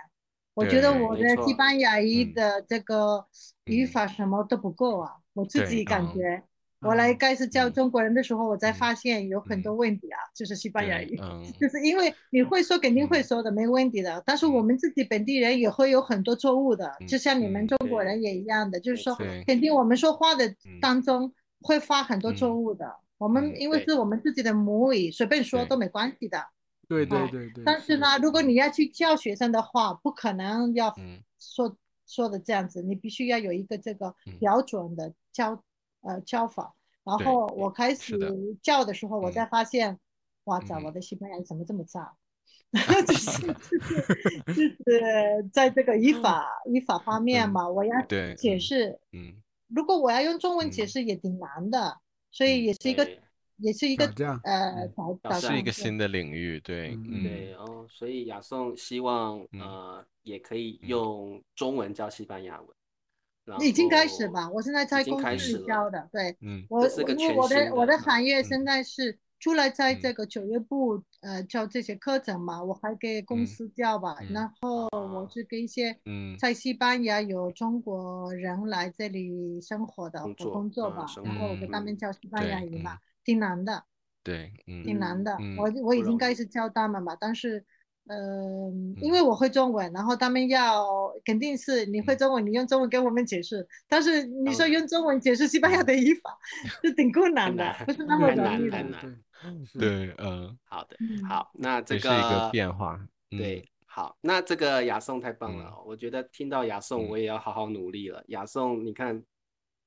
Speaker 4: 我觉得
Speaker 1: 对
Speaker 4: 我
Speaker 3: 没
Speaker 4: 的
Speaker 3: 错
Speaker 4: 西班牙语
Speaker 1: 嗯
Speaker 4: 的这个语
Speaker 1: 嗯
Speaker 4: 法什么都不够啊，我自
Speaker 1: 对
Speaker 4: 己感
Speaker 1: 嗯
Speaker 4: 觉。我来
Speaker 2: 嗯
Speaker 4: 开始教
Speaker 1: 嗯
Speaker 4: 中国人的时候，我才
Speaker 1: 嗯
Speaker 4: 发现有很多
Speaker 1: 嗯
Speaker 4: 问题啊，就是西班牙
Speaker 1: 对
Speaker 4: 语。
Speaker 1: 嗯
Speaker 4: 就是因为你会说，肯定会
Speaker 1: 嗯
Speaker 4: 说的，没问题的。但是我
Speaker 1: 嗯
Speaker 4: 们自己本地人也会有很多错误的，就
Speaker 1: 嗯
Speaker 4: 像你们
Speaker 1: 嗯
Speaker 4: 中国
Speaker 3: 对
Speaker 4: 人也一样的，就是
Speaker 3: 没
Speaker 4: 说
Speaker 3: 错，
Speaker 1: 对
Speaker 4: 肯定我们说话的
Speaker 1: 嗯
Speaker 4: 当中会发很多错
Speaker 1: 嗯
Speaker 4: 误的。我们
Speaker 1: 嗯
Speaker 4: 因为
Speaker 3: 对
Speaker 4: 是我们自己的母语，随便说
Speaker 1: 对
Speaker 4: 都没关系的。
Speaker 2: 对对
Speaker 4: 哦
Speaker 2: 对对，
Speaker 4: 但是呢，
Speaker 2: 的
Speaker 4: 如果你要去教学生的话，不可能要
Speaker 1: 嗯
Speaker 4: 说说的这样子，你必须要有一个这个
Speaker 1: 嗯
Speaker 4: 标准的教呃教法。然
Speaker 1: 对
Speaker 4: 后我开始
Speaker 1: 是的
Speaker 4: 教的时候，我才发现，哇塞，
Speaker 1: 嗯
Speaker 4: 我的西班牙语怎么这么 差？就是 就是就是在这个语
Speaker 3: 嗯
Speaker 4: 法语法方面
Speaker 1: 嗯
Speaker 4: 嘛，我要
Speaker 1: 对
Speaker 4: 解
Speaker 1: 嗯
Speaker 4: 释，
Speaker 1: 嗯
Speaker 4: 如果我要用中文解
Speaker 1: 嗯
Speaker 4: 释也挺难的，所以
Speaker 1: 嗯
Speaker 4: 也是一个
Speaker 3: 对
Speaker 4: 也是一个
Speaker 2: 挑战
Speaker 4: 呃
Speaker 2: 嗯
Speaker 4: 挑
Speaker 3: 挑
Speaker 4: 挑
Speaker 3: 战
Speaker 1: 是一
Speaker 4: 战
Speaker 1: 个
Speaker 4: 对
Speaker 1: 新的领域，对
Speaker 2: 嗯
Speaker 3: 对
Speaker 1: 嗯
Speaker 3: 哦，所以雅颂希望
Speaker 1: 嗯
Speaker 3: 呃也可以
Speaker 1: 嗯
Speaker 3: 用中文教西班牙文，然
Speaker 4: 已经开始
Speaker 3: 后
Speaker 4: 吧？我现在在
Speaker 3: 哦已经
Speaker 4: 公
Speaker 3: 开
Speaker 4: 司
Speaker 3: 始
Speaker 4: 里
Speaker 3: 了
Speaker 4: 教的，对。
Speaker 1: 嗯
Speaker 4: 我
Speaker 3: 是个
Speaker 4: 我
Speaker 3: 全
Speaker 4: 我
Speaker 3: 新
Speaker 4: 的我
Speaker 3: 的
Speaker 4: 的行业
Speaker 1: 嗯
Speaker 4: 现在是除了在这
Speaker 1: 嗯
Speaker 4: 个九月部呃教这些课程嘛，我还给公
Speaker 1: 嗯
Speaker 4: 司教吧，
Speaker 1: 嗯
Speaker 4: 然后哦我
Speaker 3: 啊
Speaker 4: 是给一些
Speaker 1: 嗯
Speaker 4: 在西班牙有中国人来这里生活的
Speaker 3: 工
Speaker 4: 或
Speaker 3: 作
Speaker 4: 工作
Speaker 3: 啊
Speaker 4: 吧，
Speaker 3: 生
Speaker 4: 然后我
Speaker 1: 活
Speaker 4: 给他们
Speaker 3: 嗯
Speaker 4: 教西班牙
Speaker 1: 对
Speaker 4: 语嘛
Speaker 1: 嗯，
Speaker 4: 挺难的，
Speaker 1: 对嗯
Speaker 4: 挺难的。
Speaker 1: 嗯
Speaker 4: 我我已
Speaker 3: 不
Speaker 4: 经
Speaker 3: 容
Speaker 4: 开
Speaker 3: 易嗯
Speaker 4: 始教他们嘛，但是。呃，因为我会中文，然后他们要肯定是你会
Speaker 1: 嗯
Speaker 4: 中文，你用中文给我们解释。但是你
Speaker 3: 当
Speaker 4: 说
Speaker 3: 然嗯
Speaker 4: 用中文解释西班牙的语法，是挺困难的，
Speaker 3: 难
Speaker 4: 不是那么
Speaker 3: 太
Speaker 4: 容
Speaker 3: 难
Speaker 4: 易
Speaker 3: 太
Speaker 4: 的。
Speaker 3: 难
Speaker 2: 是，
Speaker 1: 对嗯，
Speaker 3: 好的，
Speaker 4: 嗯，
Speaker 3: 好，那这
Speaker 1: 这是
Speaker 3: 个
Speaker 1: 一个变化，嗯
Speaker 3: 对，好，那这个雅颂太棒
Speaker 1: 嗯
Speaker 3: 了，哦我觉得听到雅颂
Speaker 1: 嗯
Speaker 3: 我也要好好努力了。雅颂，你看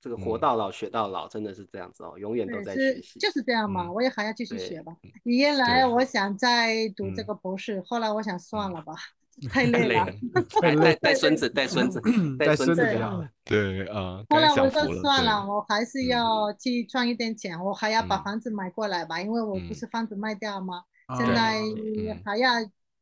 Speaker 3: 这个活
Speaker 1: 嗯
Speaker 3: 到老学到老，真的是这样子哦，永远都
Speaker 4: 对，
Speaker 3: 在
Speaker 4: 是
Speaker 3: 学习。
Speaker 4: 就是这样嘛，
Speaker 1: 嗯
Speaker 4: 我也还要继续
Speaker 3: 对
Speaker 4: 学吧。原来
Speaker 1: 对
Speaker 4: 我想再读这
Speaker 1: 嗯
Speaker 4: 个博士，后来我想算
Speaker 1: 嗯
Speaker 4: 了吧，太
Speaker 3: 太
Speaker 4: 累
Speaker 3: 累
Speaker 4: 了。
Speaker 3: 了，带 带带孙子，带 孙子
Speaker 2: 带
Speaker 3: 带
Speaker 2: 嗯孙子
Speaker 3: 孙子啊
Speaker 4: 对
Speaker 2: 比
Speaker 3: 就
Speaker 2: 较
Speaker 3: 好
Speaker 2: 好
Speaker 3: 了。。
Speaker 1: 对啊，
Speaker 4: 后
Speaker 1: 该
Speaker 4: 来我
Speaker 1: 享
Speaker 4: 就
Speaker 1: 福了，
Speaker 4: 算
Speaker 1: 对
Speaker 4: 了，我还是
Speaker 1: 嗯
Speaker 4: 要去赚一点钱，我还要把
Speaker 1: 嗯
Speaker 4: 房子买过来吧，因为我不
Speaker 1: 嗯
Speaker 4: 是房子卖掉吗？现
Speaker 2: 啊
Speaker 4: 在
Speaker 1: 对嗯
Speaker 4: 还要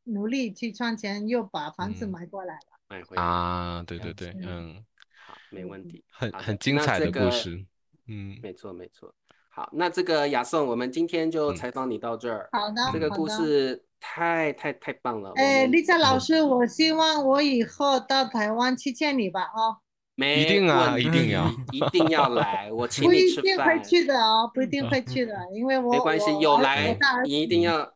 Speaker 4: 努力去赚钱，又把房子
Speaker 1: 嗯
Speaker 4: 买过来了。
Speaker 3: 买回来，
Speaker 1: 啊，对对
Speaker 2: 了
Speaker 1: 对
Speaker 4: 解，
Speaker 1: 嗯，
Speaker 3: 好，没问题。
Speaker 1: 很
Speaker 3: 好的
Speaker 1: 很精
Speaker 3: 那
Speaker 1: 彩
Speaker 3: 这
Speaker 1: 的故
Speaker 3: 个
Speaker 1: 事， 嗯
Speaker 3: 没错，没错。好，那这个雅颂，我们今天就
Speaker 1: 嗯
Speaker 3: 采访你到这儿。
Speaker 4: 好的，
Speaker 3: 这个
Speaker 4: 好
Speaker 3: 故
Speaker 4: 的
Speaker 3: 事太太太棒了，我
Speaker 4: 哎，
Speaker 3: 们
Speaker 4: 丽佳老
Speaker 1: 嗯
Speaker 4: 师，我希望我以后到台湾去见你吧，哦，
Speaker 3: 没
Speaker 1: 一定啊
Speaker 3: 问
Speaker 1: 一定要
Speaker 3: 题一定要来，我请
Speaker 4: 不
Speaker 3: 你
Speaker 4: 一
Speaker 3: 吃
Speaker 4: 定会
Speaker 3: 饭，
Speaker 4: 去的哦，不一定会去的，因为我
Speaker 3: 没关系，
Speaker 4: 我
Speaker 3: 有
Speaker 4: 我我
Speaker 3: 来
Speaker 4: 大儿
Speaker 3: 你一定要，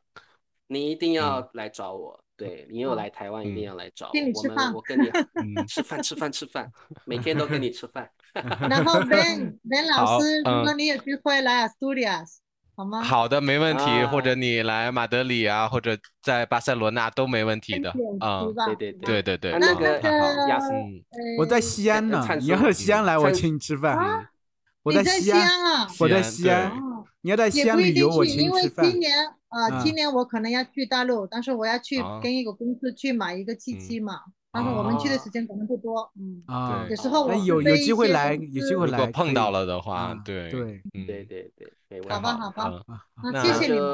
Speaker 3: 你一定要来找我，对你有
Speaker 4: 好
Speaker 3: 来台湾一定
Speaker 1: 嗯
Speaker 3: 要来找
Speaker 4: 请
Speaker 3: 我，
Speaker 4: 你
Speaker 3: 我
Speaker 4: 吃
Speaker 3: 们
Speaker 4: 饭
Speaker 3: 我跟你
Speaker 1: 嗯，
Speaker 3: 吃饭吃饭吃饭，每天都跟你吃饭，
Speaker 4: 然后 Ben Ben 老
Speaker 1: 好
Speaker 4: 师，如
Speaker 1: 嗯
Speaker 4: 果你有机会来 Asturias，好吗？
Speaker 1: 好的，没问题，或者
Speaker 3: 啊
Speaker 1: 你来马德里啊，或者在巴塞罗那都没问题
Speaker 4: 跟
Speaker 1: 的
Speaker 4: 点
Speaker 1: 啊
Speaker 4: 题，吧，哎
Speaker 3: 对对
Speaker 1: 对对对，
Speaker 3: 啊
Speaker 4: 那
Speaker 3: 那
Speaker 1: 好
Speaker 3: 个
Speaker 1: 太好了，
Speaker 3: 雅思
Speaker 1: 嗯
Speaker 2: 我在西安呢，
Speaker 3: 灿
Speaker 2: 你
Speaker 3: 叔
Speaker 2: 要是西安来，我
Speaker 3: 灿
Speaker 2: 请你吃饭。
Speaker 4: 啊
Speaker 1: 嗯，
Speaker 2: 我
Speaker 4: 你
Speaker 2: 在
Speaker 4: 在
Speaker 2: 西
Speaker 4: 西安啊
Speaker 2: 我在
Speaker 1: 西
Speaker 2: 西
Speaker 1: 安
Speaker 2: 安
Speaker 1: 对，
Speaker 4: 哦，
Speaker 2: 你要在西
Speaker 4: 也
Speaker 2: 安
Speaker 4: 不一
Speaker 2: 旅
Speaker 4: 定
Speaker 2: 游，我
Speaker 4: 去，
Speaker 2: 请
Speaker 4: 因
Speaker 2: 你
Speaker 4: 为
Speaker 2: 吃饭
Speaker 4: 今。年呃，今
Speaker 2: 嗯
Speaker 4: 年我可能要去大陆，但是我要去
Speaker 1: 啊
Speaker 4: 跟一个公司去买一个机
Speaker 1: 嗯
Speaker 4: 器嘛，但是我们去的
Speaker 3: 啊
Speaker 4: 时间可能不多，嗯，
Speaker 2: 啊
Speaker 1: 对
Speaker 4: 有，时候
Speaker 2: 那有
Speaker 4: 我是
Speaker 2: 有
Speaker 4: 被
Speaker 2: 机
Speaker 4: 一
Speaker 2: 会
Speaker 4: 些
Speaker 2: 来，
Speaker 4: 公
Speaker 2: 有机
Speaker 4: 司
Speaker 2: 会
Speaker 1: 如果
Speaker 2: 来可
Speaker 1: 碰
Speaker 2: 以
Speaker 1: 到了的话
Speaker 2: 啊，，
Speaker 1: 对，
Speaker 2: 对，
Speaker 3: 对
Speaker 1: 嗯，
Speaker 3: 对对，没问
Speaker 1: 太
Speaker 4: 好
Speaker 3: 题，
Speaker 1: 好
Speaker 4: 吧好
Speaker 1: 了
Speaker 4: 吧
Speaker 1: 啊，
Speaker 2: 啊啊，
Speaker 4: 那
Speaker 1: 那
Speaker 4: 谢
Speaker 3: 那
Speaker 4: 谢你们，
Speaker 3: 就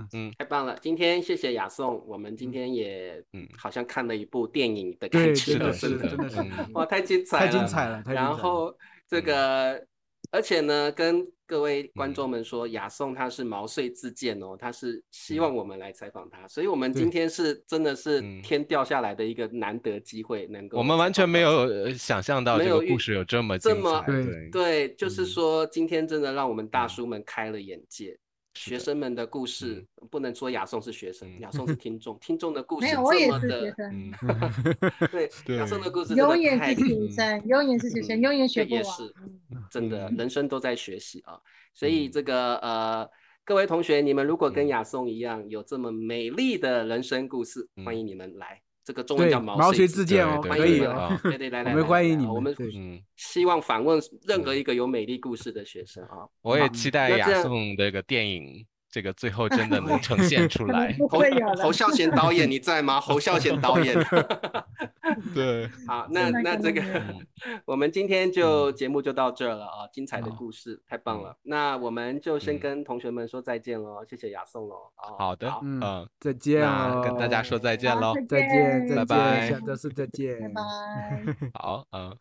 Speaker 2: 嗯
Speaker 1: 嗯
Speaker 3: 太棒了！今天谢谢雅颂，我们今
Speaker 1: 嗯
Speaker 3: 天也
Speaker 1: 嗯
Speaker 3: 好像看了一部电影的感
Speaker 2: 对，
Speaker 3: 觉
Speaker 2: 真
Speaker 1: 是的，
Speaker 3: 了，
Speaker 1: 是的，
Speaker 2: 的是
Speaker 3: 真
Speaker 2: 真的是
Speaker 1: 嗯
Speaker 3: 哇，太精彩
Speaker 2: 太精
Speaker 3: 了！
Speaker 2: 彩了，太精
Speaker 3: 然
Speaker 2: 彩了。
Speaker 3: 后这个，而且呢，跟各位观
Speaker 1: 嗯
Speaker 3: 众们说，雅颂他是毛遂自荐哦，他是希
Speaker 1: 嗯
Speaker 3: 望我们来采访他，所以我们
Speaker 2: 对
Speaker 3: 今天是真的是
Speaker 1: 嗯
Speaker 3: 天掉下来的一个难得机会，能够
Speaker 1: 我们完
Speaker 3: 采访
Speaker 1: 全没
Speaker 3: 到
Speaker 1: 有呃想象到
Speaker 3: 没
Speaker 1: 这
Speaker 3: 有
Speaker 1: 个故
Speaker 3: 遇
Speaker 1: 事有这么
Speaker 3: 这
Speaker 1: 精
Speaker 3: 么
Speaker 1: 彩，
Speaker 2: 对
Speaker 1: 对，
Speaker 3: 对，就是
Speaker 1: 嗯
Speaker 3: 说今天真的让我们大
Speaker 1: 嗯
Speaker 3: 叔们开了眼界。
Speaker 1: 是
Speaker 3: 学
Speaker 1: 的，
Speaker 3: 生们的故事不能说雅颂是学生，
Speaker 1: 嗯
Speaker 3: 雅颂是听众，听众的故
Speaker 4: 没
Speaker 3: 事
Speaker 4: 有，我
Speaker 3: 这
Speaker 4: 也
Speaker 3: 么
Speaker 4: 是学
Speaker 3: 的，
Speaker 4: 生，
Speaker 1: 嗯，
Speaker 3: 对，雅颂的
Speaker 1: 对，
Speaker 3: 故事真
Speaker 4: 永
Speaker 3: 的
Speaker 4: 远是
Speaker 3: 太，
Speaker 4: 学
Speaker 1: 嗯
Speaker 4: 生，永远是学生，
Speaker 3: 嗯，
Speaker 4: 永远学
Speaker 3: 这
Speaker 4: 不
Speaker 3: 也
Speaker 4: 完。
Speaker 3: 是
Speaker 2: 嗯
Speaker 3: 真的，
Speaker 1: 嗯
Speaker 3: 人生都在学习啊。所以
Speaker 1: 嗯
Speaker 3: 这个呃，各位同学，你们如果跟
Speaker 1: 嗯
Speaker 3: 雅颂一样有这么美丽的人生故事，欢
Speaker 1: 嗯，
Speaker 3: 迎你们来，这个中文
Speaker 2: 对
Speaker 3: 叫，毛
Speaker 2: 毛
Speaker 3: 遂
Speaker 2: 遂
Speaker 3: 自
Speaker 2: 自
Speaker 3: 荐。
Speaker 2: 荐
Speaker 1: 对
Speaker 2: 哦，
Speaker 1: 对
Speaker 2: 可
Speaker 3: 欢迎你
Speaker 1: 对
Speaker 2: 以
Speaker 3: 们，
Speaker 2: 哦，
Speaker 1: 啊，
Speaker 3: 对对，来
Speaker 2: 我
Speaker 3: 来
Speaker 2: 们
Speaker 3: 来来
Speaker 2: 欢迎
Speaker 3: 来
Speaker 2: 你
Speaker 3: 啊，我
Speaker 2: 们。
Speaker 3: 们
Speaker 2: 对，
Speaker 1: 嗯，
Speaker 3: 希望访问任何
Speaker 1: 嗯
Speaker 3: 一个有美丽故事的学生啊。
Speaker 1: 我也
Speaker 2: 好，
Speaker 1: 期待
Speaker 3: 那这
Speaker 1: 雅
Speaker 3: 样，
Speaker 1: 颂这个电影这个最后真的能呈现出
Speaker 4: 可能
Speaker 1: 来，
Speaker 4: 不
Speaker 3: 侯
Speaker 4: 会有了
Speaker 3: 侯，孝贤导演你在吗？侯孝贤 导演，
Speaker 1: 对，
Speaker 3: 好，那
Speaker 4: 真的
Speaker 3: 那
Speaker 4: 可
Speaker 3: 这
Speaker 4: 能
Speaker 3: 个
Speaker 4: 没有。
Speaker 1: 嗯
Speaker 3: 我们今天就
Speaker 1: 嗯
Speaker 3: 节目就到这儿了啊，精彩的
Speaker 2: 好
Speaker 3: 故事太棒
Speaker 1: 嗯
Speaker 3: 了，那我们就先
Speaker 1: 嗯，
Speaker 3: 跟同学们说再见喽，谢谢雅颂喽，哦，
Speaker 1: 好的，
Speaker 3: 好，
Speaker 2: 嗯，
Speaker 1: 嗯，
Speaker 2: 再见
Speaker 1: 那跟大
Speaker 2: 喽，
Speaker 1: 家说再见
Speaker 4: 好，
Speaker 1: 喽，
Speaker 4: 再
Speaker 2: 再见，
Speaker 4: 见，
Speaker 2: 再
Speaker 1: 拜
Speaker 2: 见，
Speaker 1: 拜，
Speaker 2: 下周四再
Speaker 4: 拜
Speaker 2: 见。
Speaker 4: 拜。
Speaker 1: 好，嗯。